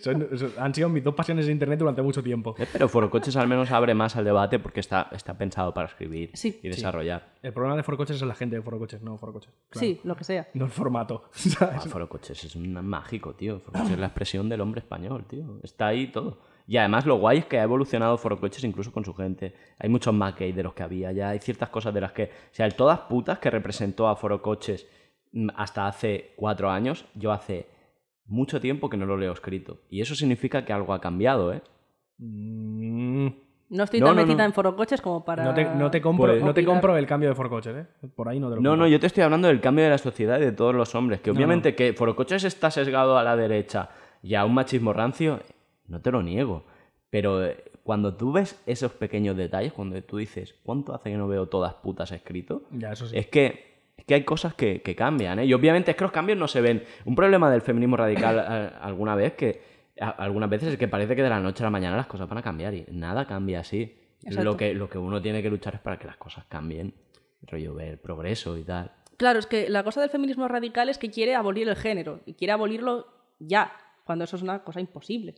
[SPEAKER 5] Son- son- han sido mis dos pasiones en internet durante mucho tiempo.
[SPEAKER 4] Eh, Pero Forocoches al menos abre más al debate porque está, está pensado para escribir
[SPEAKER 3] Sí.
[SPEAKER 4] y desarrollar.
[SPEAKER 5] El problema de forocoches es la gente de forocoches, no forocoches. claro.
[SPEAKER 3] Sí, lo que sea.
[SPEAKER 5] No el formato. <laughs> ¿sabes?
[SPEAKER 4] Ah, Forocoches es un mágico, tío. Forocoches es la expresión del hombre español, tío. Está ahí todo. Y además lo guay es que ha evolucionado Forocoches incluso con su gente. Hay muchos más gays de los que había ya. Hay ciertas cosas de las que... O sea, el todas putas que representó a Forocoches mm, hasta hace cuatro años, yo hace mucho tiempo que no lo leo escrito. Y eso significa que algo ha cambiado, ¿eh?
[SPEAKER 5] Mm,
[SPEAKER 3] No estoy
[SPEAKER 4] No,
[SPEAKER 3] tan
[SPEAKER 4] no,
[SPEAKER 3] metida
[SPEAKER 4] no.
[SPEAKER 3] en forocoches como para.
[SPEAKER 5] no, te, no te compro,
[SPEAKER 4] Pues-
[SPEAKER 5] no te
[SPEAKER 3] opinar.
[SPEAKER 5] compro el cambio de forocoches, ¿eh? Por ahí no te lo
[SPEAKER 4] No,
[SPEAKER 5] compro.
[SPEAKER 4] no, yo te estoy hablando del cambio de la sociedad y de todos los hombres. Que obviamente que Forocoches está sesgado a la derecha y a un machismo rancio, no te lo niego. Pero eh, cuando tú ves esos pequeños detalles, cuando tú dices, ¿cuánto hace que no veo todas putas escrito?
[SPEAKER 5] Ya, eso sí.
[SPEAKER 4] Es que. Es que hay cosas que, que cambian, ¿eh? Y obviamente es que los cambios no se ven. Un problema del feminismo radical a- alguna vez que a- algunas veces es que parece que de la noche a la mañana las cosas van a cambiar y nada cambia así.
[SPEAKER 3] Exacto.
[SPEAKER 4] Lo que, lo que uno tiene que luchar es para que las cosas cambien. Rollo ver progreso y tal.
[SPEAKER 3] Claro, es que la cosa del feminismo radical es que quiere abolir el género y quiere abolirlo ya, cuando eso es una cosa imposible.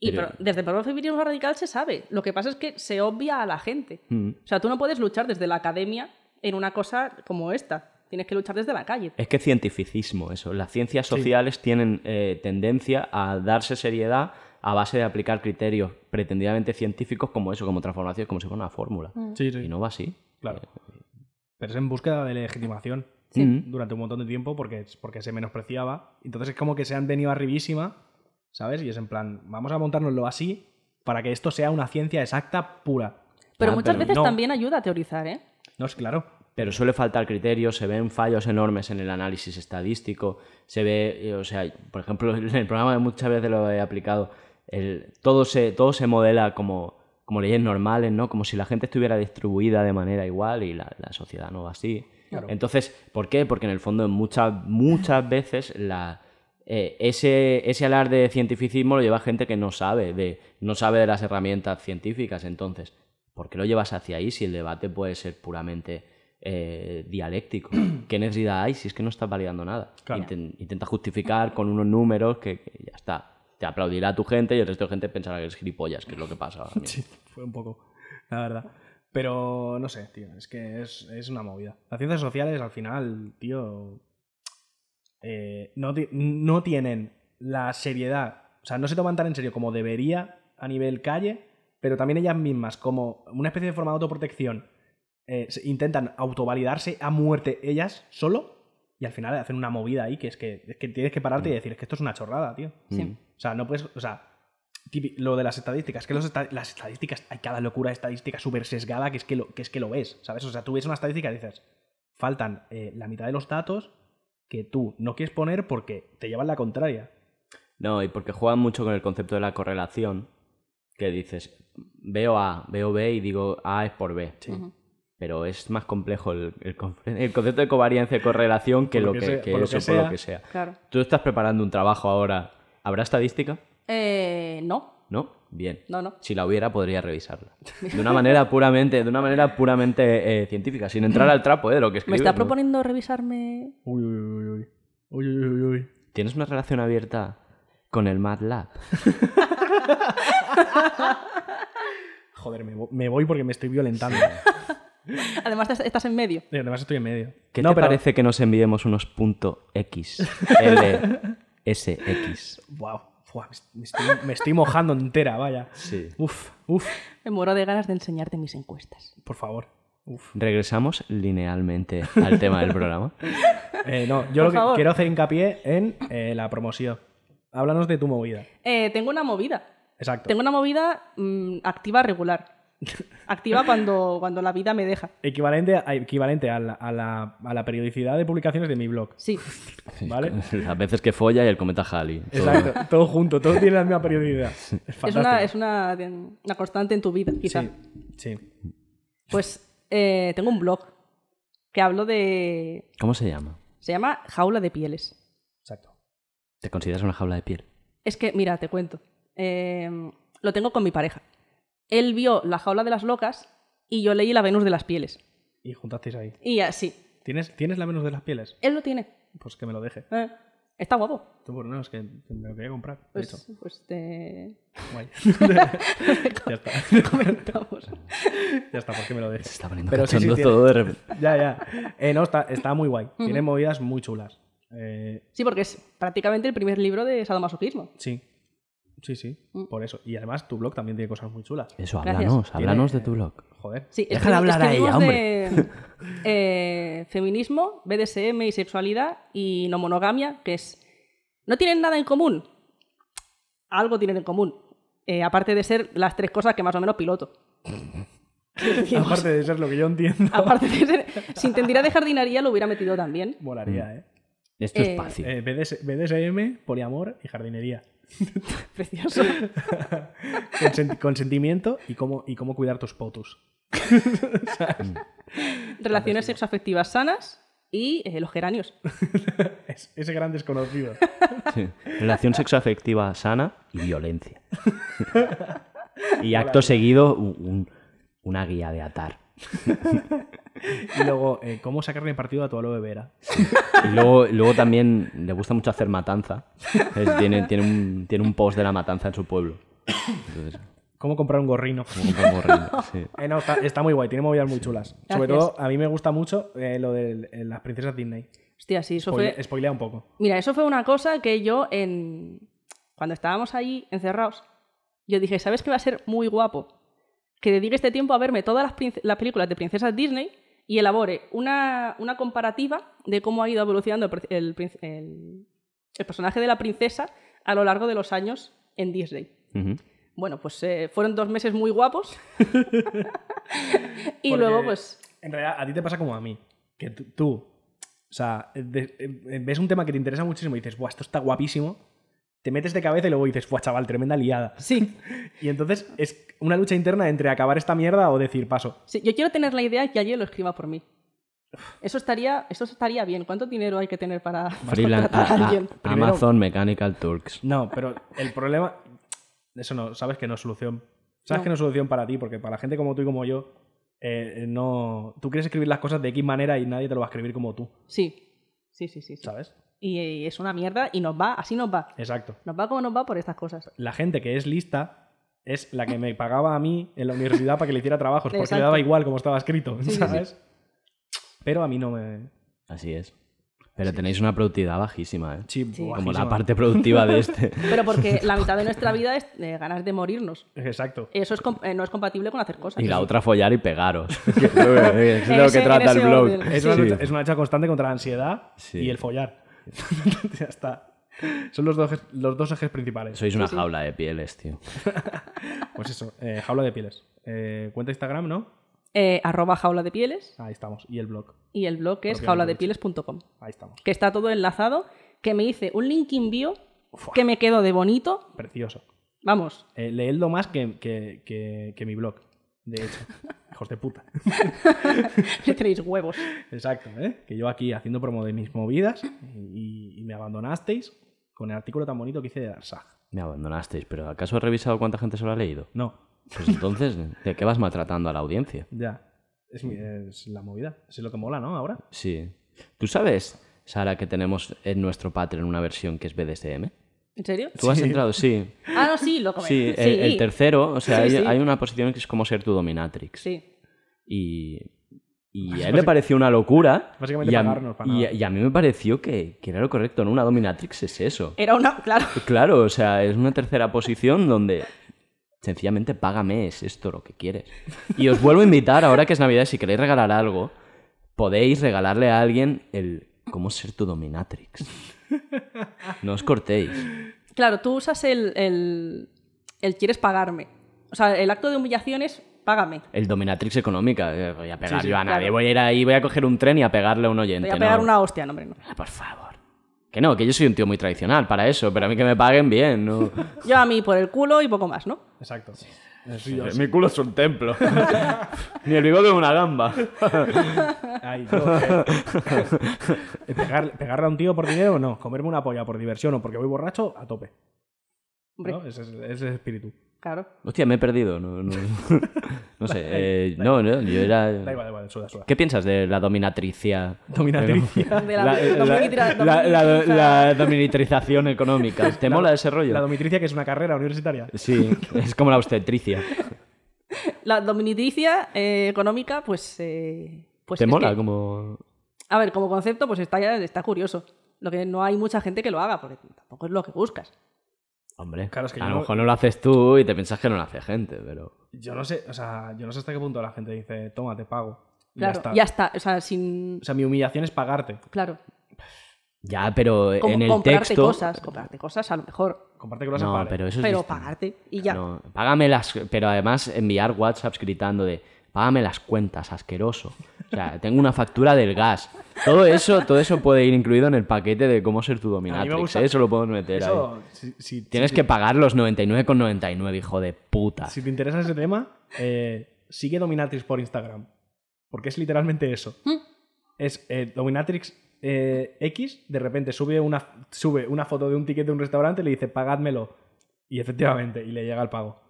[SPEAKER 3] Y
[SPEAKER 4] Pero-
[SPEAKER 3] pero desde el propio feminismo radical se sabe. Lo que pasa es que se obvia a la gente.
[SPEAKER 4] Mm.
[SPEAKER 3] O sea, tú no puedes luchar desde la academia en una cosa como esta. Tienes que luchar desde la calle.
[SPEAKER 4] Es que es cientificismo eso. Las ciencias sociales tienen eh, tendencia a darse seriedad a base de aplicar criterios pretendidamente científicos como eso, como transformación, como si fuera una fórmula.
[SPEAKER 5] Sí, sí,
[SPEAKER 4] Y no va así.
[SPEAKER 5] Mm.
[SPEAKER 4] Eh,
[SPEAKER 5] claro. Pero es en búsqueda de legitimación
[SPEAKER 4] Sí.
[SPEAKER 5] durante un montón de tiempo porque, porque se menospreciaba. Entonces es como que se han venido arribísima, ¿sabes? Y es en plan, vamos a montárnoslo así para que esto sea una ciencia exacta pura.
[SPEAKER 3] Pero
[SPEAKER 4] Ah,
[SPEAKER 3] muchas
[SPEAKER 4] pero
[SPEAKER 3] veces
[SPEAKER 5] no.
[SPEAKER 3] también ayuda a teorizar, ¿eh?
[SPEAKER 5] No es claro.
[SPEAKER 4] Pero suele faltar criterio, se ven fallos enormes en el análisis estadístico, se ve, eh, o sea, por ejemplo, <laughs> en el programa muchas veces lo he aplicado, el, todo, se, todo se modela como, como leyes normales, ¿no? Como si la gente estuviera distribuida de manera igual y la, la sociedad no va así. Entonces, ¿por qué? Porque en el fondo en muchas, muchas veces la, eh, ese, ese alarde de cientificismo lo lleva gente que no sabe, de, no sabe de las herramientas científicas. Entonces, ¿por qué lo llevas hacia ahí si el debate puede ser puramente eh,
[SPEAKER 5] <clears throat>
[SPEAKER 4] dialéctico? ¿Qué necesidad hay si es que no estás validando nada?
[SPEAKER 5] Claro.
[SPEAKER 4] Inten- intenta justificar con unos números que, que ya está. Te aplaudirá tu gente y el resto de gente pensará que eres gilipollas, que es lo que pasa. ahora mismo.
[SPEAKER 5] Sí, fue un poco, la verdad. Pero no sé, tío, es que es, es una movida. Las ciencias sociales al final, tío, eh, no, ti- no tienen la seriedad, o sea, no se toman tan en serio como debería a nivel calle, pero también ellas mismas, como una especie de forma de autoprotección, eh, se- intentan autovalidarse a muerte ellas solo y al final hacen una movida ahí que es que, es que tienes que pararte y decir, es que esto es una chorrada, tío.
[SPEAKER 4] Mm.
[SPEAKER 3] Sí.
[SPEAKER 5] O sea, no puedes. O sea, tipi- lo de las estadísticas, que los esta- las estadísticas, hay cada locura de estadística súper sesgada que es que, lo, que es que lo ves, ¿sabes? O sea, tú ves una estadística y dices, faltan eh, la mitad de los datos que tú no quieres poner porque te llevan la contraria.
[SPEAKER 4] No, y porque juegan mucho con el concepto de la correlación, que dices, veo A, veo B y digo A es por B.
[SPEAKER 3] Ujú.
[SPEAKER 4] Pero es más complejo el, el con- el concepto de covarianza y correlación que
[SPEAKER 5] Por
[SPEAKER 4] lo
[SPEAKER 5] lo
[SPEAKER 4] que,
[SPEAKER 5] que sea-
[SPEAKER 4] que
[SPEAKER 5] por lo
[SPEAKER 4] eso,
[SPEAKER 5] que
[SPEAKER 4] por lo
[SPEAKER 5] sea.
[SPEAKER 4] que sea.
[SPEAKER 3] Claro.
[SPEAKER 4] Tú estás preparando un trabajo ahora. ¿Habrá estadística?
[SPEAKER 3] Eh, no,
[SPEAKER 4] ¿No? Bien.
[SPEAKER 3] no, no.
[SPEAKER 4] Si la hubiera, podría revisarla. De
[SPEAKER 3] <laughs>
[SPEAKER 4] una manera puramente, de una manera puramente eh, científica, sin entrar al trapo eh, de lo que
[SPEAKER 3] ¿Me
[SPEAKER 4] escribes.
[SPEAKER 3] está
[SPEAKER 4] ¿no?
[SPEAKER 3] proponiendo revisarme?
[SPEAKER 5] Uy, uy, uy, uy. Uy, uy, uy, uy.
[SPEAKER 4] ¿Tienes una relación abierta con el MATLAB?
[SPEAKER 5] Joder, me, vo- me voy porque me estoy violentando.
[SPEAKER 3] Además, estás- estás en medio.
[SPEAKER 5] Y Además estoy en medio.
[SPEAKER 4] <laughs> ¿Qué
[SPEAKER 5] No,
[SPEAKER 4] te
[SPEAKER 5] pero-
[SPEAKER 4] parece que nos enviemos unos punto X,
[SPEAKER 3] <laughs>
[SPEAKER 4] L, S, X?
[SPEAKER 5] Guau, buah, me- me, estoy, me estoy mojando entera, vaya.
[SPEAKER 4] Sí.
[SPEAKER 5] Uf, uf,
[SPEAKER 3] Me muero de ganas de enseñarte mis encuestas.
[SPEAKER 5] por favor. Uf.
[SPEAKER 4] Regresamos linealmente al tema del programa.
[SPEAKER 5] Eh, no, yo lo que
[SPEAKER 3] favor.
[SPEAKER 5] quiero hacer hincapié en eh, la promoción. Háblanos de tu movida.
[SPEAKER 3] Eh, tengo una movida.
[SPEAKER 5] Exacto.
[SPEAKER 3] Tengo una movida mm, activa regular. activa cuando, cuando la vida me deja.
[SPEAKER 5] Equivalente, a, equivalente a, la, a la- a la periodicidad de publicaciones de mi blog.
[SPEAKER 3] Sí.
[SPEAKER 5] <laughs> ¿Vale?
[SPEAKER 4] Las veces que folla y el cometa Halley. Todo.
[SPEAKER 5] Exacto. Todo junto, todo tiene la misma periodicidad. Es
[SPEAKER 3] Es,
[SPEAKER 5] fantástico.
[SPEAKER 3] una, es una, una constante en tu vida, quizá.
[SPEAKER 5] Sí, sí.
[SPEAKER 3] Pues eh, tengo un blog que hablo de...
[SPEAKER 4] ¿Cómo se llama?
[SPEAKER 3] Se llama Jaula de Pieles.
[SPEAKER 5] Exacto.
[SPEAKER 4] ¿Te consideras una jaula de piel?
[SPEAKER 3] Es que, mira, te cuento. Eh, lo tengo con mi pareja. Él vio La Jaula de las Locas y yo leí La Venus de las Pieles.
[SPEAKER 5] Y juntasteis ahí.
[SPEAKER 3] Y así.
[SPEAKER 5] ¿Tienes, ¿Tienes la menos de las pieles?
[SPEAKER 3] Él lo tiene.
[SPEAKER 5] Pues que me lo deje.
[SPEAKER 3] Eh, está guapo.
[SPEAKER 5] Tú, bueno, es que que me lo quería comprar. De hecho,
[SPEAKER 3] Pues, pues te... <laughs>
[SPEAKER 5] guay. <laughs> ya está.
[SPEAKER 3] comentamos.
[SPEAKER 5] Ya está, porque me lo deje.
[SPEAKER 4] Se está poniendo
[SPEAKER 5] Pero sí, sí
[SPEAKER 4] cachondo
[SPEAKER 5] tiene.
[SPEAKER 4] todo de repente.
[SPEAKER 5] Ya, ya. Eh, no, está, está muy guay. Tiene movidas muy chulas. Eh,
[SPEAKER 3] Sí, porque es prácticamente el primer libro de sadomasoquismo.
[SPEAKER 5] sí. Sí, sí.
[SPEAKER 3] Mm.
[SPEAKER 5] Por eso. Y además, tu blog también tiene cosas muy chulas.
[SPEAKER 4] Eso,
[SPEAKER 3] Gracias.
[SPEAKER 4] háblanos, háblanos de
[SPEAKER 5] Tiene-
[SPEAKER 4] tu blog.
[SPEAKER 5] Joder.
[SPEAKER 3] Sí,
[SPEAKER 4] Déjala
[SPEAKER 3] escri-
[SPEAKER 4] hablar a ella,
[SPEAKER 3] escribimos de, eh, feminismo, BDSM y sexualidad y no monogamia, que es... No tienen nada en común. Algo tienen en común. Eh, aparte de ser las tres cosas que más o menos
[SPEAKER 4] <laughs>
[SPEAKER 3] piloto.
[SPEAKER 5] <laughs> Aparte de ser lo que yo entiendo,
[SPEAKER 3] Aparte de ser... Si intentará de jardinería lo hubiera metido
[SPEAKER 4] <laughs>
[SPEAKER 3] también.
[SPEAKER 5] molaría, ¿eh?
[SPEAKER 4] Esto
[SPEAKER 3] Eh,
[SPEAKER 4] es fácil.
[SPEAKER 5] Eh, BDS BDSM, poliamor y jardinería.
[SPEAKER 3] Precioso.
[SPEAKER 5] Consen- consentimiento y cómo, y cómo cuidar tus potus.
[SPEAKER 3] Relaciones sexoafectivas sanas y eh, los geranios.
[SPEAKER 5] Es- ese gran desconocido.
[SPEAKER 4] Sí. Relación sexoafectiva sana y violencia. y acto seguido, un- un- una guía de atar.
[SPEAKER 5] Y luego, eh, cómo sacarle partido a tu aloe vera.
[SPEAKER 4] Y luego, luego también le gusta mucho hacer matanza. Es- tiene, tiene un, tiene un post de la matanza en su pueblo. Entonces,
[SPEAKER 5] Cómo comprar un gorrino.
[SPEAKER 4] un poco horrible, sí.
[SPEAKER 5] Eh, no, está, está muy guay, tiene movidas muy chulas. Sobre
[SPEAKER 3] Gracias.
[SPEAKER 5] todo, a mí me gusta mucho eh, lo de las princesas Disney.
[SPEAKER 3] Hostia, sí, eso
[SPEAKER 5] Spoile-
[SPEAKER 3] fue...
[SPEAKER 5] spoilea un poco.
[SPEAKER 3] Mira, eso fue una cosa que yo en... Cuando estábamos allí encerrados, yo dije, ¿sabes qué va a ser muy guapo? Que dedique este tiempo a verme todas las, prince- las películas de princesas Disney y elabore una, una comparativa de cómo ha ido evolucionando el, pr- el princ- el- el personaje de la princesa a lo largo de los años en Disney.
[SPEAKER 4] Ujú.
[SPEAKER 3] Bueno, pues eh, fueron dos meses muy guapos. <laughs> y
[SPEAKER 5] Porque,
[SPEAKER 3] luego, pues,
[SPEAKER 5] En realidad, a ti te pasa como a mí. Que tú- tú, o sea, de- eh, ves un tema que te interesa muchísimo y dices, ¡buah, esto está guapísimo! Te metes de cabeza y luego dices, ¡buah, chaval, tremenda liada!
[SPEAKER 3] sí,
[SPEAKER 5] Y entonces es una lucha interna entre acabar esta mierda o decir paso.
[SPEAKER 3] Sí, yo quiero tener la idea que alguien lo escriba por mí. Eso estaría, eso estaría bien. ¿Cuánto dinero hay que tener para
[SPEAKER 4] Freelan-
[SPEAKER 3] contratar a
[SPEAKER 4] a- a-
[SPEAKER 3] alguien?
[SPEAKER 5] Primero-
[SPEAKER 4] Amazon Mechanical Turks.
[SPEAKER 5] No, pero el problema. Eso no, sabes que no es solución. Sabes
[SPEAKER 3] No.
[SPEAKER 5] que no es solución para ti, porque para la gente como tú y como yo, eh, no. Tú quieres escribir las cosas de X manera y nadie te lo va a escribir como tú,
[SPEAKER 3] Sí, sí, sí, sí. sí.
[SPEAKER 5] ¿sabes?
[SPEAKER 3] Y, eh, es una mierda y nos va, así nos va.
[SPEAKER 5] Exacto.
[SPEAKER 3] Nos va como nos va por estas cosas.
[SPEAKER 5] la gente que es lista es la que me pagaba a mí en la universidad para que le hiciera trabajos, porque le
[SPEAKER 3] Exacto.
[SPEAKER 5] daba igual como estaba escrito,
[SPEAKER 3] sí, sí.
[SPEAKER 5] ¿sabes? Pero a mí no me...
[SPEAKER 4] Así es. Pero tenéis una productividad bajísima, ¿eh?
[SPEAKER 5] Sí,
[SPEAKER 3] Sí.
[SPEAKER 4] Como la
[SPEAKER 5] bajísima.
[SPEAKER 4] parte productiva de este.
[SPEAKER 3] Pero porque la mitad de nuestra vida es eh, ganas de morirnos.
[SPEAKER 5] Exacto.
[SPEAKER 3] Eso es com- eh, no es compatible con hacer cosas.
[SPEAKER 4] Y la otra, follar y pegaros. Que es lo que- es lo
[SPEAKER 3] ese-
[SPEAKER 4] que
[SPEAKER 3] en
[SPEAKER 4] trata
[SPEAKER 3] ese
[SPEAKER 4] el blog.
[SPEAKER 3] orden.
[SPEAKER 5] Es una,
[SPEAKER 4] Sí.
[SPEAKER 5] lucha, es una lucha constante contra la ansiedad
[SPEAKER 4] Sí.
[SPEAKER 5] y el follar. <laughs> ya está. Son los dos, los dos ejes principales.
[SPEAKER 4] Sois una jaula de pieles, tío.
[SPEAKER 5] Pues eso, eh, jaula de pieles. Eh, cuenta Instagram, ¿no?
[SPEAKER 3] Eh, arroba jaula de pieles
[SPEAKER 5] Ahí estamos. Y el blog.
[SPEAKER 3] y el blog es
[SPEAKER 5] Propiamente
[SPEAKER 3] jauladepieles.com.
[SPEAKER 5] Ahí estamos.
[SPEAKER 3] Que está todo enlazado. Que me hice un link in bio que me quedó de bonito.
[SPEAKER 5] Precioso.
[SPEAKER 3] Vamos, <laughs>
[SPEAKER 5] Eh, leedlo más que, que- que- que mi blog, de
[SPEAKER 3] <laughs>
[SPEAKER 5] hecho. Hijos de puta.
[SPEAKER 3] que tenéis huevos.
[SPEAKER 5] Exacto, ¿eh? Que yo aquí haciendo promo de mis movidas y, y me abandonasteis con el artículo tan bonito que hice de Darsag.
[SPEAKER 4] Me abandonasteis, pero ¿acaso has revisado cuánta gente se lo ha leído?
[SPEAKER 5] No,
[SPEAKER 4] Pues entonces, <laughs> ¿de qué vas maltratando a la audiencia?
[SPEAKER 5] ya. Es, mi- es la movida. Es lo que mola, ¿no? Ahora.
[SPEAKER 4] Sí. ¿Tú sabes, Sara, que tenemos en nuestro Patreon una versión que es BDSM?
[SPEAKER 3] ¿En serio?
[SPEAKER 4] ¿Tú has entrado?
[SPEAKER 5] <laughs>
[SPEAKER 4] Sí.
[SPEAKER 3] Ah, no, sí, lo comenté.
[SPEAKER 4] Sí, el, el tercero, o sea,
[SPEAKER 3] Sí,
[SPEAKER 4] hay,
[SPEAKER 3] sí.
[SPEAKER 4] hay una posición que es como ser tu dominatrix.
[SPEAKER 3] Sí.
[SPEAKER 4] Y, y a él le pareció una locura.
[SPEAKER 5] Básicamente
[SPEAKER 4] y a,
[SPEAKER 5] pagarnos para
[SPEAKER 4] y-
[SPEAKER 5] nada.
[SPEAKER 4] y a mí me pareció que, que era lo correcto, ¿no? Una dominatrix es eso.
[SPEAKER 3] Era una, claro,
[SPEAKER 4] Claro, o sea, es una tercera posición donde sencillamente págame, es esto lo que quieres. Y os vuelvo a invitar, ahora que es Navidad, si queréis regalar algo, podéis regalarle a alguien el cómo ser tu dominatrix. No os cortéis.
[SPEAKER 3] claro, tú usas el, el, el quieres pagarme. O sea, el acto de humillación es págame.
[SPEAKER 4] El dominatrix económica, eh, voy a pegar
[SPEAKER 5] Sí, sí,
[SPEAKER 4] yo a nadie,
[SPEAKER 3] claro.
[SPEAKER 4] voy a ir ahí, voy a coger un tren y a pegarle a un oyente.
[SPEAKER 3] Te voy a pegar
[SPEAKER 4] no.
[SPEAKER 3] una hostia, no, hombre, no.
[SPEAKER 4] Ah, Por favor. Que no, que yo soy un tío muy tradicional para eso, pero a mí que me paguen bien, ¿no?
[SPEAKER 3] Yo a mí por el culo y poco más, ¿no?
[SPEAKER 5] Exacto. Sí, yo-
[SPEAKER 4] <laughs> Mi culo es un templo. <laughs> Ni el bigote es una gamba.
[SPEAKER 5] Ay, yo, eh, eh, <laughs> pegar- pegarle a un tío por dinero o no. Comerme una polla por diversión o porque voy borracho, a tope.
[SPEAKER 3] Hombre,
[SPEAKER 5] ¿no? Ese, es, ese es el espíritu.
[SPEAKER 3] Claro.
[SPEAKER 4] Hostia, me he perdido. No, <laughs> no, no sé. eh, no, no, yo era.
[SPEAKER 5] Da igual, da igual, suda, suda.
[SPEAKER 4] ¿Qué piensas de la dominatricia? <laughs>
[SPEAKER 5] Dominatricia.
[SPEAKER 3] De la, dominitri-
[SPEAKER 4] la- la-
[SPEAKER 3] dominitri-
[SPEAKER 4] la
[SPEAKER 3] <laughs>
[SPEAKER 4] dominatrización económica. ¿Te mola ese rollo?
[SPEAKER 5] La dominatricia, que es una carrera universitaria.
[SPEAKER 4] Sí, es como la obstetricia.
[SPEAKER 3] la dominitricia eh, económica, pues... eh, pues
[SPEAKER 4] ¿Te
[SPEAKER 3] es
[SPEAKER 4] mola?
[SPEAKER 3] que-
[SPEAKER 4] Como...
[SPEAKER 3] A ver, como concepto, pues está, está curioso. Lo que no hay mucha gente que lo haga, porque tampoco es lo que buscas.
[SPEAKER 4] Hombre,
[SPEAKER 5] Claro, es que
[SPEAKER 4] a
[SPEAKER 5] yo
[SPEAKER 4] lo
[SPEAKER 5] no-
[SPEAKER 4] mejor no lo haces tú y te piensas que no lo hace gente, pero...
[SPEAKER 5] Yo no sé, o sea, yo no sé hasta qué punto la gente dice, toma, te pago. Y
[SPEAKER 3] Claro,
[SPEAKER 5] ya está.
[SPEAKER 3] O sea, sin...
[SPEAKER 5] O sea, mi humillación es pagarte.
[SPEAKER 3] Claro.
[SPEAKER 4] Ya, pero
[SPEAKER 3] Como
[SPEAKER 4] en el
[SPEAKER 3] comprarte
[SPEAKER 4] texto...
[SPEAKER 3] cosas, comprarte cosas a lo mejor,
[SPEAKER 5] Comparte con los
[SPEAKER 4] No,
[SPEAKER 5] ampares.
[SPEAKER 4] pero eso es
[SPEAKER 3] pero
[SPEAKER 4] distinto.
[SPEAKER 3] pagarte y ya.
[SPEAKER 4] No, págame las... Pero además enviar WhatsApps gritando de... Págame las cuentas, asqueroso. O sea, <laughs> tengo una factura del gas. Todo eso, todo eso puede ir incluido en el paquete de cómo ser tu dominatrix.
[SPEAKER 5] gusta-
[SPEAKER 4] ¿eh? Eso lo podemos meter ahí.
[SPEAKER 5] Eso, si, si-
[SPEAKER 4] Tienes
[SPEAKER 5] si-
[SPEAKER 4] que pagar los 99,99, hijo de puta.
[SPEAKER 5] si te interesa ese tema, eh, sigue Dominatrix por Instagram. Porque es literalmente eso. Es eh, Dominatrix eh, X, de repente sube una, sube una foto de un ticket de un restaurante y le dice, pagádmelo. Y efectivamente, y le llega el pago.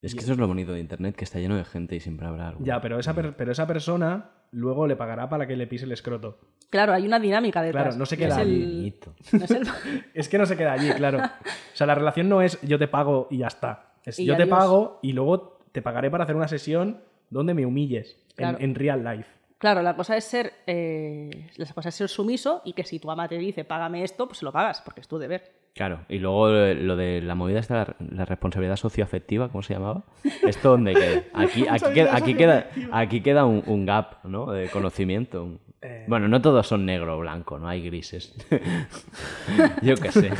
[SPEAKER 4] Es que eso es lo bonito de Internet, que está lleno de gente y siempre habrá algo.
[SPEAKER 5] Ya, pero esa, per- pero esa persona luego le pagará para que le pise el escroto.
[SPEAKER 3] Claro, hay una dinámica detrás.
[SPEAKER 5] Claro, no se
[SPEAKER 3] es
[SPEAKER 5] queda
[SPEAKER 3] el... no es el- <laughs>
[SPEAKER 5] Es que no se queda allí, claro. O sea, la relación no es yo te pago y ya está. Es
[SPEAKER 3] Y
[SPEAKER 5] yo te
[SPEAKER 3] adiós.
[SPEAKER 5] pago y luego te pagaré para hacer una sesión donde me humilles en-
[SPEAKER 3] Claro.
[SPEAKER 5] en, real life.
[SPEAKER 3] Claro, la cosa es ser eh, la cosa es ser sumiso y que si tu ama te dice págame esto, pues lo pagas, porque es tu deber.
[SPEAKER 4] Claro, y luego eh, lo de la movida está la, la responsabilidad socioafectiva, ¿cómo se
[SPEAKER 5] <laughs>
[SPEAKER 4] llamaba? ¿Esto dónde queda? Aquí, aquí, queda, aquí, queda, aquí queda un, un gap, ¿no? De conocimiento. un-
[SPEAKER 5] Eh,
[SPEAKER 4] Bueno, no todos son negro o blanco, no hay grises. <laughs> Yo qué
[SPEAKER 5] <laughs>
[SPEAKER 4] sé.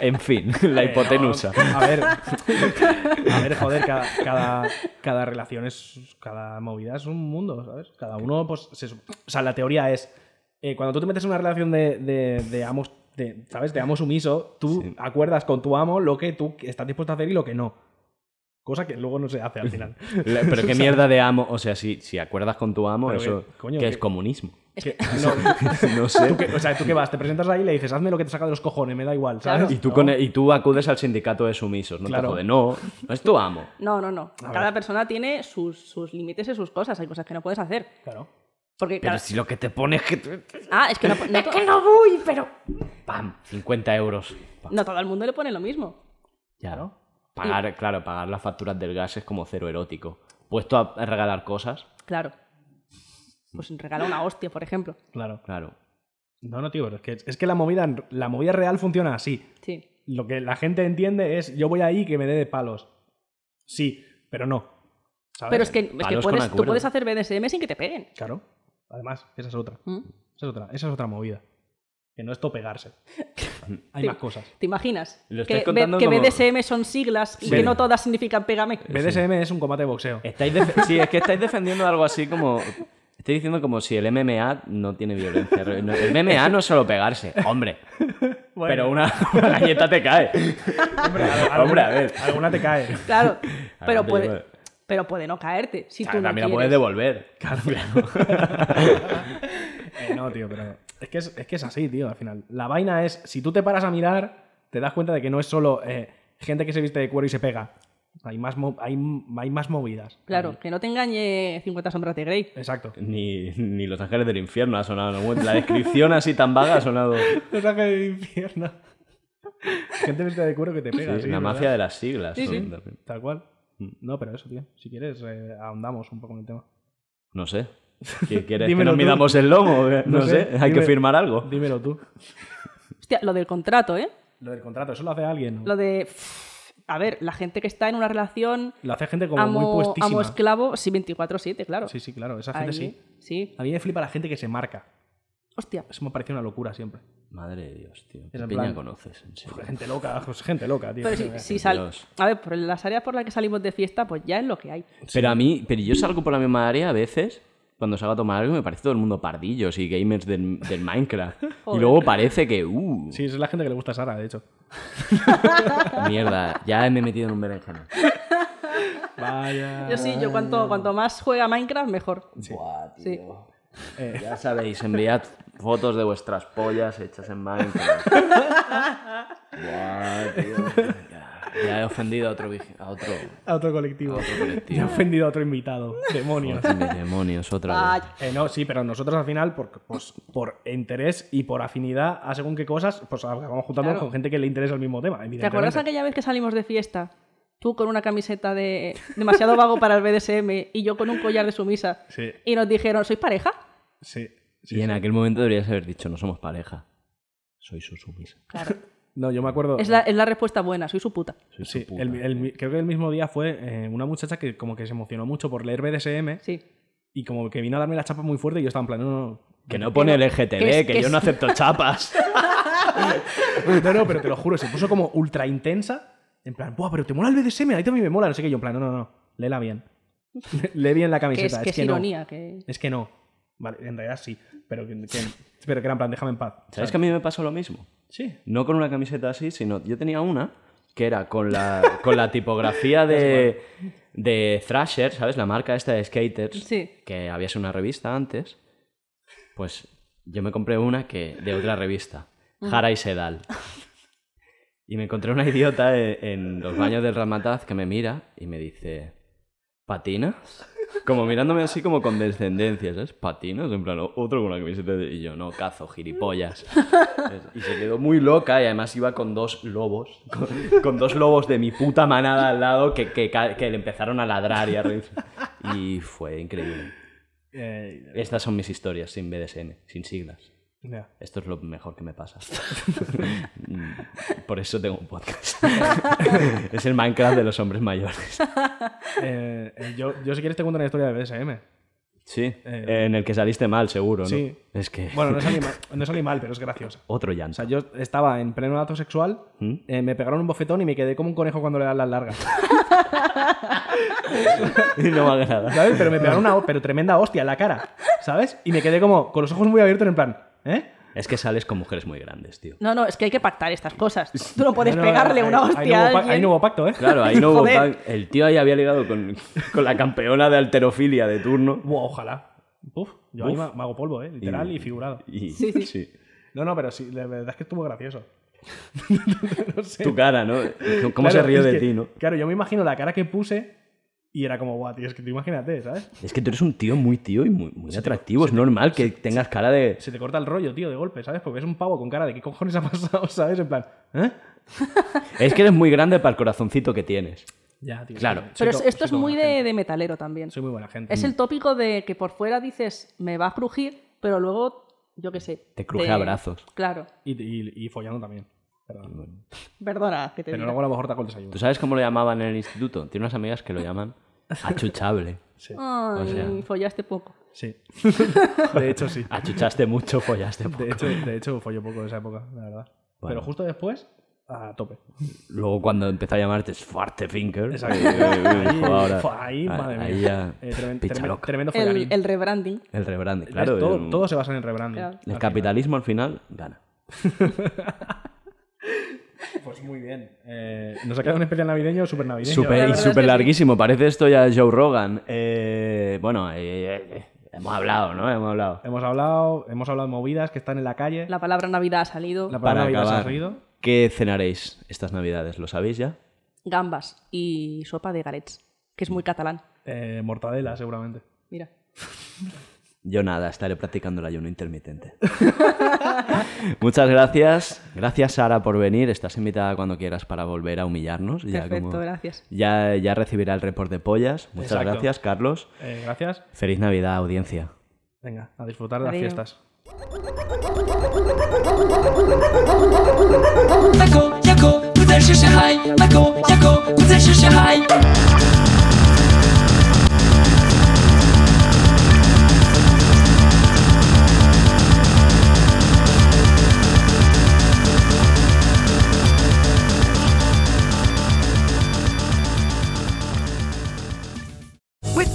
[SPEAKER 4] en fin, la hipotenusa.
[SPEAKER 5] eh, A
[SPEAKER 3] <laughs>
[SPEAKER 5] ver, a ver joder, cada, cada, cada relación es. Cada movida es un mundo, ¿sabes? Cada uno, pues. se su- o sea, la teoría es. eh, cuando tú te metes en una relación de, de, de amos. de- ¿Sabes? De amo sumiso, tú acuerdas con tu amo lo que tú estás dispuesto a hacer y lo que no. Cosa que luego no se hace
[SPEAKER 4] <laughs>
[SPEAKER 5] al final.
[SPEAKER 4] La- Pero qué mierda de amo. O sea, si, si acuerdas con tu amo,
[SPEAKER 5] Pero
[SPEAKER 4] eso
[SPEAKER 5] que- coño,
[SPEAKER 4] que
[SPEAKER 5] que-
[SPEAKER 4] es
[SPEAKER 5] <laughs>
[SPEAKER 4] comunismo. <laughs>
[SPEAKER 5] Que- <laughs> no,
[SPEAKER 4] No sé.
[SPEAKER 5] Tú que- o sea, tú que vas, te presentas ahí y le dices, hazme lo que te saca de los cojones, me da igual, ¿sabes?
[SPEAKER 4] Y tú,
[SPEAKER 5] ¿No?
[SPEAKER 4] con el- y tú acudes al sindicato de sumisos, no
[SPEAKER 5] Claro.
[SPEAKER 4] te jode. No, no es tu amo.
[SPEAKER 3] No, no, no. Cada persona tiene sus, sus límites y sus cosas. Hay cosas que no puedes hacer.
[SPEAKER 5] Claro.
[SPEAKER 3] Porque,
[SPEAKER 4] Pero
[SPEAKER 3] claro-
[SPEAKER 4] si lo que te pone es que... te-
[SPEAKER 3] Ah, es que no, no, to-
[SPEAKER 4] ¡Pam! 50 euros. Pam.
[SPEAKER 3] no todo el mundo le pone lo mismo.
[SPEAKER 4] Ya. Pagar, claro, pagar las facturas del gas es como cero erótico. Puesto a a regalar cosas,
[SPEAKER 3] Claro. Pues regala una hostia, por ejemplo.
[SPEAKER 5] Claro.
[SPEAKER 4] claro.
[SPEAKER 5] No, no, tío, pero es que, es que la, movida, la movida real funciona así.
[SPEAKER 3] Sí.
[SPEAKER 5] Lo que la gente entiende es, yo voy ahí que me dé de palos. Sí, pero no. ¿sabes?
[SPEAKER 3] Pero es que, es que
[SPEAKER 4] Palos con
[SPEAKER 3] puedes, tú
[SPEAKER 4] acuerdo.
[SPEAKER 3] puedes hacer BDSM sin que te peguen.
[SPEAKER 5] Claro. Además, esa es otra.
[SPEAKER 3] ¿Mm?
[SPEAKER 5] Esa es otra, esa es otra movida. Que no
[SPEAKER 4] <laughs>
[SPEAKER 5] es topegarse. Hay más cosas.
[SPEAKER 3] ¿Te imaginas?
[SPEAKER 4] Lo
[SPEAKER 3] que
[SPEAKER 4] estáis contando
[SPEAKER 3] que
[SPEAKER 4] como-
[SPEAKER 3] BDSM son siglas y
[SPEAKER 4] Sí.
[SPEAKER 3] que no todas significan pégame.
[SPEAKER 5] BDSM es un combate de boxeo.
[SPEAKER 4] Estáis def- <laughs> sí, es que estáis defendiendo algo así como... Estoy diciendo como si el MMA no tiene violencia. No, El MMA no es solo pegarse, hombre. Pero una, una galleta te cae. <laughs> Hombre, a ver.
[SPEAKER 5] Alguna te cae.
[SPEAKER 4] <laughs>
[SPEAKER 3] Claro.
[SPEAKER 4] Ah,
[SPEAKER 3] pero,
[SPEAKER 4] te
[SPEAKER 3] puede,
[SPEAKER 4] lleva-
[SPEAKER 3] pero puede no caerte. Si tú no
[SPEAKER 4] Ah, También la
[SPEAKER 3] quieres.
[SPEAKER 4] puedes devolver.
[SPEAKER 5] <laughs> Eh, no, tío, pero es que es, es que es así, tío, al final. La vaina es, si tú te paras a mirar, te das cuenta de que no es solo eh, gente que se viste de cuero y se pega. Hay más, mo- hay, hay más movidas.
[SPEAKER 3] Claro, que no te engañe 50 sombras de Grey.
[SPEAKER 5] Exacto. <laughs>
[SPEAKER 4] Ni, ni Los Ángeles del Infierno ha sonado. en algún- La descripción así tan vaga ha sonado.
[SPEAKER 5] Los ángeles del infierno. Gente vestida de cuero que te
[SPEAKER 4] Sí,
[SPEAKER 5] pega. sí,
[SPEAKER 4] la
[SPEAKER 5] ¿verdad?
[SPEAKER 4] mafia de las siglas. son también.
[SPEAKER 5] Tal cual. No, pero eso, tío. Si quieres, eh, ahondamos un poco en el tema.
[SPEAKER 4] No sé.
[SPEAKER 5] <laughs>
[SPEAKER 4] ¿Qué quieres? ¿Que
[SPEAKER 5] Dímelo
[SPEAKER 4] nos
[SPEAKER 5] tú.
[SPEAKER 4] midamos el lomo? No,
[SPEAKER 5] <laughs> No sé,
[SPEAKER 4] sé, hay que
[SPEAKER 5] dime-
[SPEAKER 4] firmar algo.
[SPEAKER 5] Dímelo tú.
[SPEAKER 3] Hostia, lo del contrato, ¿eh?
[SPEAKER 5] Lo del contrato, ¿eso lo hace alguien?
[SPEAKER 3] Lo
[SPEAKER 5] Lo,
[SPEAKER 3] de. pff, A ver, la gente que está en una relación
[SPEAKER 5] hace gente como muy
[SPEAKER 3] amo,
[SPEAKER 5] puestísima.
[SPEAKER 3] amo esclavo, sí, 24-7, claro.
[SPEAKER 5] Sí, sí, claro. Esa gente
[SPEAKER 3] Ahí,
[SPEAKER 5] sí.
[SPEAKER 3] sí.
[SPEAKER 5] A mí me flipa la gente que se marca.
[SPEAKER 3] Hostia. pues,
[SPEAKER 5] Eso me parece una locura siempre.
[SPEAKER 4] Madre de Dios, tío. ¿Qué
[SPEAKER 5] en
[SPEAKER 4] peña
[SPEAKER 5] plan-
[SPEAKER 4] conoces? en
[SPEAKER 5] <laughs>
[SPEAKER 4] serio?
[SPEAKER 5] Gente loca, pues, gente loca, tío.
[SPEAKER 3] Pero si, si sal...
[SPEAKER 4] Dios.
[SPEAKER 3] A ver, por las áreas por las que salimos de fiesta, pues ya es lo que hay.
[SPEAKER 4] Pero a mí, pero yo salgo por la misma área a veces. Cuando salgo a tomar algo me parece todo el mundo pardillos y gamers del, del
[SPEAKER 5] <laughs>
[SPEAKER 4] Minecraft. y
[SPEAKER 3] Joder.
[SPEAKER 4] luego parece que, uh,
[SPEAKER 5] Sí, esa es la gente que le gusta a Sara, de hecho.
[SPEAKER 4] mierda, ya me he metido en un
[SPEAKER 5] <laughs>
[SPEAKER 4] berenjena.
[SPEAKER 5] Vaya.
[SPEAKER 3] Yo sí,
[SPEAKER 4] Ah.
[SPEAKER 3] yo cuanto, cuanto más juega Minecraft, mejor.
[SPEAKER 4] Buah, tío.
[SPEAKER 3] Sí.
[SPEAKER 5] Eh.
[SPEAKER 4] Ya sabéis, enviad fotos de
[SPEAKER 5] <laughs>
[SPEAKER 4] vuestras pollas hechas en Minecraft. Buah, tío. Ya.
[SPEAKER 2] Ya he ofendido a otro, vigi- a otro,
[SPEAKER 5] A otro
[SPEAKER 2] a
[SPEAKER 5] colectivo. <laughs>
[SPEAKER 2] otro
[SPEAKER 5] Ya he
[SPEAKER 2] colectivo.
[SPEAKER 5] ofendido a otro <laughs> invitado. Demonios.
[SPEAKER 4] Joder, mis demonios, otra vez.
[SPEAKER 5] Eh, no, sí, pero nosotros al final, por, pues, por interés y por afinidad a según qué cosas, pues acabamos juntándonos
[SPEAKER 3] Claro.
[SPEAKER 5] con gente que le interesa el mismo tema.
[SPEAKER 3] ¿Te acuerdas
[SPEAKER 5] evidentemente.
[SPEAKER 3] aquella vez que salimos de fiesta? Tú con una camiseta de demasiado vago para el BDSM y yo con un collar de sumisa.
[SPEAKER 5] Sí,
[SPEAKER 3] Y nos dijeron, ¿sois pareja?
[SPEAKER 5] sí. sí,
[SPEAKER 4] Y en
[SPEAKER 5] sí.
[SPEAKER 4] aquel momento deberías haber dicho, no somos pareja. Soy su sumisa.
[SPEAKER 3] Claro.
[SPEAKER 5] No, yo me acuerdo.
[SPEAKER 3] Es la, es la respuesta buena, soy su puta.
[SPEAKER 4] Soy su
[SPEAKER 5] Sí,
[SPEAKER 4] puta.
[SPEAKER 5] el- el- creo que el mismo día fue eh, una muchacha que como que se emocionó mucho por leer BDSM
[SPEAKER 3] Sí.
[SPEAKER 5] y como que vino a darme la chapa muy fuerte y yo estaba en plan, no, no,
[SPEAKER 4] Que no pone el EGTB,
[SPEAKER 3] que
[SPEAKER 4] que,
[SPEAKER 3] es- que
[SPEAKER 4] yo
[SPEAKER 3] es-
[SPEAKER 4] no acepto
[SPEAKER 3] <laughs>
[SPEAKER 4] chapas.
[SPEAKER 5] <laughs> no, no, no, pero te lo juro, se puso como ultra intensa, en plan, buah, pero te mola el BDSM, ahí también me mola, no sé qué, yo en plan, no, no, no, léela bien. <laughs> Lee bien la
[SPEAKER 3] Que es,
[SPEAKER 5] camiseta, es,
[SPEAKER 3] que es
[SPEAKER 5] que no.
[SPEAKER 3] ironía. Que...
[SPEAKER 5] Es que no. Vale, en realidad sí, pero que, que- pero que era en plan, déjame en paz.
[SPEAKER 4] ¿Sabes que a mí me pasó lo mismo?
[SPEAKER 5] Sí.
[SPEAKER 4] No con una camiseta así, sino yo tenía una que era con la, con la tipografía <laughs> de, de Thrasher, ¿sabes? La marca esta de skaters,
[SPEAKER 3] Sí.
[SPEAKER 4] que había sido una revista antes. Pues yo me compré una que de otra revista, Jara y Sedal. Y me encontré una idiota e- en los baños del Ramataz que me mira y me dice, ¿patinas? Como mirándome así como con descendencia, ¿sabes? ¿Patinas? En plan, o- otro con una camiseta de... Y yo, no, cazo, gilipollas. Y se quedó muy loca y además iba con dos lobos, con, con dos lobos de mi puta manada al lado que, que ca- que le empezaron a ladrar y a reírse. Y fue increíble.
[SPEAKER 5] Eh,
[SPEAKER 4] Estas son mis historias sin BDSM, sin siglas.
[SPEAKER 5] ya.
[SPEAKER 4] Esto es lo mejor que me pasa. Mm, Por eso tengo un podcast. es el Minecraft de los hombres mayores.
[SPEAKER 5] Eh, eh, yo, yo si quieres te cuento una historia de BDSM.
[SPEAKER 4] Sí.
[SPEAKER 5] Eh,
[SPEAKER 4] en el que saliste mal, seguro, ¿no?
[SPEAKER 5] Sí.
[SPEAKER 4] Es que.
[SPEAKER 5] Bueno, no salí mal, no salí mal pero es graciosa.
[SPEAKER 4] Otro
[SPEAKER 5] O sea,
[SPEAKER 4] llanto.
[SPEAKER 5] yo estaba en pleno acto sexual,
[SPEAKER 4] ¿Mm? <laughs>
[SPEAKER 5] eh, me pegaron un bofetón y me quedé como un conejo cuando le dan las largas.
[SPEAKER 4] no me agrada.
[SPEAKER 5] ¿Sabes? Pero me pegaron una ho- pero tremenda hostia en la cara, ¿sabes? Y me quedé como con los ojos muy abiertos en plan, ¿eh?
[SPEAKER 4] Es que sales con mujeres muy grandes, tío.
[SPEAKER 3] No, no, es que hay que pactar estas cosas. Tú no puedes
[SPEAKER 5] No, no,
[SPEAKER 3] pegarle
[SPEAKER 5] ahí-
[SPEAKER 3] una
[SPEAKER 5] ahí
[SPEAKER 3] hostia a
[SPEAKER 5] no hubo pa-
[SPEAKER 3] alguien.
[SPEAKER 5] Ahí no hubo pacto, ¿eh?
[SPEAKER 4] Claro, ahí no hubo
[SPEAKER 3] Joder.
[SPEAKER 4] pan. El tío ahí había ligado con, con la campeona de alterofilia de turno.
[SPEAKER 5] <laughs> Buah, ojalá. Puf, yo ahí
[SPEAKER 4] Uf.
[SPEAKER 5] ma- me hago polvo, ¿eh? Literal y, figurado.
[SPEAKER 4] Y-
[SPEAKER 3] Sí, sí.
[SPEAKER 5] No, no, pero sí, la verdad es que estuvo gracioso. no sé.
[SPEAKER 4] Tu cara, ¿no? ¿Cómo se
[SPEAKER 5] Claro,
[SPEAKER 4] rió
[SPEAKER 5] es
[SPEAKER 4] de
[SPEAKER 5] que-
[SPEAKER 4] ti, no?
[SPEAKER 5] Claro, yo me imagino la cara que puse y era como, guau, tío, es que tú imagínate, ¿sabes?
[SPEAKER 4] Es que tú eres un tío muy tío y muy, muy atractivo. Es normal que tengas cara de.
[SPEAKER 5] Se te corta el rollo, tío, de golpe, ¿sabes? Porque es un pavo con cara de qué cojones ha pasado, <laughs> ¿sabes? En plan, ¿eh?
[SPEAKER 4] Es que eres muy grande para el corazoncito que tienes.
[SPEAKER 5] Ya, tío.
[SPEAKER 4] Claro.
[SPEAKER 5] soy- soy
[SPEAKER 3] Pero
[SPEAKER 5] to-
[SPEAKER 3] es- esto
[SPEAKER 5] soy
[SPEAKER 3] es
[SPEAKER 5] todo
[SPEAKER 3] muy
[SPEAKER 5] buena gente.
[SPEAKER 3] de, de metalero también.
[SPEAKER 5] Soy muy buena gente.
[SPEAKER 3] Es el tópico de que por fuera dices, me va a crujir, pero luego, yo qué sé.
[SPEAKER 4] Te cruje a brazos.
[SPEAKER 3] Claro.
[SPEAKER 5] Y, y, y follando también. Perdón.
[SPEAKER 3] Perdona que te
[SPEAKER 5] Pero
[SPEAKER 3] diga.
[SPEAKER 5] luego a lo mejor te hago el desayuno.
[SPEAKER 4] ¿Tú sabes cómo lo llamaban en el instituto? Tiene unas amigas que lo llaman achuchable.
[SPEAKER 5] Sí.
[SPEAKER 3] Ay,
[SPEAKER 4] O sea-
[SPEAKER 3] follaste poco.
[SPEAKER 5] Sí. <laughs> De hecho, sí.
[SPEAKER 4] Achuchaste mucho, follaste poco.
[SPEAKER 5] De hecho, de hecho folló poco en esa época, la verdad. Pero justo después, a tope.
[SPEAKER 4] Luego cuando empezó a llamarte Schwarzefinker.
[SPEAKER 5] Exacto.
[SPEAKER 4] eh, eh,
[SPEAKER 5] Ahí,
[SPEAKER 4] jo, ahora-
[SPEAKER 5] fue ahí,
[SPEAKER 4] a-
[SPEAKER 5] madre mía.
[SPEAKER 4] ahí ya,
[SPEAKER 5] Eh, tremen-
[SPEAKER 4] picha
[SPEAKER 5] tremen-
[SPEAKER 4] loca.
[SPEAKER 5] tremendo follarín.
[SPEAKER 3] El, el rebranding.
[SPEAKER 4] El rebranding,
[SPEAKER 5] ¿Ves?
[SPEAKER 4] claro.
[SPEAKER 5] todo,
[SPEAKER 4] el,
[SPEAKER 5] todo se basa en el rebranding.
[SPEAKER 3] Claro.
[SPEAKER 4] el capitalismo al final gana.
[SPEAKER 5] Pues muy bien. Eh, nos ha quedado un especial navideño, súper navideño.
[SPEAKER 4] Súper y
[SPEAKER 3] verdad es que
[SPEAKER 4] súper
[SPEAKER 3] sí.
[SPEAKER 4] larguísimo. Parece esto ya Joe Rogan. Eh, bueno, eh, eh, eh, hemos hablado, ¿no? Hemos hablado.
[SPEAKER 5] Hemos hablado, hemos hablado de movidas que están en la calle.
[SPEAKER 3] La palabra Navidad ha salido.
[SPEAKER 5] La
[SPEAKER 4] Para
[SPEAKER 5] palabra Navidad se ha
[SPEAKER 4] acabar,
[SPEAKER 5] reído.
[SPEAKER 4] ¿qué cenaréis estas navidades? ¿Lo sabéis ya?
[SPEAKER 3] Gambas y sopa de galets, que es muy catalán.
[SPEAKER 5] Eh, mortadela, seguramente.
[SPEAKER 3] Mira.
[SPEAKER 4] Yo nada, estaré practicando el ayuno intermitente. Muchas gracias. Gracias, Sara, por venir. Estás invitada cuando quieras para volver a humillarnos. Ya
[SPEAKER 3] Perfecto,
[SPEAKER 4] como-
[SPEAKER 3] gracias.
[SPEAKER 4] Ya, ya recibirá el report de pollas. Muchas
[SPEAKER 5] Exacto.
[SPEAKER 4] gracias, Carlos.
[SPEAKER 5] Eh, gracias.
[SPEAKER 4] Feliz Navidad, audiencia.
[SPEAKER 5] Venga, a disfrutar de las
[SPEAKER 3] Adiós.
[SPEAKER 5] fiestas.
[SPEAKER 6] Marco, Jaco,不再是小孩。Marco, Jaco, 不再是小孩。
[SPEAKER 7] With